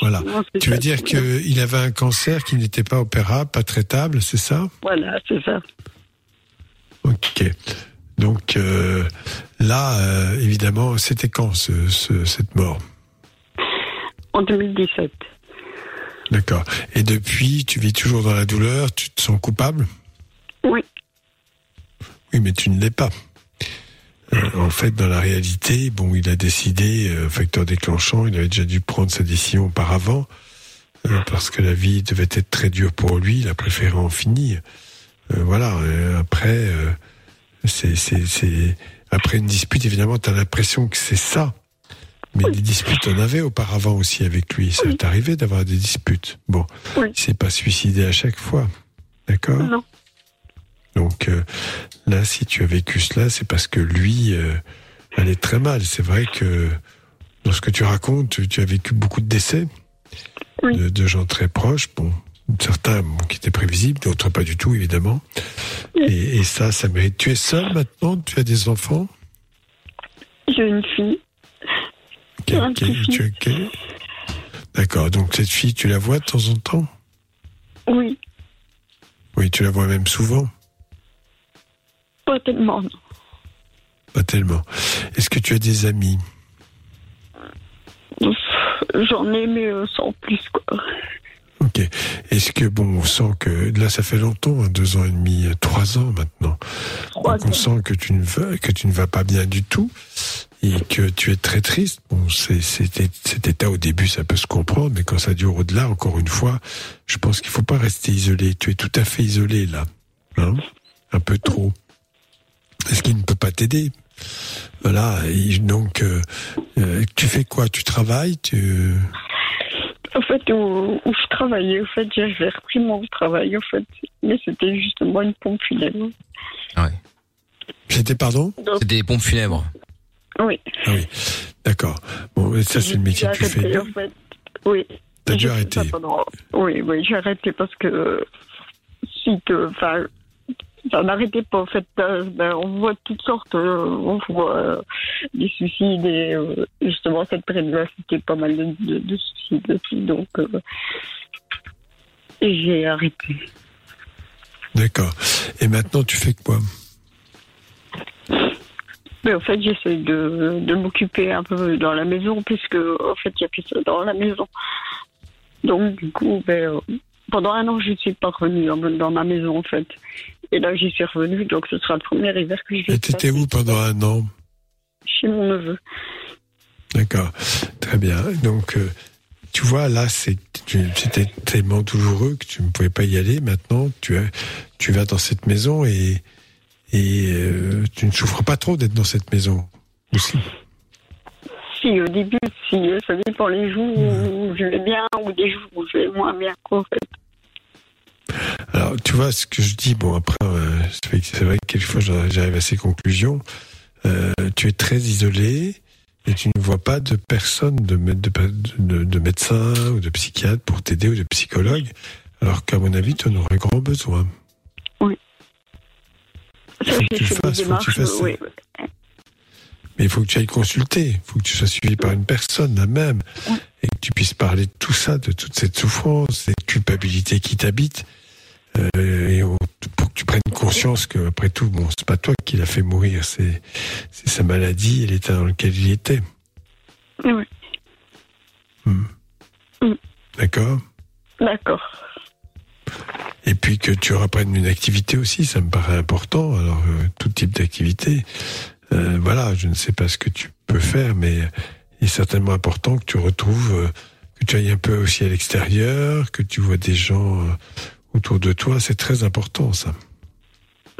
Voilà. Tu veux dire qu'il avait un cancer qui n'était pas opérable, pas traitable, c'est ça
Voilà, c'est ça.
Ok. Donc euh, là, euh, évidemment, c'était quand ce- ce- cette mort
En 2017.
D'accord. Et depuis, tu vis toujours dans la douleur, tu te sens coupable
Oui.
Oui, mais tu ne l'es pas. Euh, en fait, dans la réalité, bon, il a décidé, euh, facteur déclenchant, il avait déjà dû prendre sa décision auparavant, euh, parce que la vie devait être très dure pour lui, il a préféré en finir. Euh, voilà, euh, après, euh, c'est, c'est, c'est- après une dispute, évidemment, tu as l'impression que c'est ça. Mais des disputes, on avait auparavant aussi avec lui. Ça t'est arrivé d'avoir des disputes. Bon, il s'est pas suicidé à chaque fois. D'accord
Non.
Donc euh, là, si tu as vécu cela, c'est parce que lui euh, allait très mal. C'est vrai que dans ce que tu racontes, tu- tu as vécu beaucoup de décès de, de gens très proches. Bon, certains bon, qui étaient prévisibles, d'autres pas du tout, évidemment. Et, et ça, ça mérite. Tu es seul maintenant Tu as des enfants
J'ai une fille.
Quel- quel- tu as quel- D'accord. Donc cette fille, tu la vois de temps en temps
Oui,
Oui, tu la vois même souvent.
pas tellement.
Pas tellement. Est-ce que tu as des amis
J'en ai, mais euh, sans plus, quoi.
Ok. Est-ce que, bon, on sent que, là, ça fait longtemps, hein, deux ans et demi, euh, trois ans maintenant. Donc, on sent que tu ne vas, que tu ne vas pas bien du tout et que tu es très triste. Bon, c'est, c'était, cet état au début, ça peut se comprendre, mais quand ça dure au-delà, encore une fois, je pense qu'il faut pas rester isolé. Tu es tout à fait isolé, là. Hein? Un peu trop. Est-ce qu'il ne peut pas t'aider? Voilà. Et donc, euh, euh, tu fais quoi? Tu travailles? Tu,
En fait, où, où je travaillais, en fait, j'avais repris mon travail, en fait. Mais c'était justement une pompe funèbre.
C'était, pardon?
C'était des pompes funèbres.
Oui.
Ah oui, d'accord. Bon, et ça, c'est le métier que tu fais.
arrêté, en fait. Oui.
T'as dû
J'ai fait
arrêter.
ça pendant- Oui, oui, j'ai arrêté parce que... euh, Si que... Enfin... Ça n'arrêtait pas, en fait. euh, ben, on voit toutes sortes. euh, on voit euh, des suicides et euh, justement, cette période-là, c'était pas mal de, de, de suicides aussi. Donc, euh, j'ai arrêté.
D'accord. Et maintenant, tu fais quoi
Mais en fait, j'essaie de, de m'occuper un peu dans la maison, puisque en fait, il y a plus ça dans la maison. Donc, du coup, ben, euh, pendant un an, je ne suis pas revenue dans, dans ma maison, en fait. Et là, j'y suis revenue, donc ce sera le premier hiver que je vais
Et t'étais où pendant un an
chez mon neveu.
D'accord. Très bien. Donc, euh, tu vois, là, c'est- tu- c'était tellement douloureux que tu ne pouvais pas y aller. Maintenant, tu, as- tu vas dans cette maison et, et euh, tu ne souffres pas trop d'être dans cette maison aussi.
Si, au début, si, euh, ça dépend les jours où je vais bien ou des jours où je vais moins bien, quoi, en fait.
Alors, tu vois, ce que je dis, bon, après, euh, c'est vrai que- c'est vrai que quelquefois j'arrive à ces conclusions. Euh, tu es très isolé, Et tu ne vois pas de personne, de, mé- de, pa- de- de médecin ou de psychiatre pour t'aider ou de psychologue, alors qu'à mon avis, tu en aurais grand besoin.
Ça,
Faut que
j'ai
tu
fait
fasses, faut que
des
tu
démarches.
fasses ça.
oui.
Mais il faut que tu ailles consulter, il faut que tu sois suivi par une personne la même, et que tu puisses parler de tout ça, de toute cette souffrance, cette culpabilité qui t'habite, euh, et on- pour que tu prennes conscience que, après tout, bon, c'est pas toi qui l'a fait mourir, c'est c'est sa maladie et l'état dans lequel il était.
Oui.
D'accord
D'accord.
Et puis que tu reprennes une activité aussi, ça me paraît important. Alors, euh, tout type d'activité. Euh, voilà, je ne sais pas ce que tu peux faire, mais il est certainement important que tu retrouves, euh, que tu ailles un peu aussi à l'extérieur, que tu vois des gens euh, autour de toi. C'est très important, ça.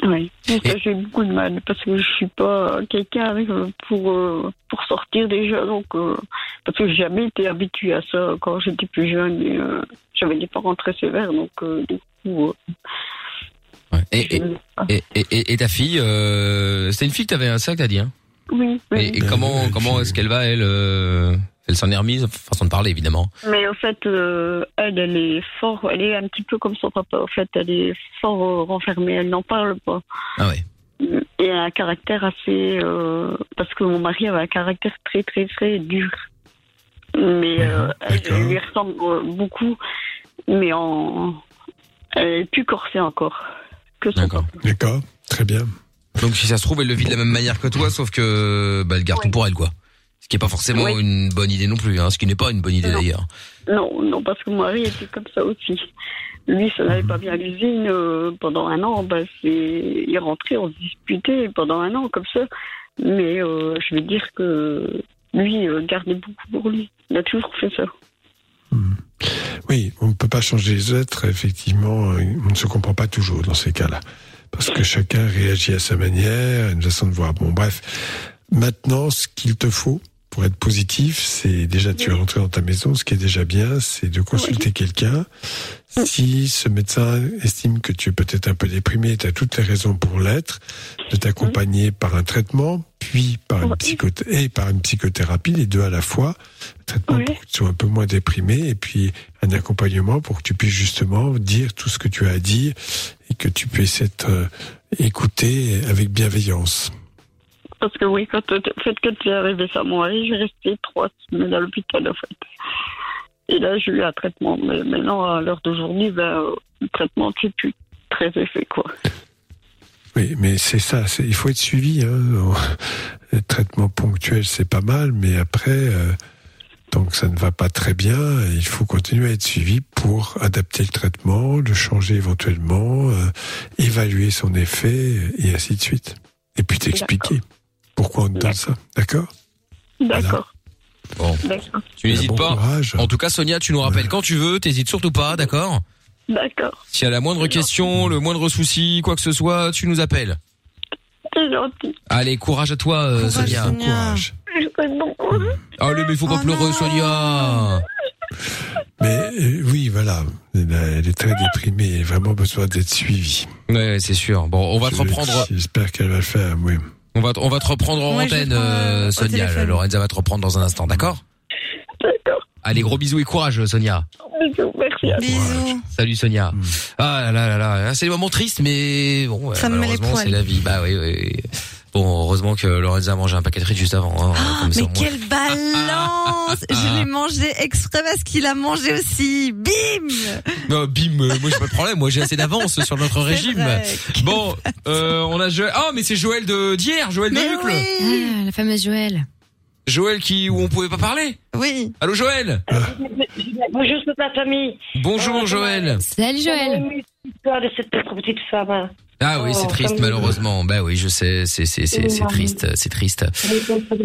Oui, Mais ça, j'ai beaucoup de mal parce que je suis pas quelqu'un avec, euh, pour euh, pour sortir déjà donc euh, parce que j'ai jamais été habituée à ça quand j'étais plus jeune et, euh, j'avais des parents très sévères donc euh, du coup euh,
Et, et,
Ah.
et, et- et ta fille, euh, c'était une fille que t'avais, ça que t'as dit, hein
oui, oui.
Et, et comment comment est-ce qu'elle va, elle euh, Elle s'en est remise, façon de parler évidemment.
Mais en fait, euh, elle, elle est fort, elle est un petit peu comme son papa. En fait, elle est fort euh, renfermée, elle n'en parle pas.
Ah ouais.
Et elle a un caractère assez, euh, parce que mon mari avait un caractère très très très dur. Mais euh, elle lui ressemble euh, beaucoup, mais en, elle est plus corsée encore.
D'accord.
D'accord. Très bien.
Donc si ça se trouve, elle le vit de la même manière que toi, sauf que bah, elle garde tout pour elle, quoi. Ce qui est pas forcément
Oui.
une bonne idée non plus, hein. Ce qui n'est pas une bonne idée d'ailleurs.
Non, non, parce que mon mari était comme ça aussi. Lui, ça n'allait pas bien à l'usine. euh, pendant un an, bah, c'est... il rentrait, on se disputait pendant un an comme ça. Mais euh, je veux dire que lui euh, gardait beaucoup pour lui. Il a toujours fait ça.
Oui, on ne peut pas changer les êtres, effectivement, euh, on ne se comprend pas toujours dans ces cas-là. Parce que chacun réagit à sa manière, à une façon de voir. Bon, bref. Maintenant, ce qu'il te faut pour être positif, c'est déjà, tu es rentré dans ta maison, ce qui est déjà bien, c'est de consulter quelqu'un. Si ce médecin estime que tu es peut-être un peu déprimé, tu as toutes les raisons pour l'être, de t'accompagner par un traitement, puis par une, psychothé- et par une psychothérapie, les deux à la fois, un traitement pour que tu sois un peu moins déprimé, et puis un accompagnement pour que tu puisses justement dire tout ce que tu as à dire et que tu puisses être euh, écouté avec bienveillance.
Parce que oui, quand, en fait, quand c'est arrivé ça à mon mari, j'ai resté trois semaines à l'hôpital, en fait. Et là, j'ai eu un traitement. Mais maintenant, à l'heure d'aujourd'hui, ben, euh, le traitement, c'est plus très effet, quoi.
Oui, mais c'est ça, c'est- il faut être suivi. Hein. Les traitements ponctuels, c'est pas mal, mais après, euh, tant que ça ne va pas très bien, il faut continuer à être suivi pour adapter le traitement, le changer éventuellement, euh, évaluer son effet, et ainsi de suite. Et puis t'expliquer pourquoi on te donne ça, d'accord
D'accord.
Bon.
D'accord.
Tu
Bah,
n'hésites pas. En tout cas, Sonia, tu nous rappelles quand tu veux, t'hésites surtout pas, d'accord
D'accord.
S'il y a la moindre question, le moindre souci, quoi que ce soit, tu nous appelles.
C'est gentil.
Allez, courage à toi, euh, Sonia. Oh
Courage.
Je connais beaucoup.
Allez, mais il faut pas pleurer, Sonia.
Mais euh, oui, voilà, elle, a- elle est très déprimée, elle a vraiment besoin d'être suivie.
Ouais, c'est sûr. Bon, on va te reprendre.
J'espère qu'elle va le faire, oui.
On va, te- on va te reprendre en
Moi, je
antenne,
prends,
euh,
au
Sonia.
téléphone.
Lorenza va te reprendre dans un instant, d'accord Allez, gros bisous et courage, Sonia.
Bisous, merci à
Bisous.
Salut Sonia. Ah là là là là, là, c'est des moments tristes, mais bon,
Ça
euh,
me met les
malheureusement c'est
poils.
la vie. Bah oui, oui. Bon, heureusement que Lorenza a mangé un paquet de frites juste avant. hein, comme ça,
Mais
au moins.
quelle
Ah.
balance Je l'ai mangé exprès parce qu'il a mangé aussi. Bim
Non, bim, euh, moi j'ai pas de problème, moi j'ai assez d'avance sur notre régime.
vrai,
Bon, euh, on a Joël. Ah, mais c'est Joël de d'hier, Joël de Hucle.
Ah, la fameuse Joël.
Joël qui où on pouvait pas parler.
Oui.
Allô Joël.
Bonjour toute la famille.
Bonjour
Euh,
Joël.
Salut
Joël. L'histoire de cette pauvre petite femme.
Ah oui, c'est
Oh,
triste
comme-
malheureusement. Bah oui, je sais, c'est c'est c'est c'est triste, c'est triste.
Bah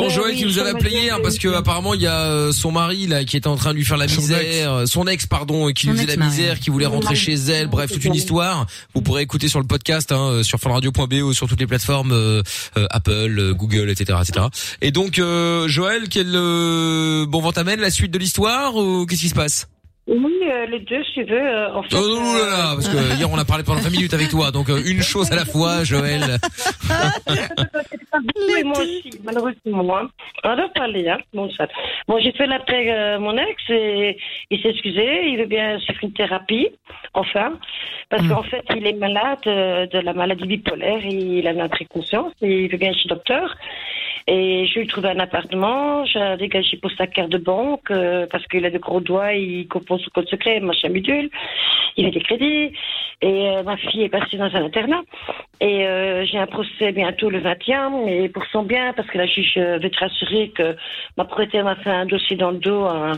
Bon,
Euh,
Joël
oui,
qui nous avait
ça m'a
appelé
fait-
hier parce que apparemment il y a euh, son mari là qui était en train de lui faire la misère, euh, son ex pardon, et qui
Son
lui faisait la
ex-mari.
misère, qui voulait rentrer chez elle, bref toute une histoire. Vous pourrez écouter sur le podcast, hein, euh, sur fanradio.be, sur toutes les plateformes euh, euh, Apple, euh, Google, etc., etc. Et donc euh, Joël, quel euh, bon vent t'amène la suite de l'histoire ou qu'est-ce qui se passe
Oui, euh, les deux, si tu veux. euh, en fait,
Oh non, là, là, parce que hier on a parlé pendant 20 minutes avec toi, donc euh, une chose à la fois, Joël.
Oui, moi aussi, malheureusement. hein. On adore parler, hein, mon chat. Bon, j'ai fait l'après euh, mon ex et il s'est excusé. Il veut bien suivre une thérapie, enfin. Parce qu'en fait, il est malade euh, de la maladie bipolaire. Il en a pris conscience et il veut bien chez le docteur. Et je lui ai trouvé un appartement. J'ai dégagé pour sa carte de banque euh, parce qu'il a de gros doigts. Il compose son code secret, machin bidule. Il a des crédits. Et euh, ma fille est passée dans un internat. Et euh, j'ai un procès bientôt le 21, mais pour son bien, parce que la juge euh, veut te rassurer que ma propriétaire m'a fait un dossier dans le dos, hein,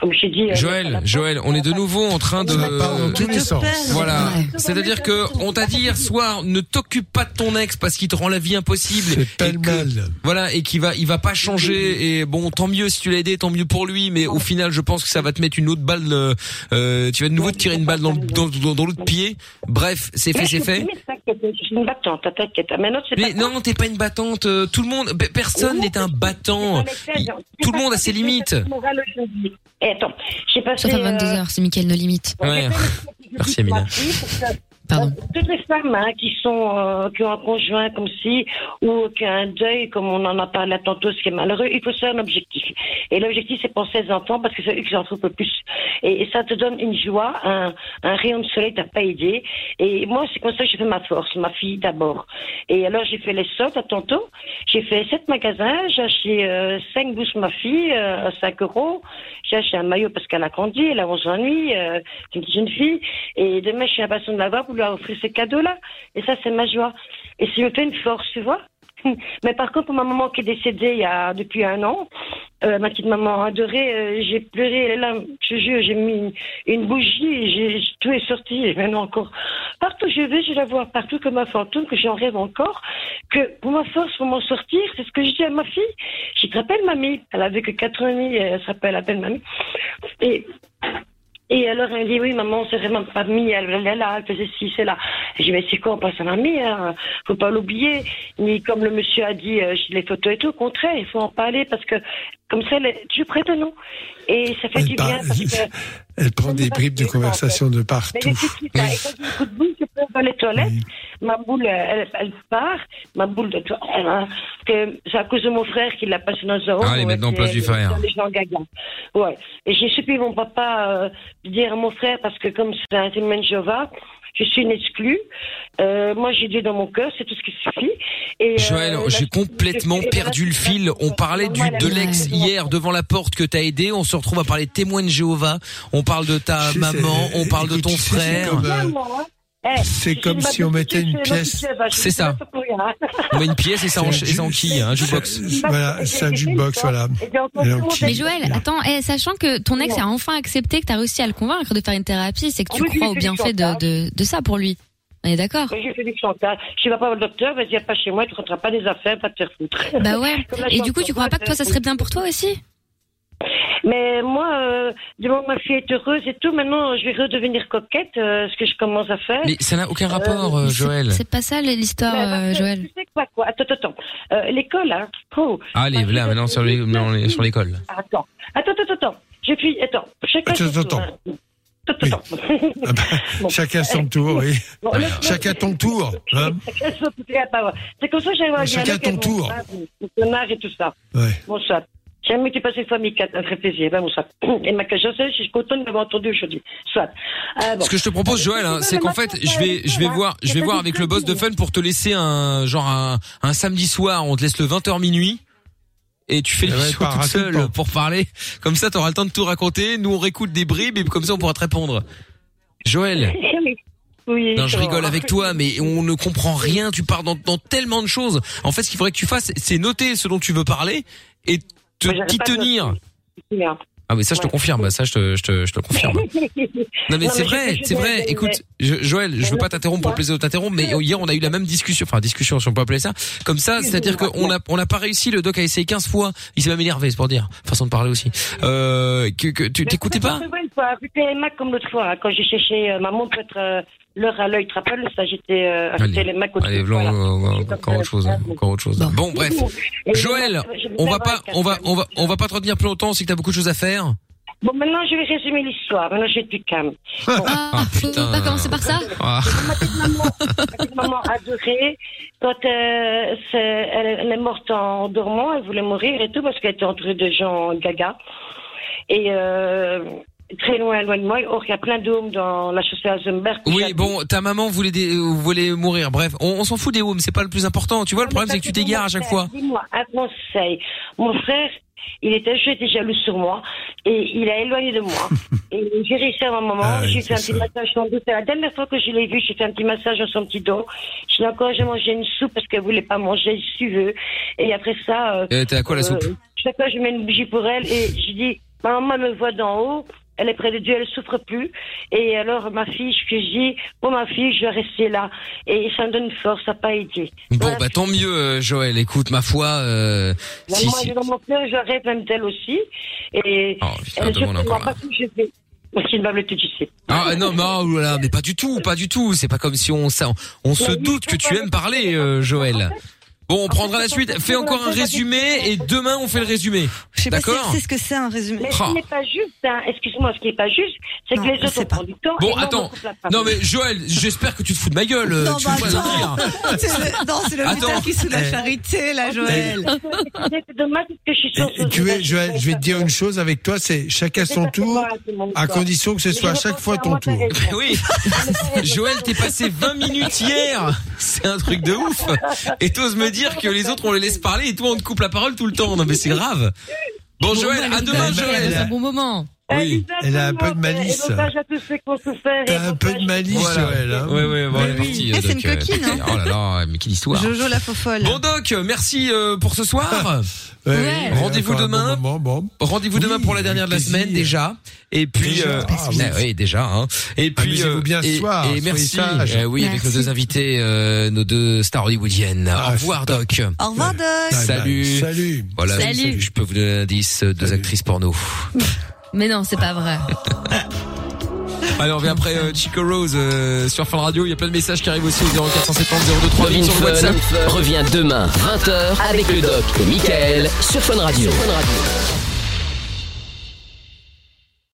comme j'ai dit. euh,
Joël, Joël, on est de nouveau en train de.
dans tous les sens.
Voilà. C'est-à-dire que on t'a dit hier soir, ne t'occupe pas de ton ex parce qu'il te rend la vie impossible. C'est pas mal. Voilà, et qu'il va, il va pas changer. Et bon, tant mieux si tu l'as aidé, tant mieux pour lui. Mais au final, je pense que ça va te mettre une autre balle. euh, euh, tu vas de nouveau te tirer une balle dans, le- dans, dans- dans l'autre pied. Bref, c'est fait,
mais
c'est
je-
fait.
mais t'inquiète, Je suis une battante, t'inquiète. Mais non, c'est
Mais
pas
non, t'es pas une battante. euh, Tout le monde, pe- personne n'est un battant. Tout le monde a ses limites.
Morale aujourd'hui. Eh, attends, j'ai passé. euh,
Sauf
euh,
à 22h, c'est Mickaël No Limite.
Ouais. Merci, Amina.
Pardon.
Toutes les femmes hein, qui sont euh, qui ont un conjoint comme si ou qui ont un deuil comme on en a parlé tantôt, ce qui est malheureux, il faut se faire un objectif. Et l'objectif c'est penser aux enfants parce que c'est eux qui s'en trouvent le plus. Et, et ça te donne une joie, un, un rayon de soleil t'as pas aidé. Et moi c'est comme ça que j'ai fait ma force, ma fille d'abord. Et alors j'ai fait les sortes à tantôt. J'ai fait sept magasins, j'ai acheté euh, cinq bouches ma fille euh, à 5 euros. J'ai acheté un maillot parce qu'elle a grandi, elle a 11 ans et demi, euh, c'est une petite jeune fille. Et demain, je suis impatiente de la voir pour lui offrir ces cadeaux-là. Et ça, c'est ma joie. Et ça me fait une force, tu vois. Mais par contre, pour ma maman qui est décédée il y a depuis un an, euh, ma petite maman adorée, euh, j'ai pleuré, les larmes, je te jure, j'ai mis une, une bougie, et j'ai j'ai- tout est sorti, et maintenant encore. Partout où je vais, je la vois partout comme un fantôme, que j'en rêve encore, que pour ma force, pour m'en sortir, c'est ce que je dis à ma fille. Je te rappelle mamie, elle avait que 4 ans et demi, elle s'appelle à peine mamie. Et et alors, elle dit, oui, maman, c'est vraiment pas mamie, elle, elle, est là, elle faisait ci, c'est là. Je dis, mais c'est quoi, on passe à mamie, hein, faut pas l'oublier. Ni comme le monsieur a dit, euh, j'ai les photos et tout, au contraire, il faut en parler parce que, comme ça, elle est toujours près de nous. Et ça fait du bien parce que...
Bah, Elle prend des bribes de conversation de
Mais
partout.
je suis là, et quand j'ai un coup de boule, je peux dans les toilettes, ma boule, elle, elle part, ma boule de toilette, hein, que c'est à cause de mon frère qu'il l'a passé dans un
Allez, Ah, maintenant, place du frère.
les gens gaga. Ouais. Et j'ai supplié mon papa euh, de dire à mon frère, parce que comme c'est un témoin de Jéhovah, je suis une exclue. Euh, moi, j'ai Dieu dans mon cœur, c'est tout ce qui suffit. Et, euh,
Joël,
la-
j'ai complètement perdu le fil. On parlait du, de l'ex hier devant la porte que t'as aidé. On se retrouve à parler de témoins de Jéhovah. On parle de ta
sais,
maman.
c'est-
On parle de
écoute,
ton
tu sais, c'est
frère.
comme, euh,
hein.
Eh,
C'est
je
comme
suis
si on mettait une
je suis
pièce.
Jéhovah, bah, je
C'est
suis
ça.
pas pour rien.
On met une pièce et ça, en,
C'est un
et ça enquille, hein, jukebox.
Voilà, c'est un jukebox, voilà. Elle est en kit.
Mais Joël, attends, eh, sachant que ton ex a enfin accepté que t'as réussi à le convaincre de faire une thérapie, c'est que tu
Oui, oui,
crois au
oui,
bienfait de,
j'entends.
de, de ça pour lui. On est d'accord
Oui, J'ai fait du chantage. Je ne vais pas voir le docteur, vas-y, viens pas chez moi, tu ne rentreras pas des affaires, pas te faire foutre.
Bah ouais.
Comme la
Et du coup,
chanson,
tu crois pas que toi, ça serait
euh,
bien pour toi aussi
Mais moi, euh, du moment que ma fille est heureuse et tout, maintenant, je vais redevenir coquette, euh, ce que je commence à faire.
Mais ça n'a aucun rapport, euh, Joël.
C'est pas ça l'histoire, euh, Joël.
Tu sais quoi, quoi Attends, attends, attends. Euh, L'école, hein Oh.
Ah, Allez, là, maintenant sur les- maintenant, on est sur l'école.
Attends, attends, attends, attends. J'ai puis, attends. Chacun
Attends,
son
attends. Ah bah,
tour, hein. Attends, attends.
Chacun son tour, oui.
Euh, Bon, le-
Chacun ton tour. hein.
Chacun son tour, à part- C'est comme ça que j'avais un
Chacun
dialogue
ton
avec mon frère, Mon connard et tout ça.
Ouais.
Mon chat. J'ai jamais été passé famille 4, un très plaisir, ben mon chat. Et ma cage je suis contente de l'avoir entendu aujourd'hui. Soit. Ah, bon.
Ce que je te propose, Joël, hein, c'est qu'en fait, je vais, je vais voir, je vais voir avec le boss de Fun pour te laisser un genre un, un samedi soir. On te laisse le 20h minuit. Et tu fais
Eh ouais,
l'émission
par-
toute
raconte
seule
pas.
pour parler. Comme ça, t'auras le temps de tout raconter. Nous, on réécoute des bribes et comme ça, on pourra te répondre. Joël.
Oui,
Non, je
ça va.
rigole avec toi, mais on ne comprend rien. Tu pars dans, dans tellement de choses. En fait, ce qu'il faudrait que tu fasses, c'est noter ce dont tu veux parler et te
Moi, j'aurais
t'y
pas de-
tenir.
Bien.
Ah mais ça, je te confirme. Ça, je te, je te, je te confirme. Non mais c'est
je-
vrai,
je-
c'est vrai.
je-
Écoute, je- Joël, je veux pas t'interrompre pour le plaisir de t'interrompre, mais hier on a eu la même discussion, enfin discussion si on peut appeler ça, comme ça, c'est-à-dire qu'on a on n'a pas réussi, le doc a essayé 15 fois, il s'est même énervé, c'est pour dire, façon de parler aussi. Euh, que, que tu t'écoutais pas
Ouais, une fois, J'étais Mac comme l'autre fois, hein, quand j'ai cherché euh, ma montre être euh, l'heure à l'œil, tu te rappelles Ça, j'étais euh,
Allez,
acheté les Mac
Allez,
au-dessus,
voilà,
voilà.
encore autre chose, hein, encore autre chose. Bon, bref.
Et
Joël,
je vais
on va
avoir
pas, on va, on va, on va pas te retenir plus longtemps, c'est que t'as beaucoup de choses à faire.
Bon, maintenant, je vais résumer l'histoire. Maintenant, je vais être plus calme.
Ah, faut pas commencer par ça
Ma petite maman, ma petite maman adorait. Quand euh, c'est- elle, elle est morte en dormant, elle voulait mourir et tout parce qu'elle était entourée de gens gaga. Et euh, très loin, loin de moi, or il y a plein d'hommes dans la chaussée à Zumberg.
Oui, bon, ta maman voulait, dé- euh, voulait mourir. Bref, on, on s'en fout des homes, c'est pas le plus important. Tu vois, le problème c'est que tu t'égares à chaque fois.
Dis-moi un conseil. Mon frère, il était, je était jaloux sur moi et il a éloigné de moi. et j'ai réussi à un moment,
Ah
j'ai fait un petit massage sans doute. C'est la dernière fois que je l'ai vu, j'ai fait un petit massage dans son petit dos. Je l'ai encouragé à manger une soupe parce qu'elle voulait pas manger si veux. Et après ça. euh,
Euh, t'as à quoi, la
euh,
soupe
Chaque fois, je mets une bougie pour elle et je dis Ma maman me voit d'en haut. Elle est près de Dieu, elle souffre plus. Et alors, ma fille, je que je dis, oh ma fille, je vais rester là. Et ça me donne une force, ça n'a pas aidé.
Bon, bah tant mieux, euh, Joël. Écoute, ma foi, euh,
Moi,
si,
moi,
si- Oh,
j'ai dans mon cœur, je rêve, même d'elle aussi. Et euh,
putain,
elle
demain, on est
ne
encore
comprend pas ce que je fais. Parce qu'il m'a bleu tout ici.
Ah euh, non, non, oh là là, mais pas du tout, pas du tout. C'est pas comme si on, ça, on se doute que tu aimes parler, euh, Joël. Bon, on prendra la suite. Fais encore un résumé et demain on fait le résumé. D'accord Ah.
C'est ce que c'est un résumé.
Mais ce qui n'est pas juste, hein, excuse-moi, ce qui n'est pas juste, c'est que les autres ont du temps. et
Bon,
moi, on me
attends.
coupe la parole.
Non mais Joël, j'espère que tu te fous de ma gueule. euh,
Non,
tu
bah,
peux pas
attends.
le dire.
C'est- Non, c'est le
Attends.
message qui sous la
Eh.
charité, là, Joël.
C'est dommage parce que je suis
sur
Et tu es, Joël, je vais te dire une chose avec toi, c'est chacun son tour, à condition que ce soit à chaque fois ton tour.
Oui. Joël, t'es passé 20 minutes hier. C'est un truc de ouf. Et t'oses me dire que les autres on les laisse parler et toi on te coupe la parole tout le temps. Non mais c'est grave. Bon Joël,
bah,
à demain
C'est un
Joël.
bon moment.
Oui.
Elle a un peu de malice.
à tous ceux qui ont souffert.
T'as un peu de malice,
Voilà.
Joël. hein.
Ouais, ouais, bon, elle est partie.
Eh, c'est
Doc,
une
euh,
coquine, hein.
Oh là là, mais quelle histoire.
Jojo la fofolle.
Bon Doc, merci euh, pour ce soir.
Ouais, Ouais. oui,
Rendez-vous
encore un
demain. Rendez-vous demain pour la dernière de la semaine déjà. Et puis
Déjà.
euh,
Ah,
ah, oui, déjà hein. Et puis euh,
Amusez-vous bien ce
et,
soir,
et
soyez
merci.
sages.
Euh, oui, avec nos
Merci.
deux invités euh, nos deux stars hollywoodiennes.
Ah,
Au revoir Doc.
Au revoir, Doc.
Salut.
Salut.
Voilà,
Salut. Salut.
je peux vous donner l'indice euh, deux actrices porno.
Mais non, c'est pas vrai.
Allez, on revient après euh, Chico Rose euh, sur Fun Radio, il y a plein de messages qui arrivent aussi au 0470 0230 sur le WhatsApp.
revient demain 20h avec le doc et Michael sur Fun Radio.